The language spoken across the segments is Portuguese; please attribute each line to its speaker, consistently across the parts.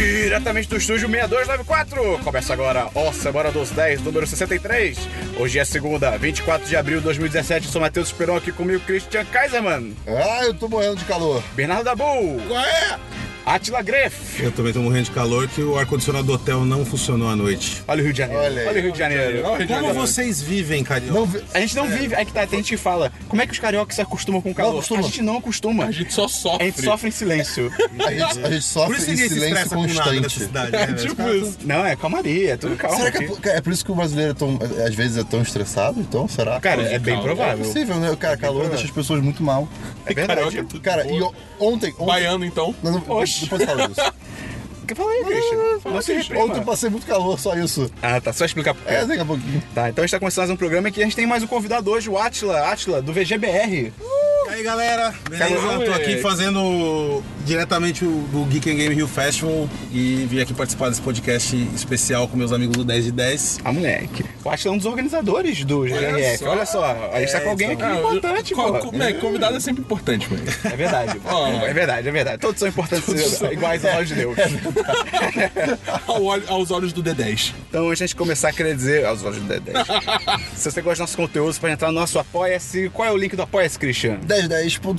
Speaker 1: diretamente do estúdio 6294. Começa agora ó Semana dos 10, número 63. Hoje é segunda, 24 de abril de 2017. Sou Matheus Esperon aqui comigo, Christian Kaiserman,
Speaker 2: Ah, eu tô morrendo de calor.
Speaker 1: Bernardo Dabu,
Speaker 2: Qual é?
Speaker 1: Atila Greff.
Speaker 3: Eu também tô morrendo de calor que o ar-condicionado do hotel não funcionou à noite.
Speaker 1: Olha o Rio de Janeiro.
Speaker 2: Olha aí.
Speaker 1: Olha o Rio de Janeiro.
Speaker 3: Como vocês vivem, carioca?
Speaker 2: Não vi-
Speaker 1: A gente não vive, aí que tá, tem gente que fala, como é que os cariocas se acostumam com o calor?
Speaker 2: acostuma.
Speaker 1: A gente não acostuma.
Speaker 4: A gente só sofre.
Speaker 1: A gente sofre em silêncio.
Speaker 2: a, gente, a gente
Speaker 3: Por
Speaker 2: sofre
Speaker 3: isso
Speaker 2: em
Speaker 3: ninguém se
Speaker 2: silêncio
Speaker 3: estressa com nada nessa
Speaker 2: constante.
Speaker 3: cidade. Né? velho?
Speaker 4: Tipo
Speaker 3: Os caras-
Speaker 4: isso.
Speaker 1: Não, é calmaria, é tudo calmo.
Speaker 2: Será que é
Speaker 1: aqui.
Speaker 2: por, cara, é por isso que o brasileiro é tão, às vezes é tão estressado? Então, será?
Speaker 1: Cara, é bem
Speaker 4: Calma.
Speaker 2: é
Speaker 1: provável.
Speaker 2: possível, né? Cara, calor deixa as pessoas muito mal.
Speaker 1: É verdade.
Speaker 4: Carioca é tudo
Speaker 2: Cara,
Speaker 4: boa.
Speaker 2: e o- ontem. ontem
Speaker 4: Baiano, então.
Speaker 2: Não, não,
Speaker 1: Oxe.
Speaker 2: depois fala disso.
Speaker 1: Fala assim, aí, Christian. Não se
Speaker 2: Ontem
Speaker 1: reprima.
Speaker 2: eu passei muito calor, só isso.
Speaker 1: Ah, tá. Só explicar por quê.
Speaker 2: É, daqui a pouquinho.
Speaker 1: Tá, então a gente tá começando mais um programa que a gente tem mais um convidado hoje, o Atila, Atila, do VGBR.
Speaker 3: E aí, galera? Beleza?
Speaker 1: Calor,
Speaker 3: Tô aqui
Speaker 4: moleque.
Speaker 3: fazendo diretamente o, do Geek and Game Rio Festival e vim aqui participar desse podcast especial com meus amigos do 10 de 10.
Speaker 1: Ah, moleque. O Atila é um dos organizadores do GRF.
Speaker 4: só.
Speaker 1: Olha só, a gente tá com alguém aqui
Speaker 4: Ah,
Speaker 1: importante,
Speaker 4: co-
Speaker 1: pô.
Speaker 4: co- moleque, convidado é sempre importante, mano.
Speaker 1: É verdade.
Speaker 4: Ó.
Speaker 1: É verdade, é verdade. Todos são importantes, iguais aos olhos de Deus.
Speaker 4: Ao olho- aos olhos do D10.
Speaker 1: Então, antes de a gente começar, queria dizer aos olhos de Dedé. Se você gosta do nosso conteúdo, você pode entrar no nosso Apoia-se. Qual é o link do Apoia-se, Christian?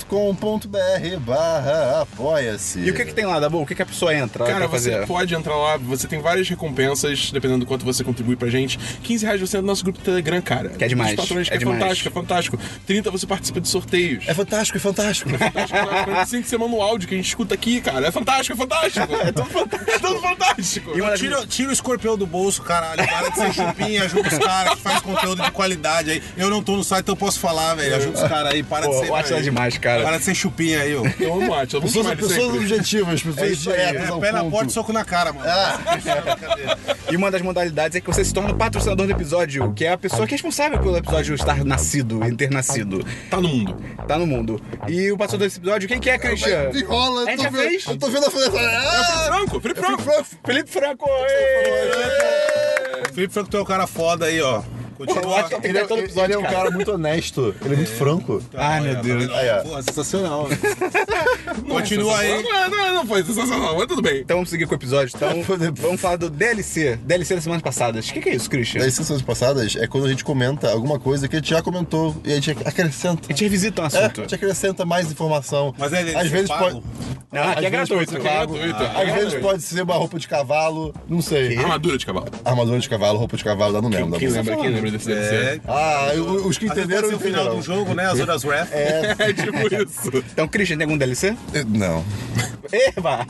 Speaker 2: 1010.com.br barra apoia-se.
Speaker 1: E o que, que tem lá, Dabu? O que, que a pessoa entra
Speaker 4: Cara,
Speaker 1: pra
Speaker 4: você
Speaker 1: Ah, fazer?
Speaker 4: pode entrar lá, você tem várias recompensas, dependendo do quanto você contribui pra gente. 15 reais você é do nosso grupo do Telegram, cara.
Speaker 1: é demais,
Speaker 4: Dos patrões,
Speaker 1: é
Speaker 4: que é,
Speaker 1: demais.
Speaker 4: fantástico, é fantástico. 30 você participa de sorteios.
Speaker 2: É fantástico, é fantástico.
Speaker 4: fantástico, cara. 45 você manda um áudio que a gente escuta aqui, cara. É fantástico, é fantástico. é tudo fantástico. É tudo fantástico.
Speaker 1: E uma das-
Speaker 3: Tira, tira o escorpião do bolso, caralho. Para de ser chupinha, ajuda os caras que faz conteúdo de qualidade aí. Eu não tô no site, então eu posso falar, velho. Ajuda os caras aí, para
Speaker 1: Pô,
Speaker 3: de ser.
Speaker 1: o Atila é demais, cara.
Speaker 3: Para de ser chupinha aí, ô.
Speaker 2: É,
Speaker 4: Eu amo o Atila, Então, vamos
Speaker 2: pessoas
Speaker 4: chamar ele
Speaker 2: pessoas
Speaker 4: sempre.
Speaker 2: objetivas, pessoas diretas.
Speaker 3: É,
Speaker 2: ao
Speaker 3: pé na
Speaker 2: um ponto. Ah,
Speaker 3: porta e soco na cara, mano.
Speaker 1: E uma das modalidades é que você se torna o patrocinador do episódio, que é a pessoa que é responsável pelo episódio estar nascido, e ter nascido.
Speaker 4: Tá no mundo.
Speaker 1: Tá no mundo. E o patrocinador desse episódio, quem que é, Christian?
Speaker 2: Viola,
Speaker 1: A gente
Speaker 2: eu
Speaker 1: já
Speaker 2: tô
Speaker 1: fez?
Speaker 2: vendo. Eu tô vendo a folha. Ah,
Speaker 4: Franco, Felipe Franco.
Speaker 2: Franco,
Speaker 1: Felipe Franco! ê!
Speaker 3: Felipe Franco, tu é um cara foda aí, ó.
Speaker 1: Eu
Speaker 3: Continua.
Speaker 1: acho que tem que
Speaker 2: Ele,
Speaker 1: dar
Speaker 2: é-
Speaker 1: todo
Speaker 2: ele
Speaker 1: episódio,
Speaker 2: é um cara muito honesto, ele é muito franco.
Speaker 1: Ai, meu Deus.
Speaker 2: Aí, ó.
Speaker 3: Pô, sensacional.
Speaker 4: Continua aí. Não, não, não foi sensacional, mas tudo bem.
Speaker 1: Então vamos seguir com o episódio. Então vamos falar do DLC. DLC das semanas passadas. O que, que é isso, Christian?
Speaker 2: Das sessões passadas é quando a gente comenta alguma coisa que a gente já comentou e a gente acrescenta.
Speaker 1: A gente revisita um
Speaker 2: É, a
Speaker 1: assunto.
Speaker 2: gente acrescenta mais informação.
Speaker 3: Mas é,
Speaker 2: às vezes pode.
Speaker 1: Não, aqui é
Speaker 2: às vezes pode
Speaker 1: gratuito.
Speaker 2: ser
Speaker 1: Aqui é
Speaker 2: pago,
Speaker 1: gratuito.
Speaker 4: gratuito.
Speaker 2: às
Speaker 4: É
Speaker 2: vezes
Speaker 4: gratuito.
Speaker 2: pode ser uma roupa de cavalo, não sei.
Speaker 4: Armadura de cavalo.
Speaker 2: Armadura de cavalo, roupa de cavalo, dá, não lembro. dá,
Speaker 4: Quem
Speaker 2: não
Speaker 4: lembra, quem lembra desse
Speaker 3: É.
Speaker 4: DLC?
Speaker 2: Ah, eu- os que entenderam
Speaker 3: Entenderam
Speaker 2: não
Speaker 3: o final
Speaker 2: entenderam.
Speaker 3: do jogo, né? As horas ref.
Speaker 4: É tipo isso.
Speaker 1: Então, Christian, tem algum DLC?
Speaker 2: Eh, Não.
Speaker 1: Eba!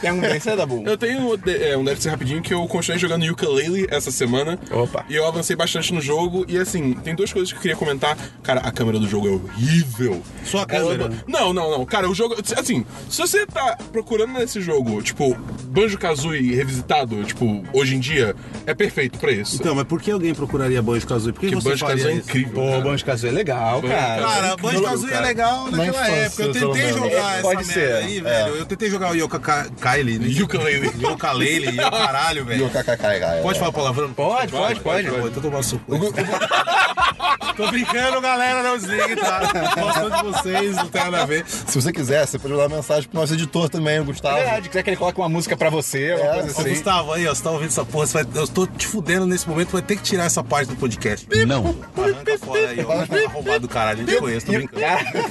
Speaker 1: Tem algum DLC, Dabu?
Speaker 4: Eu tenho um D- é, um DLC rapidinho que eu continuei jogando ukulele essa semana.
Speaker 1: Opa.
Speaker 4: E eu avancei bastante no jogo. E assim, tem duas coisas que eu queria comentar. Cara, a câmera do jogo é horrível.
Speaker 3: Sua
Speaker 4: Câmera. Não, não, não. Cara, o jogo. Assim, se você tá procurando nesse jogo, tipo, Banjo Kazooie revisitado, tipo, hoje em dia, é perfeito pra isso.
Speaker 3: Então, mas por que alguém procuraria Banjo Kazooie? Por que,
Speaker 4: Porque
Speaker 3: você
Speaker 4: Banjo
Speaker 3: faria
Speaker 4: Kazooie é
Speaker 3: isso?
Speaker 4: incrível.
Speaker 1: Pô,
Speaker 4: cara.
Speaker 1: o Banjo Kazooie é legal, cara.
Speaker 3: Cara, Banjo Kazooie é
Speaker 4: cara.
Speaker 3: legal
Speaker 2: Na
Speaker 3: naquela
Speaker 2: infância,
Speaker 3: época. Eu
Speaker 2: pelo
Speaker 3: tentei
Speaker 2: menos.
Speaker 3: jogar
Speaker 1: É,
Speaker 3: essa
Speaker 1: pode
Speaker 3: merda
Speaker 1: ser.
Speaker 3: aí, velho. Eu tentei jogar o Yoka Ka- Kylie. né?
Speaker 4: Ukulele.
Speaker 3: Yoka Lele e o caralho,
Speaker 2: E o
Speaker 3: velho.
Speaker 2: KKK, é, cara.
Speaker 3: Pode falar palavrão?
Speaker 1: Pode, pode, pode.
Speaker 3: Pô, Então tomar suco. Tô brincando, galera, não desligue, tá? Gosto de vocês, não tem nada a ver.
Speaker 2: Se você quiser, você pode mandar mensagem pro nosso editor também, o
Speaker 1: É
Speaker 2: Gustavo.
Speaker 1: verdade, quiser que ele coloque uma música pra você, uma
Speaker 2: É,
Speaker 1: coisa
Speaker 3: Ô,
Speaker 1: assim.
Speaker 3: Gustavo, aí, ó, você tá ouvindo essa porra, você vai, eu tô te fudendo nesse momento, vai ter que tirar essa parte do podcast. Não. Arranca fora aí, ó, arrombado do caralho, nem conheço, tô brincando.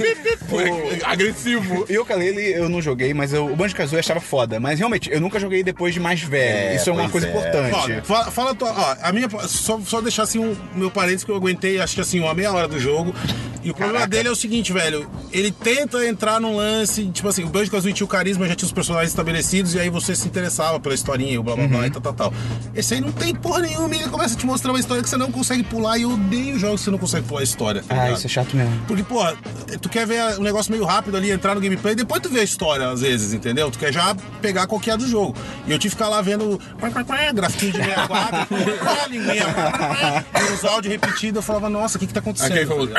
Speaker 4: Pô, Agressivo.
Speaker 1: E o Kalele eu não joguei, mas eu- o Banjo Kazooie achava foda. Mas realmente, eu nunca joguei depois de mais velho.
Speaker 2: É,
Speaker 1: Isso é uma
Speaker 2: pois
Speaker 1: coisa
Speaker 2: é.
Speaker 3: Olha,
Speaker 1: importante.
Speaker 3: fala, fala a tua. Ó, a minha. Só, só deixar assim o meu parênteses que eu aguentei, acho que assim, uma meia hora do jogo. E o problema dele é o seguinte, velho. Ele tenta entrar num lance, tipo assim, o Banjo Kazooie tinha o carisma, já tinha os personagens estabelecidos, e aí você se interessava pela historinha, e o blá blá
Speaker 1: Uhum.
Speaker 3: blá e tal, tal, tal. Esse aí não tem porra nenhuma, e ele começa a te mostrar uma história que você não consegue pular, e eu odeio jogos que você não consegue pular a história. tá
Speaker 1: Ah,
Speaker 3: ligado?
Speaker 1: isso é chato mesmo.
Speaker 3: Porque, pô, tu quer ver um negócio meio rápido ali, entrar no gameplay, depois tu vê a história, às vezes, entendeu? Tu quer já pegar qualquer do jogo. E eu tive que ficar lá vendo quá, quá, quá, grafiquinho de 64, quá, quá, é linguinha, quá, quá, quá, e os áudios repetidos, eu falava, nossa, o que que tá acontecendo?
Speaker 4: Aquele famoso.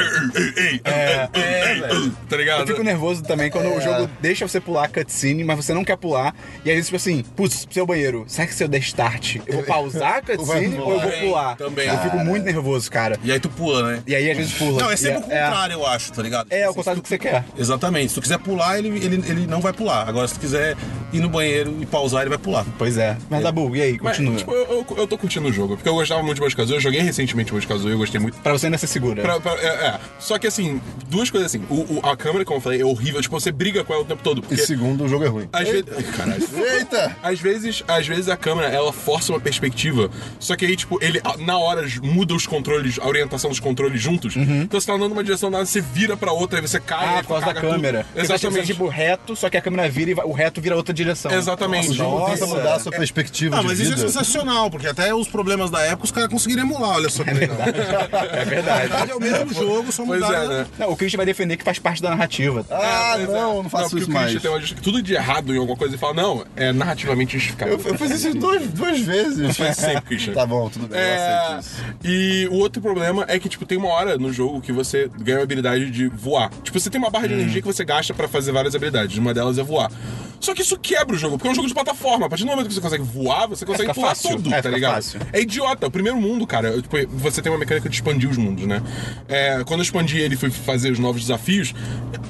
Speaker 4: Tá ligado?
Speaker 1: Eu fico nervoso também quando o jogo deixa você pular a cutscene, mas você não quer pular. E às vezes, tipo assim, putz, seu banheiro, será que se eu der start, eu vou pausar a cutscene
Speaker 2: Vai
Speaker 1: ou eu vou pular?
Speaker 4: pular. Também,
Speaker 1: Eu fico muito nervoso, cara.
Speaker 3: E aí tu pula, né?
Speaker 1: E aí às vezes pula.
Speaker 3: Não, é sempre
Speaker 1: E
Speaker 3: o contrário, eu acho, tá ligado?
Speaker 1: É, é
Speaker 3: Tipo
Speaker 1: o
Speaker 3: assim,
Speaker 1: contrário do que você quer.
Speaker 3: Exatamente. Se tu quiser pular, ele, ele, ele não vai pular. Agora, se tu quiser ir no banheiro e pausar, ele vai pular.
Speaker 1: Pois é. Mas Dabu, e aí?
Speaker 4: Mas,
Speaker 1: Continua.
Speaker 4: tipo, eu, eu- eu tô curtindo o jogo, porque eu gostava muito de Banjo Kazooie, eu joguei recentemente Banjo Kazooie, eu gostei muito.
Speaker 1: Pra você ainda ser segura.
Speaker 4: Pra- pra- é, é. Só que assim, duas coisas assim. O, o- a câmera, como eu falei, é horrível, tipo, você briga com ela o tempo todo.
Speaker 2: E
Speaker 4: Porque
Speaker 2: segundo, o jogo é ruim.
Speaker 4: às vezes. Caralho.
Speaker 2: Eita!
Speaker 4: Às vezes, às vezes a câmera ela força uma perspectiva, só que aí, tipo, ele a- na hora j- muda os controles, a orientação dos controles juntos. Então você tá andando numa direção, nada, você vira pra outra, aí você cai. aí
Speaker 1: Uhum. Ah, por causa da
Speaker 4: caga tudo.
Speaker 1: câmera. Porque você
Speaker 4: Exatamente.
Speaker 1: Você, tipo, reto, só que a câmera vira e vai- o reto vira outra direção.
Speaker 4: Exatamente.
Speaker 2: O jogo tenta
Speaker 1: Nossa.
Speaker 2: mudar a sua perspectiva
Speaker 3: Ah,
Speaker 2: de
Speaker 3: mas isso é
Speaker 2: vida.
Speaker 3: sensacional, porque até os problemas da época os caras conseguiram emular, olha só que legal.
Speaker 1: É verdade.
Speaker 3: É o mesmo jogo, só
Speaker 4: Pois
Speaker 3: mudaram...
Speaker 4: é, né?
Speaker 1: Não, o Christian vai defender que faz parte da narrativa. tá?
Speaker 2: Ah,
Speaker 4: Pois é.
Speaker 2: não, não faço
Speaker 4: porque
Speaker 2: isso
Speaker 4: o Christian
Speaker 2: mais.
Speaker 4: Tem uma justi- tudo de errado em alguma coisa e fala, não, é narrativamente justificado.
Speaker 2: Eu, eu fiz isso duas, duas vezes.
Speaker 4: Faz sempre, Christian.
Speaker 2: Tá bom, tudo bem, eu
Speaker 4: É,
Speaker 2: aceito isso.
Speaker 4: e o outro problema é que, tipo, tem uma hora no jogo que você ganha a habilidade de voar. Tipo, você tem uma barra
Speaker 1: Hum.
Speaker 4: de energia que você gasta pra fazer várias habilidades. Uma delas é voar. Só que isso quebra o jogo, porque é um jogo de plataforma. A partir do momento que você consegue voar, você consegue
Speaker 1: fica
Speaker 4: pular
Speaker 1: fácil.
Speaker 4: tudo,
Speaker 1: É,
Speaker 4: tá
Speaker 1: fica
Speaker 4: ligado?
Speaker 1: fácil.
Speaker 4: É idiota. O primeiro mundo, cara, eu, tipo, você tem uma mecânica de expandir os mundos, né? É, quando eu expandi ele e fui fazer os novos desafios,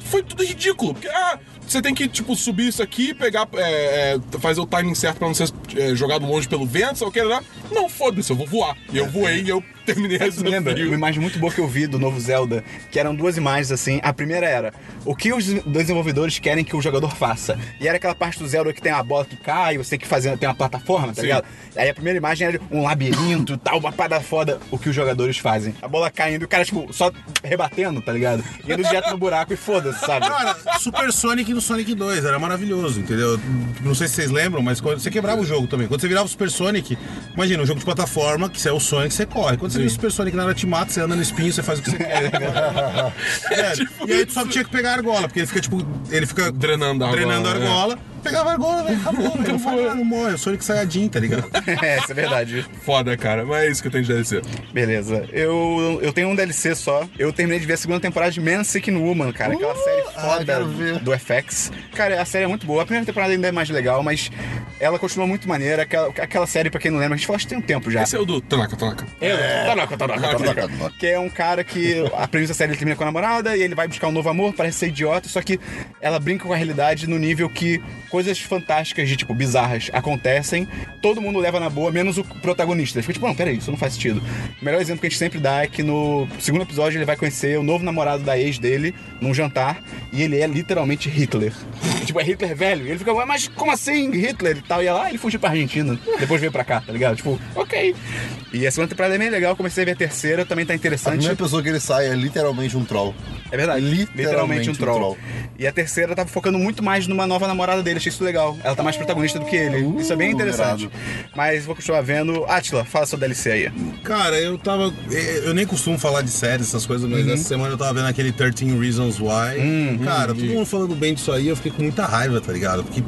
Speaker 4: foi tudo ridículo. Porque, ah, você tem que, tipo, subir isso aqui, pegar, é, é, fazer o timing certo pra não ser é, jogado longe pelo vento, sei o que lá. Não, foda-se, eu vou voar. E
Speaker 3: É.
Speaker 4: eu voei e eu terminei esse
Speaker 1: Você lembra? Uma
Speaker 4: desafio.
Speaker 1: imagem muito boa que eu vi do novo Zelda, que eram duas imagens assim. A primeira era o que os desenvolvedores querem que o jogador faça. E era aquela parte do Zelda que tem uma bola que cai, você tem que fazer, tem uma plataforma, tá ligado? Aí a primeira imagem era um labirinto, tal, uma parada foda, o que os jogadores fazem. A bola caindo, o cara, tipo, só rebatendo, tá ligado? Indo direto no buraco e foda-se, sabe?
Speaker 3: Cara, Super Sonic no Sonic 2 era maravilhoso, entendeu? Não sei se vocês lembram, mas quando você quebrava o jogo também. Quando você virava o Super Sonic, imagina, um jogo de plataforma, que você é o Sonic, você corre. Quando você vira o Super Sonic na hora te mata, você anda no espinho, você faz o que você quer. É,
Speaker 4: tipo
Speaker 3: e aí tu
Speaker 4: isso.
Speaker 3: só tinha que pegar a argola, porque ele fica, tipo, ele fica
Speaker 4: Drenando a
Speaker 3: drenando a
Speaker 4: argola, é.
Speaker 3: argola. Pegava a argola, velho, acabou, velho. Não, faz nada, não morre, é o Sonic Saiyajin, tá ligado?
Speaker 1: é, isso é verdade.
Speaker 4: Foda, cara. Mas é isso que eu tenho de DLC.
Speaker 1: Beleza. Eu, eu tenho um DLC só. Eu terminei de ver a segunda temporada de Man Seeking Woman, cara. Aquela série
Speaker 2: ah,
Speaker 1: foda
Speaker 2: quero ver.
Speaker 1: do FX. Cara, a série é muito boa. A primeira temporada ainda é mais legal, mas ela continua muito maneira. Aquela, aquela série, pra quem não lembra, a gente falou que tem um tempo já.
Speaker 4: Esse é o do Tanaka, Tanaka.
Speaker 1: É, Tanaka, Tanaka, Tanaka. Que é um cara que a premissa da série ele termina com a namorada e ele vai buscar um novo amor, parece ser idiota, só que ela brinca com a realidade no nível que coisas fantásticas de tipo bizarras acontecem, todo mundo leva na boa, menos o protagonista. Ele fica tipo, não, peraí, isso não faz sentido. O melhor exemplo que a gente sempre dá é que no segundo episódio ele vai conhecer o novo namorado da ex dele num jantar e ele é literalmente Hitler. tipo, é Hitler velho. E ele fica, "Ué, mas como assim Hitler e tal? E ela, ah, ele fugiu pra Argentina, depois veio pra cá, tá ligado? Tipo, ok. E a segunda temporada é bem legal, comecei a ver a terceira, também tá
Speaker 2: A
Speaker 1: interessante.
Speaker 2: primeira pessoa que ele sai é literalmente um troll.
Speaker 1: É verdade.
Speaker 2: Literalmente
Speaker 1: Literalmente um
Speaker 2: um
Speaker 1: troll.
Speaker 2: troll.
Speaker 1: E a terceira tá focando muito mais numa nova namorada dele, achei isso legal. Ela tá mais protagonista do que ele. isso é bem
Speaker 2: Uh,
Speaker 1: interessante.
Speaker 2: irado.
Speaker 1: Mas vou continuar vendo. Atila, fala seu DLC aí.
Speaker 3: Cara, eu tava. eh, Eu nem costumo falar de séries, essas coisas,
Speaker 1: Uhum.
Speaker 3: mas essa semana eu tava vendo aquele 13 Reasons Why.
Speaker 1: Hum,
Speaker 3: Cara, todo mundo falando bem disso aí, eu fiquei com muita raiva, tá ligado? Porque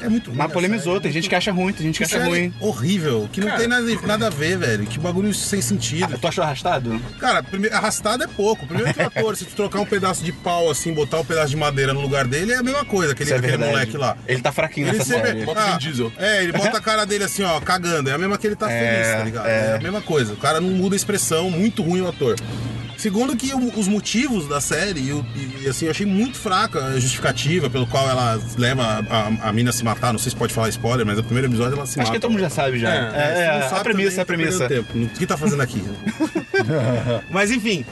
Speaker 3: é muito ruim.
Speaker 1: Mas
Speaker 3: a
Speaker 1: polemizou,
Speaker 3: série.
Speaker 1: tem gente que acha ruim, tem gente que acha
Speaker 2: é
Speaker 3: Série
Speaker 1: ruim.
Speaker 3: horrível, que não
Speaker 4: Cara.
Speaker 3: tem nada, nada a ver, velho. Que bagulho sem sentido.
Speaker 1: Tu achou arrastado?
Speaker 3: Cara, primeiro, arrastado é pouco. Primeiro que o ator, se tu trocar um pedaço de pau assim, botar um pedaço de madeira no lugar dele, é a mesma coisa, aquele,
Speaker 1: Isso é
Speaker 3: aquele
Speaker 1: verdade.
Speaker 3: moleque lá.
Speaker 1: Ele tá fraquinho nessa
Speaker 3: sempre-
Speaker 1: série.
Speaker 4: Bota Vin Diesel.
Speaker 3: É, ele bota a cara dele assim, ó, cagando. É a mesma que ele tá
Speaker 1: É,
Speaker 3: feliz, tá ligado?
Speaker 1: é.
Speaker 3: É. a mesma coisa. O cara não muda a expressão, muito ruim o ator. Segundo que o- os motivos da série, e, o- e, assim, eu achei muito fraca a justificativa pelo qual ela leva a, a, a mina a se matar. Não sei se pode falar spoiler, mas no primeiro episódio ela se
Speaker 1: Acho que
Speaker 3: mata.
Speaker 1: todo mundo já sabe já. É,
Speaker 4: É,
Speaker 1: é,
Speaker 3: Se não
Speaker 1: a
Speaker 3: sabe
Speaker 1: premissa,
Speaker 3: também,
Speaker 1: é a premissa.
Speaker 3: tá perdendo Tempo. O que tá fazendo aqui? Mas enfim,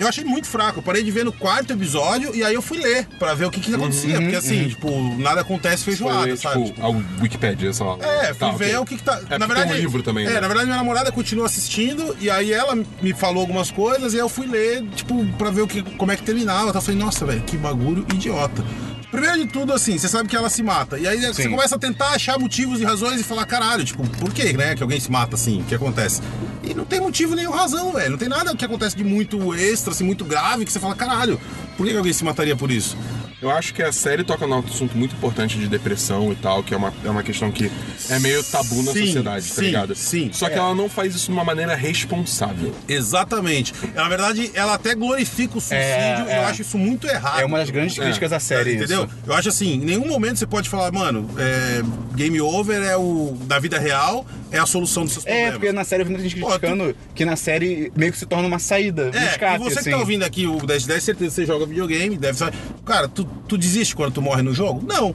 Speaker 3: eu achei muito fraco. Eu parei de ver no quarto episódio e aí eu fui ler pra ver o que que acontecia.
Speaker 1: Uhum,
Speaker 3: porque assim, tipo, nada acontece feijoada,
Speaker 4: Foi,
Speaker 3: sabe?
Speaker 4: Tipo, a Wikipedia, sei lá.
Speaker 3: É, fui
Speaker 4: Tá,
Speaker 3: ver
Speaker 4: ok.
Speaker 3: o que, que tá.
Speaker 4: porque tem um livro também,
Speaker 3: É,
Speaker 4: né?
Speaker 3: na verdade, minha namorada continuou assistindo e aí ela me falou algumas coisas e eu fui ler, tipo, pra ver o que, como é que terminava. Tá? Eu falei, nossa, velho, que bagulho idiota. Primeiro de tudo, assim, você sabe que ela se mata. E aí você
Speaker 1: Sim.
Speaker 3: começa a tentar achar motivos e razões e falar, caralho, tipo, por que, né, que alguém se mata assim? O que acontece? E não tem motivo nenhum razão, velho. Não tem nada que acontece de muito extra, assim, muito grave, que você fala, caralho, por que que alguém se mataria por isso?
Speaker 4: Eu acho que a série toca num assunto muito importante de depressão e tal, que é uma, é uma questão que é meio tabu na
Speaker 3: Sim,
Speaker 4: sociedade, tá
Speaker 3: sim,
Speaker 4: ligado?
Speaker 3: sim.
Speaker 4: Só que ela não faz isso de uma maneira responsável.
Speaker 3: Exatamente. Na verdade, ela até glorifica o suicídio.
Speaker 1: É,
Speaker 3: eu
Speaker 1: é.
Speaker 3: acho isso muito errado.
Speaker 1: É uma das grandes
Speaker 4: É,
Speaker 1: críticas à série,
Speaker 3: Ah, Entendeu?
Speaker 1: isso.
Speaker 3: Eu acho assim, em nenhum momento você pode falar, mano, é, game over é o da vida real, é a solução dos seus
Speaker 1: É,
Speaker 3: problemas.
Speaker 1: porque na série eu vi muita gente
Speaker 3: Pô, tu-
Speaker 1: criticando que na série meio que se torna uma saída, um
Speaker 3: É,
Speaker 1: escape,
Speaker 3: e você
Speaker 1: assim.
Speaker 3: que tá ouvindo aqui o 10 10, certeza que você joga videogame, deve saber. Cara, tu, tu desiste quando tu morre no jogo? Não.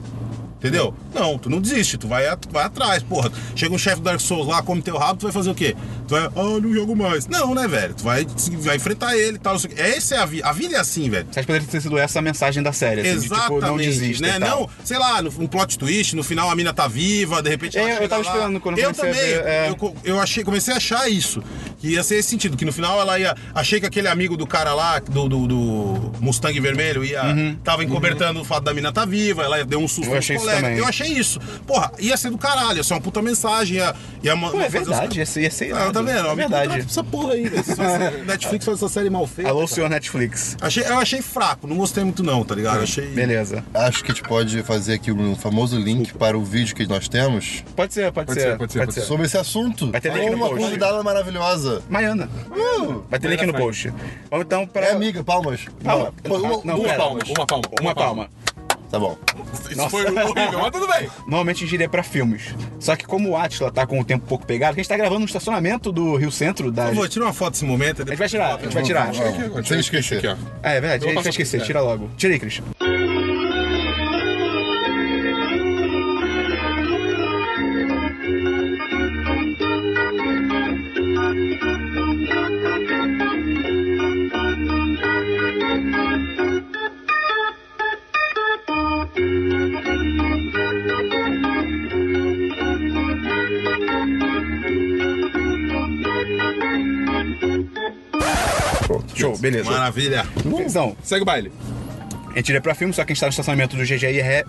Speaker 3: Entendeu? Não, tu não desiste, tu vai, at- vai atrás, porra. Chega um chefe do Dark Souls lá, come teu rabo, tu vai fazer o quê? Tu vai, ah, não jogo mais. Não, né, velho? Tu vai, vai enfrentar ele e tal. não sei o quê. Essa é a vida. A vida é assim, velho.
Speaker 1: Vocês poderiam ter sido essa a mensagem da série, assim, de,
Speaker 3: Exatamente,
Speaker 1: tipo, não desista
Speaker 3: né?
Speaker 1: e tal.
Speaker 3: Não, sei lá, no, um plot twist, no final a mina tá viva, de repente ela
Speaker 1: É, Eu- eu
Speaker 3: chega
Speaker 1: tava
Speaker 3: lá.
Speaker 1: esperando quando
Speaker 3: Eu
Speaker 1: comecei a
Speaker 3: também,
Speaker 1: ver, é.
Speaker 3: eu, co- eu achei, comecei a achar isso, que ia ser esse sentido, que no final ela ia, achei que aquele amigo do cara lá, do, do, do Mustang vermelho, ia, tava encobertando o fato da mina tá viva, ela deu um susto
Speaker 1: Uhum. Eu
Speaker 3: nos
Speaker 1: achei isso
Speaker 3: colegas.
Speaker 1: também.
Speaker 3: Eu achei isso. Porra, ia ser do caralho, ia ser uma puta mensagem, ia... ia ma-
Speaker 1: Pô, é
Speaker 3: fazer os-
Speaker 1: verdade, ia ser, ia ser
Speaker 3: Ah,
Speaker 1: irado.
Speaker 3: tá vendo?
Speaker 1: É
Speaker 3: Me contrata pra
Speaker 1: verdade.
Speaker 3: Essa porra aí, velho. Essa- Netflix faz essa série mal feita.
Speaker 1: Alô,
Speaker 3: cara.
Speaker 1: senhor Netflix.
Speaker 3: Achei, eu achei fraco, não gostei muito não, tá ligado? Achei...
Speaker 1: Beleza.
Speaker 2: Acho que a gente pode fazer aqui um famoso link para o vídeo que nós temos
Speaker 1: Pode ser, pode,
Speaker 4: Pode
Speaker 1: ser,
Speaker 4: ser, pode ser, pode ser.
Speaker 2: sobre esse assunto.
Speaker 1: Vai ter
Speaker 2: Com
Speaker 1: link no
Speaker 2: uma
Speaker 1: post.
Speaker 2: convidada maravilhosa.
Speaker 1: Maiana.
Speaker 2: Uh!
Speaker 1: Vai ter link no post. Vamos então pra...
Speaker 2: É amiga, palmas.
Speaker 1: Palma.
Speaker 2: Uma, uma-
Speaker 1: Não,
Speaker 4: Uma
Speaker 1: pera.
Speaker 4: palma, uma palma.
Speaker 1: Uma palma.
Speaker 2: Tá bom.
Speaker 4: Isso
Speaker 1: Nossa.
Speaker 4: foi horrível, mas tudo bem.
Speaker 1: Normalmente a gente iria pra filmes. Só que como o Atila tá com o tempo pouco pegado, porque a gente tá gravando no estacionamento do Rio Centro da...
Speaker 3: Por favor, tira uma foto desse momento.
Speaker 1: A gente vai tirar, a gente vai tirar.
Speaker 2: Não, sem esquecer.
Speaker 4: Aqui, ó.
Speaker 1: Ah, é verdade, a
Speaker 4: Eu
Speaker 1: gente
Speaker 4: vou
Speaker 1: vai
Speaker 4: passar
Speaker 1: esquecer,
Speaker 4: pra-
Speaker 1: tira logo. Tira aí, Cris. Show, beleza.
Speaker 3: Maravilha.
Speaker 1: Então,
Speaker 4: Segue o baile.
Speaker 1: a gente iria pra filme, só que a gente tá no estacionamento do GGRF.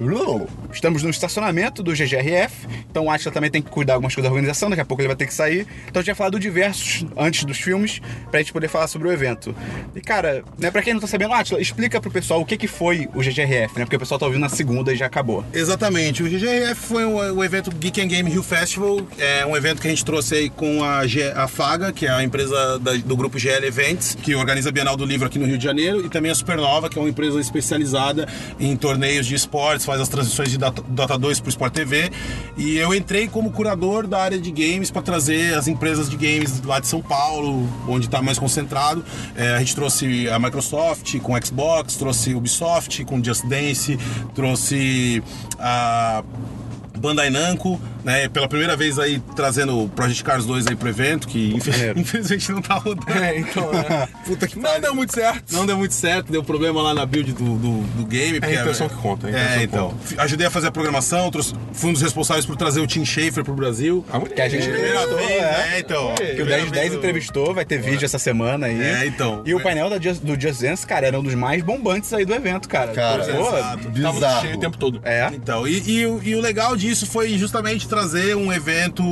Speaker 2: Uou!
Speaker 1: Estamos no estacionamento do GGRF, então o Atila também tem que cuidar algumas coisas da organização, daqui a pouco ele vai ter que sair. Então a gente vai falar do diversos antes dos filmes, pra gente poder falar sobre o evento. E cara, né, pra quem não tá sabendo, Atila, explica pro pessoal o que que foi o GGRF, né? Porque o pessoal tá ouvindo na segunda e já acabou.
Speaker 3: Exatamente. O GGRF foi o, o evento Geek and Game Rio Festival. É um evento que a gente trouxe aí com a, G- a Faga, que é a empresa da- do grupo GL Events, que organiza a Bienal do Livro aqui no Rio de Janeiro, e também a Supernova, que é uma empresa especializada em torneios de esportes, faz as transições de Dota, Dota 2 pro Sport TV. E eu entrei como curador da área de games para trazer as empresas de games lá de São Paulo, onde está mais concentrado. É, a gente trouxe a Microsoft com Xbox, trouxe Ubisoft com Just Dance, trouxe a Bandai Namco, né? Pela primeira vez aí trazendo o Project Cars 2 aí pro evento, que infe-
Speaker 1: Maneiro.
Speaker 3: infelizmente não tá rodando.
Speaker 4: É, então, né?
Speaker 3: Puta que
Speaker 4: Não deu muito certo.
Speaker 3: não deu muito certo, deu problema lá na build do, do, do game. porque
Speaker 4: intenção que conta, é a
Speaker 3: É,
Speaker 4: intenção que
Speaker 3: então. F- Ajudei a fazer a programação, trouxe, fui um dos responsáveis por trazer o Tim Schafer pro Brasil.
Speaker 4: A mulher.
Speaker 1: Que a gente-
Speaker 3: Primeira
Speaker 1: Eu,
Speaker 3: vez,
Speaker 1: é.
Speaker 3: né? Então.
Speaker 1: Que o 10 10 entrevistou, vai ter vídeo essa semana aí.
Speaker 3: É, então.
Speaker 1: E o
Speaker 3: É.
Speaker 1: painel da Just- do Just Dance, cara, era um dos mais bombantes aí do evento, cara.
Speaker 2: Cara,
Speaker 1: Pô,
Speaker 3: exato.
Speaker 4: Tava
Speaker 2: bizarro.
Speaker 4: cheio o tempo todo.
Speaker 2: Tá?
Speaker 1: é.
Speaker 3: Então, e, e o- e o legal disso foi justamente trazer um evento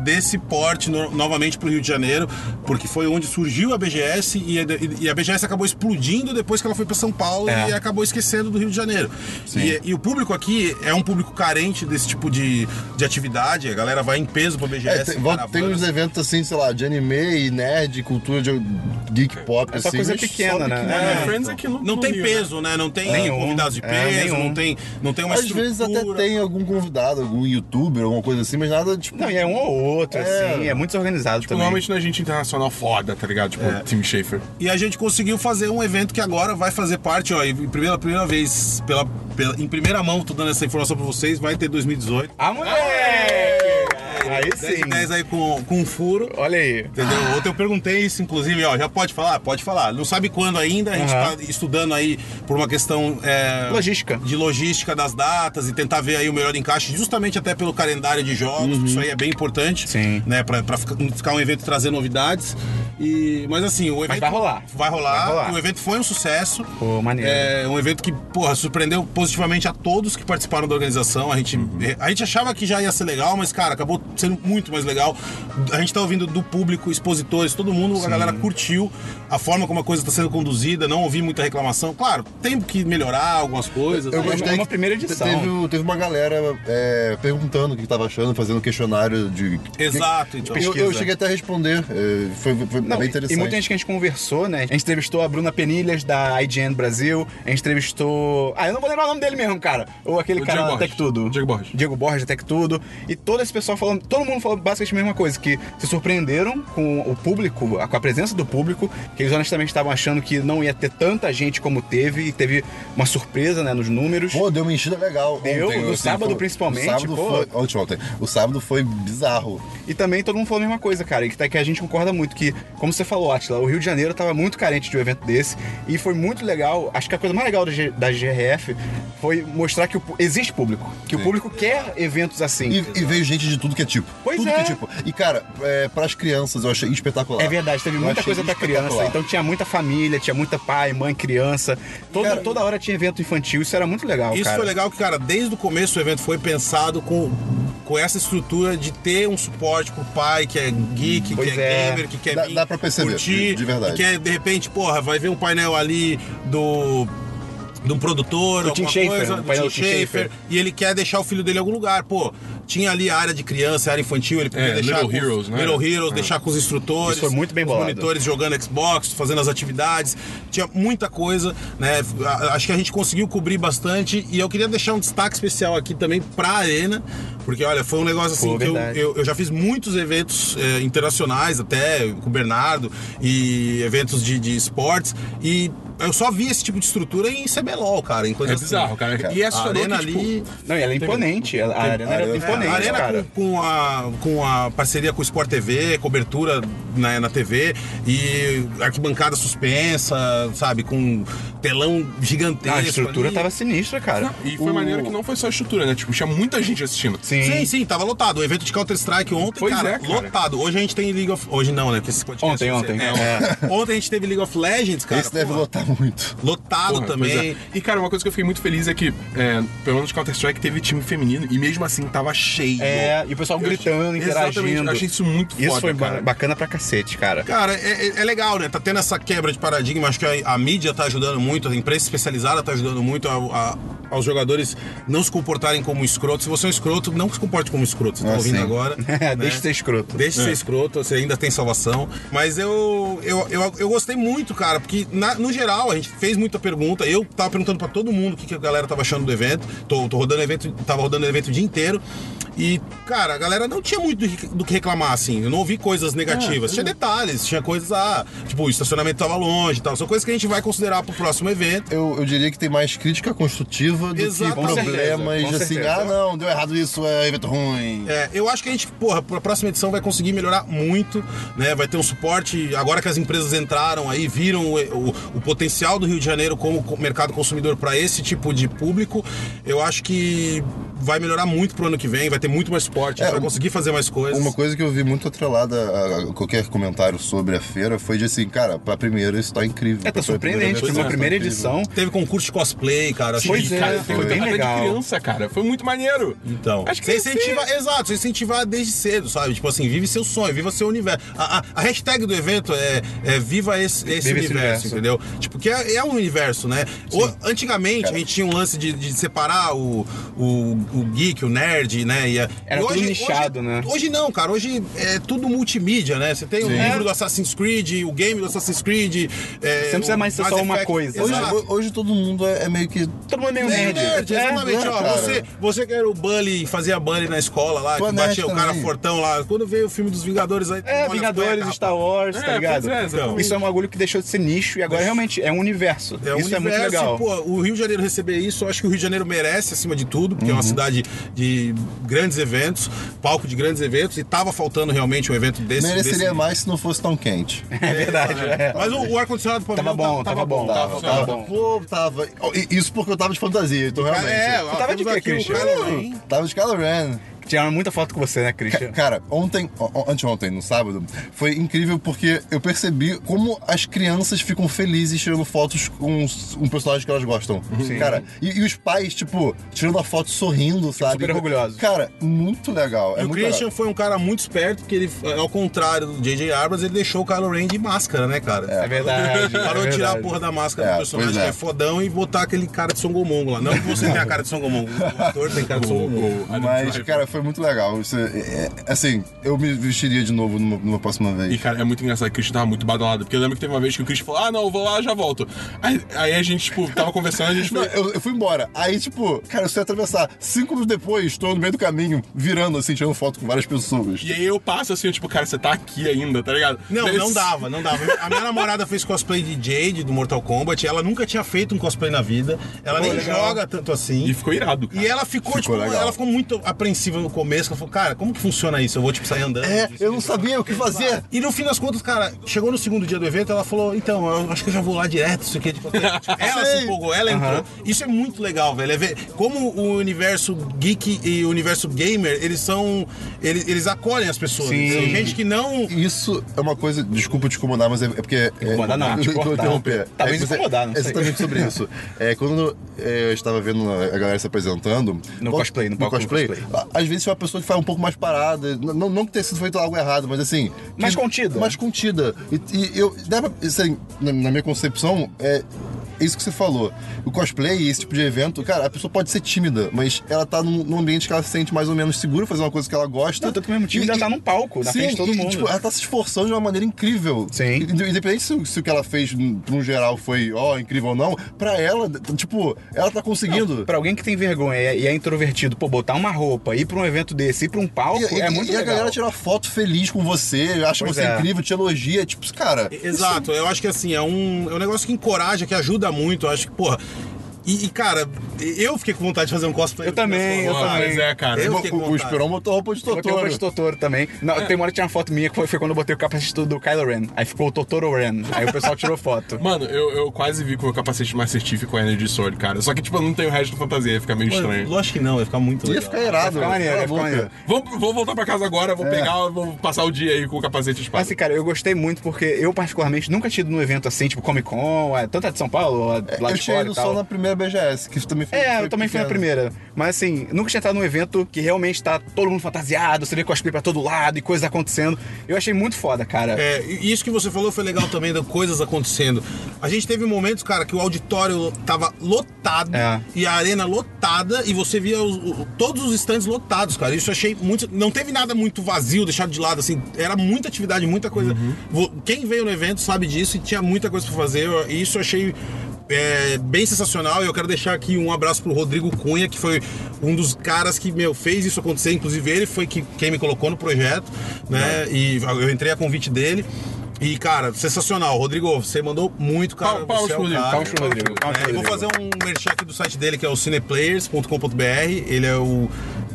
Speaker 3: desse porte no- novamente para o Rio de Janeiro, porque foi onde surgiu a BGS e a, e- e a BGS acabou explodindo depois que ela foi para São Paulo
Speaker 1: É.
Speaker 3: e acabou esquecendo do Rio de Janeiro. E, e o público aqui é um público carente desse tipo de, de atividade, a galera vai em peso para a
Speaker 2: É,
Speaker 3: BGS.
Speaker 2: tem, vão- tem
Speaker 3: caravana.
Speaker 2: uns eventos assim, sei lá, de anime e nerd, cultura de geek pop,
Speaker 1: É só
Speaker 2: assim.
Speaker 1: coisa
Speaker 2: mas
Speaker 1: pequena,
Speaker 2: só
Speaker 1: né?
Speaker 2: pequena.
Speaker 1: É,
Speaker 4: Minha Friends aqui no-
Speaker 3: não
Speaker 4: no
Speaker 3: tem
Speaker 4: Rio, né?
Speaker 3: peso, né? Não tem
Speaker 1: Nenhum.
Speaker 3: convidados de
Speaker 1: É,
Speaker 3: peso,
Speaker 1: nenhum.
Speaker 3: não, tem, não tem uma
Speaker 2: Às
Speaker 3: estrutura.
Speaker 2: vezes até tem algum convidado, algum youtuber, alguma coisa assim, mas nada tipo.
Speaker 1: Não, e é um ou outro, assim, é muito desorganizado
Speaker 4: Tipo,
Speaker 1: também.
Speaker 4: Normalmente não é gente internacional foda, tá ligado? Tipo, Tim Schafer.
Speaker 3: E a gente conseguiu fazer um evento que agora vai fazer parte, ó, e primeira, primeira vez, pela, pela- em primeira mão, tô dando essa informação pra vocês, vai ter 2018.
Speaker 1: Ah, moleque! Aí
Speaker 3: 10
Speaker 1: sim.
Speaker 3: e 10 aí com, com um furo.
Speaker 1: Olha aí.
Speaker 3: Entendeu? Ontem eu perguntei isso, inclusive, ó, já pode falar? Pode falar. Não sabe quando ainda, a gente
Speaker 1: Aham.
Speaker 3: tá estudando aí por uma questão é,
Speaker 1: Logística.
Speaker 3: de logística das datas e tentar ver aí o melhor encaixe, justamente até pelo calendário de jogos, porque isso aí é bem importante,
Speaker 1: Uhum. Sim.
Speaker 3: né, pra, pra ficar ficar um evento e trazer novidades. E, mas assim, o evento
Speaker 1: vai rolar.
Speaker 3: Vai rolar.
Speaker 1: Vai rolar.
Speaker 3: O evento foi um sucesso.
Speaker 1: Pô, maneiro.
Speaker 3: É um evento que, porra, surpreendeu positivamente a todos que participaram da organização. A gente,
Speaker 2: Uhum.
Speaker 3: a gente achava que já ia ser legal, mas, cara, acabou sendo muito mais legal. A gente tá ouvindo do público, expositores, todo mundo, a galera curtiu a forma como a coisa tá sendo conduzida, não ouvi muita reclamação. Claro, tem que melhorar algumas coisas.
Speaker 2: Eu
Speaker 3: né?
Speaker 2: gostei
Speaker 1: é uma
Speaker 2: que
Speaker 1: primeira
Speaker 2: te-
Speaker 1: edição.
Speaker 2: Teve, teve uma galera é, perguntando o que tava achando, fazendo questionário de.
Speaker 3: Exato, então.
Speaker 2: Eu, eu
Speaker 1: Pesquisa.
Speaker 2: cheguei até a responder. é, foi foi
Speaker 1: Não,
Speaker 2: bem
Speaker 1: e-
Speaker 2: interessante.
Speaker 1: e muita gente que a gente conversou, né? A gente entrevistou a Bruna Penilhas, da IGN Brasil. A gente entrevistou... Ah, eu não vou lembrar o nome dele mesmo, cara. Ou aquele
Speaker 4: O
Speaker 1: cara
Speaker 4: Diego
Speaker 1: da
Speaker 4: Borges.
Speaker 1: Tech Tudo.
Speaker 4: Diego Borges.
Speaker 1: Diego Borges, da Tech Tudo. E todo esse pessoal falando... todo mundo falou basicamente a mesma coisa, que se surpreenderam com o público, a- com a presença do público, que eles honestamente estavam achando que não ia ter tanta gente como teve, e teve uma surpresa, né, nos números.
Speaker 2: Pô, deu uma enchida legal.
Speaker 1: Deu,
Speaker 2: ontem,
Speaker 1: no
Speaker 2: assim,
Speaker 1: sábado
Speaker 2: foi-
Speaker 1: principalmente,
Speaker 2: O sábado
Speaker 1: pô.
Speaker 2: foi. Ontem, ontem. O sábado foi bizarro.
Speaker 1: E também todo mundo falou a mesma coisa, cara, e que, tá- que a gente concorda muito, que, como você falou, Atila, o Rio de Janeiro tava muito carente de um evento desse, e foi muito legal, acho que a coisa mais legal da, G- da GRF foi mostrar que o pu- existe público, que o público quer eventos assim.
Speaker 2: E, e veio gente de tudo que é tipo.
Speaker 1: Pois
Speaker 2: tudo
Speaker 1: é.
Speaker 2: que é tipo. E, cara, é, pras crianças eu achei espetacular.
Speaker 1: É verdade, teve
Speaker 2: Eu
Speaker 1: muita
Speaker 2: achei
Speaker 1: coisa pra criança.
Speaker 2: espetacular.
Speaker 1: Então tinha muita família, tinha muita pai, mãe, criança. Toda,
Speaker 2: Cara,
Speaker 1: toda hora tinha evento infantil, isso era muito legal,
Speaker 3: Isso
Speaker 1: cara.
Speaker 3: foi legal que, cara, desde o começo o evento foi pensado com, com essa estrutura de ter um suporte pro pai que é geek,
Speaker 1: Pois
Speaker 3: que
Speaker 1: é.
Speaker 3: é, gamer, que quer
Speaker 2: Dá-
Speaker 3: vir
Speaker 2: dá pra perceber,
Speaker 3: curtir,
Speaker 2: de- de verdade.
Speaker 3: Que é, de repente, porra, vai ver um painel ali do de um produtor,
Speaker 1: Do Tim
Speaker 3: alguma
Speaker 1: Schafer,
Speaker 3: coisa,
Speaker 1: um
Speaker 3: do
Speaker 1: painel do Tim
Speaker 3: Tim Schafer,
Speaker 1: Schafer.
Speaker 3: e ele quer deixar o filho dele em algum lugar. Pô, tinha ali a área de criança, a área infantil, ele podia
Speaker 4: É,
Speaker 3: deixar
Speaker 4: Little
Speaker 3: com, os-
Speaker 4: Heroes, né?
Speaker 3: Little Heroes,
Speaker 4: É.
Speaker 3: deixar com os instrutores,
Speaker 1: Isso foi muito bem
Speaker 3: com os
Speaker 1: bolado.
Speaker 3: monitores jogadores jogando Xbox, fazendo as atividades, tinha muita coisa, né? A- Acho que a gente conseguiu cobrir bastante e eu queria deixar um destaque especial aqui também pra Arena, porque olha, foi um negócio assim
Speaker 1: Pô,
Speaker 3: que eu,
Speaker 1: verdade.
Speaker 3: eu- eu já fiz muitos eventos eh, internacionais, até com o Bernardo, e eventos de, de esportes, e eu só vi esse tipo de estrutura em CBLOL, cara, em coisa
Speaker 4: É
Speaker 3: assim.
Speaker 4: bizarro, cara. E
Speaker 3: E
Speaker 4: é
Speaker 3: essa
Speaker 4: assustador
Speaker 3: arena
Speaker 4: que, tipo,
Speaker 3: ali.
Speaker 1: Não, e ela é imponente. ela- A arena
Speaker 2: a
Speaker 1: era
Speaker 2: arena-
Speaker 1: imponente,
Speaker 3: A Arena
Speaker 1: cara.
Speaker 3: Com, com a, com a parceria com o Sport TV, cobertura na, na TV e arquibancada suspensa, sabe? Com telão gigantesco.
Speaker 1: Ah, a estrutura
Speaker 3: ali.
Speaker 1: tava sinistra, cara.
Speaker 4: E foi maneiro que não foi só a estrutura, né? Tipo, tinha muita gente assistindo.
Speaker 1: Sim.
Speaker 3: Sim, sim, tava lotado. O evento de Counter-Strike ontem,
Speaker 4: Pois
Speaker 3: cara,
Speaker 4: é, cara.
Speaker 3: lotado. Hoje a gente tem League of... Hoje não, né? Porque esse podcast
Speaker 1: Ontem,
Speaker 3: vai ser-
Speaker 1: ontem.
Speaker 3: É, ontem. Ontem a gente teve League of Legends, cara.
Speaker 2: Esse deve
Speaker 3: Pô,
Speaker 2: lotar muito.
Speaker 3: Lotado
Speaker 4: Porra,
Speaker 3: também.
Speaker 4: pois é. E, cara, uma coisa que eu fiquei muito feliz é que, é, pelo menos Counter-Strike teve time feminino e mesmo assim tava cheio.
Speaker 1: É, e o pessoal
Speaker 4: Eu-
Speaker 1: gritando,
Speaker 4: Exatamente,
Speaker 1: interagindo.
Speaker 4: eu achei isso muito
Speaker 1: Isso
Speaker 4: foda,
Speaker 1: foi ba-
Speaker 4: cara.
Speaker 1: bacana pra cacete, cara.
Speaker 3: Cara, é, é- é legal, né? Tá tendo essa quebra de paradigma. Acho que a, a mídia tá ajudando muito, a imprensa especializada tá ajudando muito a- a- aos jogadores não se comportarem como escroto. Se você é um escroto, não se comporte como escroto. Você tá
Speaker 2: Ah,
Speaker 3: ouvindo
Speaker 2: sim.
Speaker 3: agora? né?
Speaker 1: Deixa de ser escroto.
Speaker 3: Deixa de ser escroto, você ainda tem salvação. Mas eu, eu, eu, eu gostei muito, cara, porque na- no geral a gente fez muita pergunta. Eu tava perguntando pra todo mundo o que, que a galera tava achando do evento. Tô, tô rodando evento, tava rodando evento o dia inteiro. E, cara, a galera não tinha muito do que- do que reclamar, assim. Eu não ouvi coisas negativas. tinha detalhes, tinha coisas, ah, tipo, o estacionamento tava longe e tal. São coisas que a gente vai considerar pro próximo evento.
Speaker 2: Eu, eu diria que tem mais crítica construtiva do
Speaker 3: Exato.
Speaker 2: que
Speaker 3: Com certeza,
Speaker 2: problemas
Speaker 1: com
Speaker 2: de assim,
Speaker 1: certeza.
Speaker 2: ah não, deu errado isso, é evento ruim.
Speaker 3: É, eu acho que a gente, porra, pra próxima edição vai conseguir melhorar muito, né? Vai ter um suporte. Agora que as empresas entraram aí, viram o, o- o potencial do Rio de Janeiro como co- mercado consumidor para esse tipo de público, eu acho que vai melhorar muito pro ano que vem, vai ter muito mais suporte,
Speaker 2: É,
Speaker 3: vai
Speaker 2: um-
Speaker 3: conseguir fazer mais coisas.
Speaker 2: Uma coisa que eu vi muito atrelada a a qualquer comentário sobre a feira foi de assim, cara, pra primeira isso tá incrível.
Speaker 1: É, tá
Speaker 2: Pra
Speaker 1: surpreendente. Foi
Speaker 2: vez,
Speaker 1: uma
Speaker 2: tá
Speaker 1: primeira
Speaker 2: incrível.
Speaker 1: edição.
Speaker 3: Teve concurso de cosplay, cara. acho
Speaker 1: Pois
Speaker 3: que-
Speaker 1: é,
Speaker 4: Cara,
Speaker 1: foi
Speaker 4: teve
Speaker 1: bem
Speaker 4: até
Speaker 1: legal.
Speaker 4: de criança, cara. Foi muito maneiro.
Speaker 3: Então,
Speaker 4: Acho que é
Speaker 3: você
Speaker 4: sim.
Speaker 3: incentiva, exato, você incentivar desde cedo, sabe? Tipo assim, vive seu sonho, viva seu universo. A, a- a hashtag do evento é, é viva esse, esse
Speaker 1: Viva esse
Speaker 3: universo,
Speaker 1: universo.
Speaker 3: entendeu? Tipo, que é, é um universo, né? O- antigamente a gente tinha um lance de, de separar o, o, o geek, o nerd, né? E a-
Speaker 1: Era
Speaker 3: e
Speaker 1: tudo nichado,
Speaker 3: hoje-
Speaker 1: né?
Speaker 3: Hoje não, cara. Hoje é tudo multimídia, né? Você tem o livro do Assassin's Creed, o game do Assassin's Creed.
Speaker 1: Você
Speaker 3: é,
Speaker 1: não precisa
Speaker 3: o
Speaker 1: mais ser
Speaker 3: Mass
Speaker 1: só uma
Speaker 3: Effect.
Speaker 1: coisa,
Speaker 2: Hoje,
Speaker 1: né?
Speaker 3: Exato.
Speaker 2: ho- hoje todo mundo é, é meio que.
Speaker 1: Todo mundo é meio
Speaker 3: É
Speaker 1: nerd.
Speaker 3: nerd,
Speaker 1: É,
Speaker 3: exatamente.
Speaker 2: é,
Speaker 3: ó,
Speaker 2: cara.
Speaker 3: você, você que era o Bully, fazia Bully na escola lá,
Speaker 2: Tu é
Speaker 3: que batia
Speaker 2: nerd
Speaker 3: o cara
Speaker 2: também.
Speaker 3: fortão lá. Quando veio o filme dos Vingadores aí.
Speaker 1: É,
Speaker 3: olha,
Speaker 1: Vingadores,
Speaker 3: cueca,
Speaker 1: Star Wars,
Speaker 4: É,
Speaker 1: tá ligado?
Speaker 4: pois é, exatamente.
Speaker 1: isso é um bagulho que deixou de ser nicho e agora realmente é um universo.
Speaker 3: É um
Speaker 1: isso é muito
Speaker 3: universo,
Speaker 1: legal.
Speaker 3: Pô, o Rio de Janeiro receber isso, eu acho que o Rio de Janeiro merece, acima de tudo, porque é
Speaker 1: Uhum.
Speaker 3: uma cidade de grandes eventos, palco de grandes eventos, e tava faltando realmente um evento desse.
Speaker 2: Mereceria
Speaker 3: desse-
Speaker 2: mais se não fosse tão quente.
Speaker 1: é verdade. é.
Speaker 3: Mas o, o ar-condicionado tá do
Speaker 1: Tava
Speaker 3: pavilhão
Speaker 1: bom, tava bom. Tava
Speaker 2: Tava, tava.
Speaker 1: bom.
Speaker 2: Pô, tava. Oh, E- Isso porque eu tava de fantasia, então realmente.
Speaker 3: É, ó,
Speaker 1: Tu tava de
Speaker 3: temos
Speaker 1: quê,
Speaker 3: aqui o
Speaker 1: Christian?
Speaker 3: cara,
Speaker 2: Pô,
Speaker 3: hein?
Speaker 2: Tava de Kylo Ren.
Speaker 1: Tiraram muita foto com você, né, Christian?
Speaker 2: Cara, ontem, o- o- anteontem, no sábado, foi incrível porque eu percebi como as crianças ficam felizes tirando fotos com s- um personagem que elas gostam. Cara, e, e os pais, tipo, tirando a foto sorrindo, sabe?
Speaker 1: super orgulhosos.
Speaker 2: Cara, muito legal. É
Speaker 3: E o
Speaker 2: muito
Speaker 3: Christian
Speaker 2: legal.
Speaker 3: foi um cara muito esperto, porque ele, é, ao contrário do J.J. Abrams, ele deixou o Kylo Ren de máscara, né, cara?
Speaker 1: É verdade.
Speaker 3: Parou
Speaker 1: é
Speaker 3: de tirar a
Speaker 1: verdade.
Speaker 3: porra da máscara
Speaker 2: É,
Speaker 3: do personagem
Speaker 2: pois é.
Speaker 3: que é fodão e botar aquele cara de Songomongo lá. Não que você tenha a cara de Songomongo, o ator tem cara de
Speaker 4: O-
Speaker 3: Songomongo.
Speaker 4: o Adam
Speaker 2: Mas,
Speaker 4: Driver.
Speaker 3: né?
Speaker 2: cara, foi muito legal. Isso é- é- assim, eu me vestiria de novo numa, numa próxima vez.
Speaker 4: E, cara, é muito engraçado que o Christian tava muito badalado. Porque eu lembro que teve uma vez que o Christian falou, ah, não, eu vou lá, já volto. Aí, aí a gente, tipo, tava conversando, a gente
Speaker 2: Não,
Speaker 4: foi...
Speaker 2: eu, eu fui embora. Aí, tipo, cara, eu sei atravessar. Cinco minutos depois, tô no meio do caminho, virando, assim, tirando foto com várias pessoas.
Speaker 4: E aí eu passo assim, tipo, cara, você tá aqui ainda, tá ligado?
Speaker 3: Não,
Speaker 4: Daí
Speaker 3: não
Speaker 4: eu-
Speaker 3: dava, não dava. A minha namorada fez cosplay de Jade do Mortal Kombat. Ela nunca tinha feito um cosplay na vida. Ela nem
Speaker 4: legal.
Speaker 3: joga tanto assim.
Speaker 4: E ficou irado,
Speaker 1: é,
Speaker 4: cara.
Speaker 3: E ela ficou,
Speaker 2: Ficou
Speaker 3: tipo,
Speaker 2: legal.
Speaker 3: ela ficou muito apreensiva no começo. Ela falou, cara, como que funciona isso? Eu vou, tipo, sair andando.
Speaker 2: É,
Speaker 3: disso,
Speaker 2: eu não
Speaker 3: disso.
Speaker 2: sabia o que fazer.
Speaker 3: E no fim das contas, cara, chegou no segundo dia do evento, ela falou, então, eu acho que eu já vou lá direto, isso aqui. Tipo, ela
Speaker 2: Sei.
Speaker 3: se empolgou, ela entrou. Isso é muito legal, velho. É ver como o universo geek e o universo gamer, eles são... Eles, eles acolhem as pessoas.
Speaker 1: Sim.
Speaker 3: Tem gente que não...
Speaker 2: Isso é uma coisa, desculpa te incomodar, mas é, é porque. é-
Speaker 1: Incomodar não, te
Speaker 2: eu- eu- eu
Speaker 1: cortar.
Speaker 2: interromper.
Speaker 1: Talvez
Speaker 2: É, mas é-
Speaker 1: incomodar, não
Speaker 2: é
Speaker 1: sei.
Speaker 2: Exatamente sobre isso. É, quando é, eu estava vendo a galera se apresentando.
Speaker 1: No
Speaker 2: quando-
Speaker 1: cosplay, no palco do
Speaker 2: cosplay,
Speaker 1: cosplay.
Speaker 2: a- Às vezes é uma pessoa que faz um pouco mais parada. n- Não, não que tenha sido feito algo errado, mas assim.
Speaker 1: Mais
Speaker 2: que-
Speaker 1: contida.
Speaker 2: Mais contida. E, e eu. dá pra- assim, na, na minha concepção, é. Isso que você falou, o cosplay, esse tipo de evento, cara, a pessoa pode ser tímida, mas ela tá num, num ambiente que ela se sente mais ou menos segura, fazer uma coisa que ela gosta.
Speaker 1: Não, tanto que mesmo tímida, ela tá num palco, na frente de todo
Speaker 2: e,
Speaker 1: mundo.
Speaker 2: tipo, ela tá se esforçando de uma maneira incrível.
Speaker 1: Sim.
Speaker 2: Inde- Independente se, o- se o que ela fez, n- no geral, foi, ó, incrível ou não, pra ela, t- tipo, ela tá conseguindo.
Speaker 1: Pra alguém que tem vergonha e é- e é introvertido, pô, botar uma roupa, ir pra um evento desse, ir pra um palco,
Speaker 2: E,
Speaker 1: é
Speaker 2: e-
Speaker 1: muito
Speaker 2: e a
Speaker 1: legal.
Speaker 2: galera tira foto feliz com você, acha
Speaker 1: Pois
Speaker 2: você
Speaker 1: é.
Speaker 2: incrível, te elogia, tipo, cara.
Speaker 3: Exato, eu acho que assim, é um, é um negócio que encoraja, que ajuda muito. Eu acho que, porra. E, e, cara, eu fiquei com vontade de fazer um cosplay.
Speaker 1: Eu também, eu
Speaker 4: Pô,
Speaker 1: também.
Speaker 4: Mas é, cara.
Speaker 3: Eu
Speaker 2: o-
Speaker 3: fiquei com
Speaker 2: o, o
Speaker 3: vontade.
Speaker 2: Esperão botou roupa de
Speaker 1: Eu botei roupa
Speaker 2: Totoro. É.
Speaker 1: de Totoro também. Não, Tem uma hora que tinha uma foto minha que foi, foi quando eu botei o capacete do- do Kylo Ren. Aí ficou o Totoro Ren. Aí o pessoal tirou foto.
Speaker 4: Mano, eu, eu quase vi com o meu capacete mais certífico a Energy Sword, cara. Só que, tipo, eu não tenho o resto da fantasia, ia ficar meio
Speaker 3: Mano,
Speaker 4: estranho.
Speaker 3: Lógico que não, ia ficar muito
Speaker 2: Ia
Speaker 3: legal.
Speaker 2: ficar irado,
Speaker 1: Fica maneiro,
Speaker 2: cala
Speaker 1: fica
Speaker 2: a boca.
Speaker 1: maneiro.
Speaker 4: Vou, vou voltar pra casa agora,
Speaker 3: É.
Speaker 4: vou pegar, vou passar o dia aí com o capacete de espada.
Speaker 1: Mas assim, cara, eu gostei muito porque eu, particularmente, nunca tive num evento assim, tipo Comic Con, é, tanto a de São Paulo, a lá
Speaker 2: Eu
Speaker 1: de
Speaker 2: tinha
Speaker 1: fora
Speaker 2: ido
Speaker 1: e
Speaker 2: só
Speaker 1: tal.
Speaker 2: na primeira BGS, que também foi.
Speaker 1: É, eu também fui na
Speaker 2: pequena.
Speaker 1: primeira. Mas assim, nunca tinha entrado num evento que realmente tá todo mundo fantasiado, você vê cosplay pra todo lado e coisas acontecendo. Eu achei muito foda, cara.
Speaker 3: É, e isso que você falou foi legal também, de coisas acontecendo. A gente teve momentos, cara, que o auditório tava lotado
Speaker 1: É.
Speaker 3: e a arena lotada e você via os- o- todos os stands lotados, cara. Isso eu achei muito. Não teve nada muito vazio, deixado de lado, assim. Era muita atividade, muita coisa.
Speaker 4: Uhum.
Speaker 3: Vo- Quem veio no evento sabe disso e tinha muita coisa pra fazer. Eu- E isso eu achei. é, bem sensacional e eu quero deixar aqui um abraço pro Rodrigo Cunha, que foi um dos caras que, meu, fez isso acontecer. Inclusive, ele foi que, quem me colocou no projeto, né?
Speaker 4: Uhum.
Speaker 3: E eu entrei a convite dele. E, cara, sensacional. Rodrigo, você mandou muito, cara.
Speaker 4: Pau- palmas
Speaker 3: você é o
Speaker 4: pro Rodrigo,
Speaker 3: cara.
Speaker 4: palmas pro Rodrigo.
Speaker 1: Palmas pro
Speaker 3: É, eu vou
Speaker 1: Rodrigo. né?
Speaker 3: fazer um merchan aqui do site dele, que é o cineplayers.com.br. Ele é o.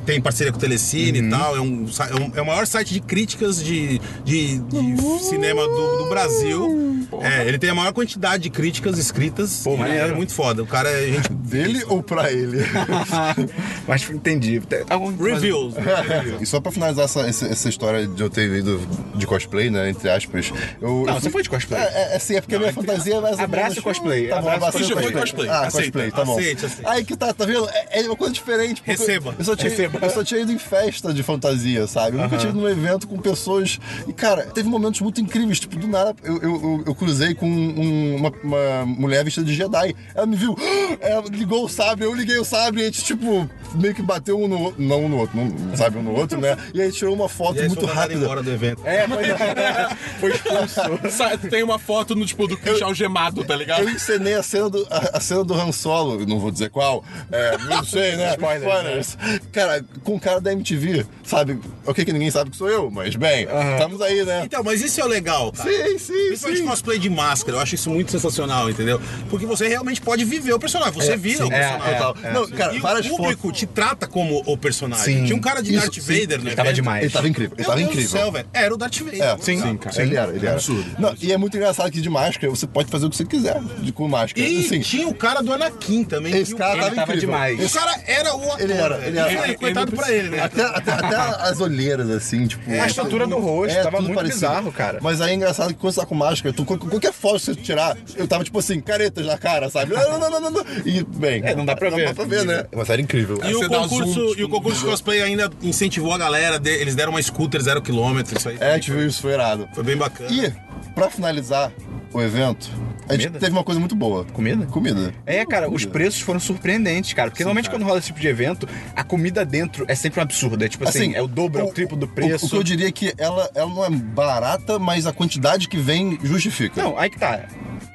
Speaker 3: Tem parceria com o Telecine
Speaker 1: Uhum.
Speaker 3: e tal. É, um, sa- é, um- é o maior site de críticas de, de, de cinema do, do Brasil. É, ele tem a maior quantidade de críticas escritas.
Speaker 1: Pô,
Speaker 3: E
Speaker 1: maneiro.
Speaker 3: É muito foda. O cara é gente.
Speaker 2: Dele ou pra ele?
Speaker 1: Mas entendi. Tem algum-
Speaker 3: Reviews. né?
Speaker 1: É,
Speaker 2: E só pra finalizar essa, essa, essa história de eu ter ido de cosplay, né? Entre aspas. Eu,
Speaker 1: Não,
Speaker 2: eu
Speaker 1: você foi de cosplay.
Speaker 2: É, é, é sim, é porque a minha fantasia é mais ou
Speaker 1: Abraça
Speaker 2: menos-
Speaker 1: o cosplay,
Speaker 2: Tá bom,
Speaker 1: abraça o
Speaker 2: abraça o cosplay.
Speaker 4: cosplay. Foi cosplay,
Speaker 2: Ah,
Speaker 4: aceita.
Speaker 2: cosplay, tá bom.
Speaker 3: Aceite, aceite.
Speaker 2: Aí que tá, tá vendo? É é uma coisa diferente. porque
Speaker 3: Receba.
Speaker 2: Eu só tinha,
Speaker 1: Receba.
Speaker 2: eu só tinha ido em festa de fantasia, sabe? Eu nunca tinha ido num evento com pessoas... E, cara, teve momentos muito incríveis. Tipo, do nada, eu, eu, eu, eu cruzei com um- uma, uma mulher vestida de Jedi. Ela me viu, ela ligou o sabre, eu liguei o sabre. E a gente, tipo, meio que bateu um no outro. Não um no outro, não, sabe? Um no outro, né? E aí tirou uma foto
Speaker 3: E aí,
Speaker 2: muito
Speaker 3: foi um mandado
Speaker 2: rápida.
Speaker 3: embora do evento.
Speaker 1: É, foi, foi expulso.
Speaker 3: Assim,
Speaker 4: Sa- Tem uma foto no, tipo, do Christian algemado, tá ligado?
Speaker 2: Eu encenei a cena do, a, a cena do Han Solo, eu não vou dizer qual, é, não sei, né?
Speaker 1: Spoilers,
Speaker 2: Cara, com o cara da MTV, sabe? Ok, que ninguém sabe que sou eu, mas bem, estamos aí, né?
Speaker 3: Então, mas isso é o legal, cara.
Speaker 2: Sim, sim,
Speaker 3: Principalmente
Speaker 2: sim.
Speaker 3: cosplay de máscara, eu acho isso muito sensacional, entendeu? Porque você realmente pode viver o personagem, você vira o
Speaker 1: é,
Speaker 3: personagem.
Speaker 1: é,
Speaker 2: Total.
Speaker 1: é.
Speaker 2: Não, cara,
Speaker 3: e
Speaker 2: várias
Speaker 3: o público
Speaker 2: fotos.
Speaker 3: te trata como o personagem.
Speaker 1: Sim.
Speaker 3: Tinha um cara de
Speaker 2: Isso,
Speaker 3: Darth
Speaker 2: sim.
Speaker 3: Vader, né?
Speaker 1: Ele tava demais.
Speaker 2: Ele tava incrível, ele
Speaker 3: Meu
Speaker 2: tava
Speaker 3: Deus
Speaker 2: incrível.
Speaker 3: do céu, velho. Era o Darth Vader.
Speaker 2: É,
Speaker 1: Sim, cara.
Speaker 2: sim, cara. Ele era, ele era. Não, e é muito engraçado que de máscara você pode fazer o que você quiser de, com máscara.
Speaker 3: E
Speaker 2: Assim,
Speaker 3: tinha o cara do Anakin também.
Speaker 2: esse
Speaker 3: que o
Speaker 2: cara
Speaker 1: Ele
Speaker 2: tava,
Speaker 1: tava
Speaker 2: incrível.
Speaker 1: demais.
Speaker 3: O cara era o ator.
Speaker 2: Ele era,
Speaker 3: velho.
Speaker 2: ele era.
Speaker 3: E, coitado pra ele, né?
Speaker 2: Até, até- até as olheiras, assim, tipo.
Speaker 1: É
Speaker 2: é
Speaker 1: A estrutura do rosto tava
Speaker 2: tudo
Speaker 1: muito bizarro, cara.
Speaker 2: Mas aí é engraçado que quando você tá com máscara, tu, qual- qualquer foto que você tirar, eu tava tipo assim, caretas na cara, sabe? Não, não, não, não, não. E, bem.
Speaker 1: É, não dá pra ver.
Speaker 2: Não dá pra ver, né? Mas era incrível.
Speaker 3: E
Speaker 4: Você
Speaker 3: o,
Speaker 4: dá
Speaker 3: concurso,
Speaker 4: zoom, tipo,
Speaker 3: e o concurso de cosplay ainda incentivou a galera, de- eles deram uma scooter zero
Speaker 2: tipo,
Speaker 3: quilômetro, isso aí
Speaker 2: É, a gente viu isso, foi irado.
Speaker 3: foi bem bacana.
Speaker 2: E, pra finalizar o evento, a gente
Speaker 1: Comida?
Speaker 2: teve uma coisa muito boa.
Speaker 1: Comida?
Speaker 2: Comida.
Speaker 1: É, cara, os
Speaker 2: Comida.
Speaker 1: preços foram surpreendentes, cara. Porque normalmente quando rola esse tipo de evento, a comida dentro é sempre um absurdo. É tipo assim, é o dobro, é o triplo do preço.
Speaker 2: O, que eu diria é que ela, ela não é barata, mas a quantidade que vem justifica.
Speaker 1: Não, aí que tá.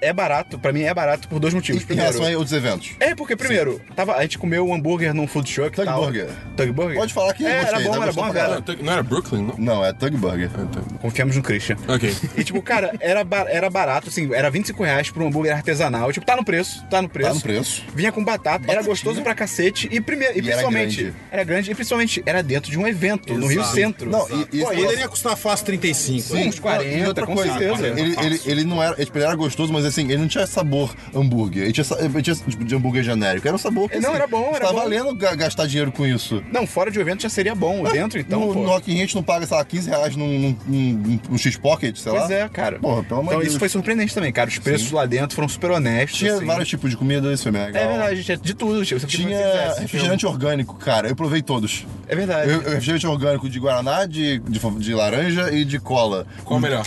Speaker 1: É barato, pra mim é barato por dois motivos.
Speaker 2: em, em
Speaker 1: Primeiro.
Speaker 2: relação a outros eventos.
Speaker 1: É, porque primeiro, tava, a gente comeu um hambúrguer num food truck. e
Speaker 2: Thug
Speaker 1: tal.
Speaker 2: Burger.
Speaker 1: Thug Burger?
Speaker 2: Pode falar que eu
Speaker 1: é, era
Speaker 2: gostei,
Speaker 1: bom,
Speaker 2: tá?
Speaker 1: era
Speaker 2: Gostou
Speaker 1: bom,
Speaker 2: pra
Speaker 1: cara.
Speaker 4: Não, tem- não era Brooklyn, não?
Speaker 2: Não, é Thug Burger.
Speaker 4: Ah, tá.
Speaker 1: Confiamos no Christian.
Speaker 4: Ok.
Speaker 1: E tipo, cara, era, ba- era barato, assim, era 25 reais por um hambúrguer artesanal. Tipo, tá no preço, tá no preço.
Speaker 2: Tá no preço.
Speaker 1: Vinha com batata, era gostoso pra cacete e, prime... e,
Speaker 2: era
Speaker 1: principalmente. Era
Speaker 2: grande.
Speaker 1: grande. e principalmente era dentro de um evento, no Rio
Speaker 3: Exato.
Speaker 1: Centro.
Speaker 2: Não,
Speaker 1: Sabe?
Speaker 2: e, e
Speaker 1: Pô,
Speaker 2: esse-
Speaker 3: Poderia custar fácil 35.
Speaker 1: Sim.
Speaker 3: né?
Speaker 1: uns 40,
Speaker 2: e outra
Speaker 1: com
Speaker 2: coisa,
Speaker 1: certeza.
Speaker 2: Ele, ele, ele não era. Ele era gostoso, mas assim, ele não tinha sabor hambúrguer. Ele tinha, sa- ele tinha tipo, de hambúrguer genérico. Era um sabor que.
Speaker 1: Não,
Speaker 2: assim,
Speaker 1: era bom, era
Speaker 2: tá
Speaker 1: bom.
Speaker 2: valendo ga- gastar dinheiro com isso.
Speaker 1: Não, fora de um evento já seria bom. Dentro, então,
Speaker 2: no,
Speaker 1: pô.
Speaker 2: no Rock in Rio a gente não paga, sei lá, 15 reais num, num, num- num X-Pocket, sei lá.
Speaker 1: Pois é, cara.
Speaker 2: Porra, pelo amor
Speaker 1: então
Speaker 2: de
Speaker 1: isso
Speaker 2: Deus.
Speaker 1: foi surpreendente também, cara. Os preços lá dentro foram super honestos.
Speaker 2: Tinha
Speaker 1: assim.
Speaker 2: vários tipos de comida, isso foi mega legal.
Speaker 1: É verdade, tinha de tudo. Tipo, você podia fazer o que
Speaker 2: Tinha
Speaker 1: quisesse,
Speaker 2: refrigerante orgânico, cara. Eu provei todos.
Speaker 1: É verdade.
Speaker 2: Eu- eu- refrigerante orgânico de guaraná, de, de, de laranja e de cola.
Speaker 4: Qual o melhor?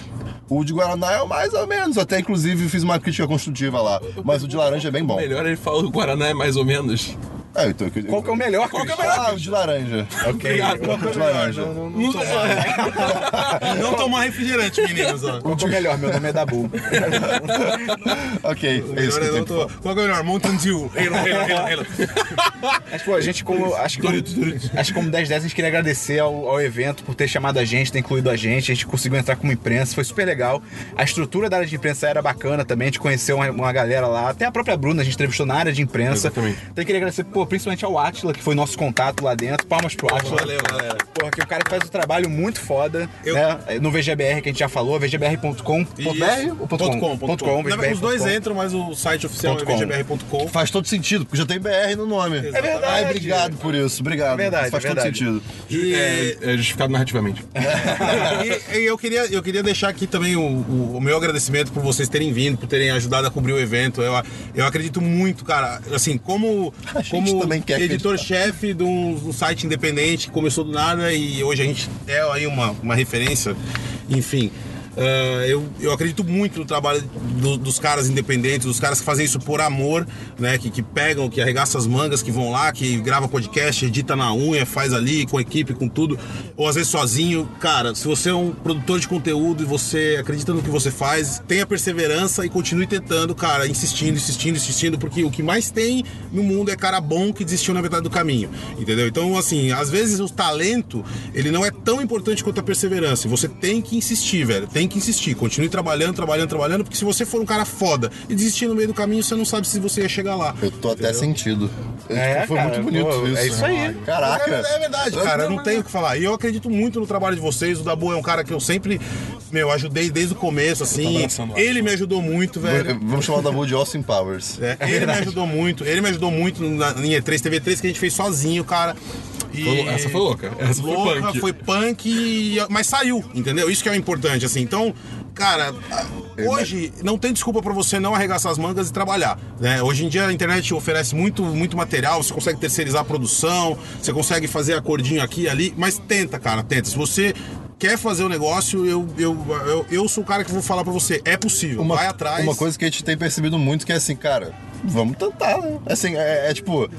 Speaker 2: O de Guaraná é o mais ou menos, até inclusive fiz uma crítica construtiva lá. Mas o de laranja é bem bom.
Speaker 4: Melhor ele fala o Guaraná é mais ou menos.
Speaker 2: É, eu tô, eu,
Speaker 1: Qual que é o melhor?
Speaker 4: Qual que é o
Speaker 1: Christian?
Speaker 2: Ah, o de laranja.
Speaker 1: Ok.
Speaker 4: Obrigado.
Speaker 1: Qual que é o
Speaker 2: De
Speaker 1: melhor?
Speaker 2: laranja.
Speaker 4: Não,
Speaker 3: Não tomar refrigerante, meninos. Ó.
Speaker 1: Qual que é o melhor? Meu nome é Dabu.
Speaker 2: Ok, é isso que
Speaker 3: Melhor é
Speaker 2: eu
Speaker 3: não
Speaker 2: tenho.
Speaker 3: to- Qual que é o melhor? Mountain Dew. Halo, Halo, Halo, Halo.
Speaker 1: Mas, pô, a gente como. Acho que como, acho que como 10 10 a gente queria agradecer ao, ao evento por ter chamado a gente, ter incluído a gente. A gente conseguiu entrar como imprensa, foi super legal. A estrutura da área de imprensa era bacana também, a gente conheceu uma, uma galera lá, até a própria Bruna, a gente entrevistou na área de imprensa.
Speaker 4: Exatamente.
Speaker 1: Então eu queria agradecer, pô, principalmente ao Atila, que foi nosso contato lá dentro. Palmas pro Atila.
Speaker 3: Valeu, galera.
Speaker 1: Porra, que é um cara que faz um trabalho muito foda,
Speaker 3: Eu-
Speaker 1: né? No VGBR que a gente já falou, vgbr.com.
Speaker 3: Isso.
Speaker 1: ou
Speaker 3: Ponto .com, ponto .com. Na
Speaker 1: VGBR.com.
Speaker 3: verdade, Os dois entram, mas o site oficial é
Speaker 1: Ponto com.
Speaker 3: vgbr.com.
Speaker 2: Faz todo sentido, porque já tem BR no nome. É
Speaker 1: verdade.
Speaker 2: Ai, obrigado por isso, obrigado.
Speaker 1: É verdade,
Speaker 2: Faz
Speaker 1: é
Speaker 2: todo
Speaker 1: verdade.
Speaker 2: sentido.
Speaker 3: E- É.
Speaker 4: É, é justificado narrativamente.
Speaker 3: e, e eu, queria, eu queria deixar aqui também o, o- o meu agradecimento por vocês terem vindo, por terem ajudado a cobrir o evento. Eu, eu acredito muito, cara. Assim, como,
Speaker 2: A gente
Speaker 3: como
Speaker 2: também quer
Speaker 3: editor-chefe de um, de um site independente que começou do nada e hoje a gente é aí uma, uma referência. Enfim. ah, eu, eu acredito muito no trabalho do- dos caras independentes, dos caras que fazem isso por amor, né? Que, que pegam, que arregaçam as mangas, que vão lá, que grava podcast, edita na unha, faz ali com a equipe, com tudo, ou às vezes sozinho. Cara, se você é um produtor de conteúdo e você acredita no que você faz, tenha perseverança e continue tentando, cara, insistindo, insistindo, insistindo, porque o que mais tem no mundo é cara bom que desistiu na metade do caminho, entendeu? Então, assim, às vezes o talento, ele não é tão importante quanto a perseverança. e Você tem que insistir, velho, tem que insistir. Continue trabalhando, trabalhando, trabalhando, porque se você for um cara foda e desistir no meio do caminho, você não sabe se você ia chegar lá.
Speaker 2: Eu tô até sentido.
Speaker 1: É,
Speaker 2: Tipo, foi
Speaker 1: cara,
Speaker 2: muito bonito
Speaker 1: pô,
Speaker 2: isso.
Speaker 1: é isso aí.
Speaker 2: Caraca.
Speaker 3: É, verdade, cara. Eu não é- tenho o que falar. E eu acredito muito no trabalho de vocês. O Dabu é um cara que eu sempre, meu, ajudei desde o começo, assim.
Speaker 4: abraçando o Alisson.
Speaker 3: Ele me ajudou muito, velho.
Speaker 2: Vamos chamar o Dabu de Austin Powers.
Speaker 3: É, ele me ajudou muito. Ele me ajudou muito na linha 3, TV3, que a gente fez sozinho, cara. E-
Speaker 4: Foi lou- essa foi louca. Essa foi
Speaker 3: louca,
Speaker 4: punk.
Speaker 3: foi punk, e- mas saiu, entendeu? Isso que é o importante, assim. Então, cara, a- hoje não tem desculpa pra você não arregaçar as mangas e trabalhar. né? Hoje em dia a internet oferece muito, muito material, você consegue terceirizar a produção, você consegue fazer acordinho aqui e ali, mas tenta, cara, tenta. Se você quer fazer o negócio, eu, eu, eu, eu sou o cara que vou falar pra você. É possível, vai atrás.
Speaker 2: Uma coisa que a gente tem percebido muito que é assim, cara, vamos tentar, né? Assim, é, é tipo.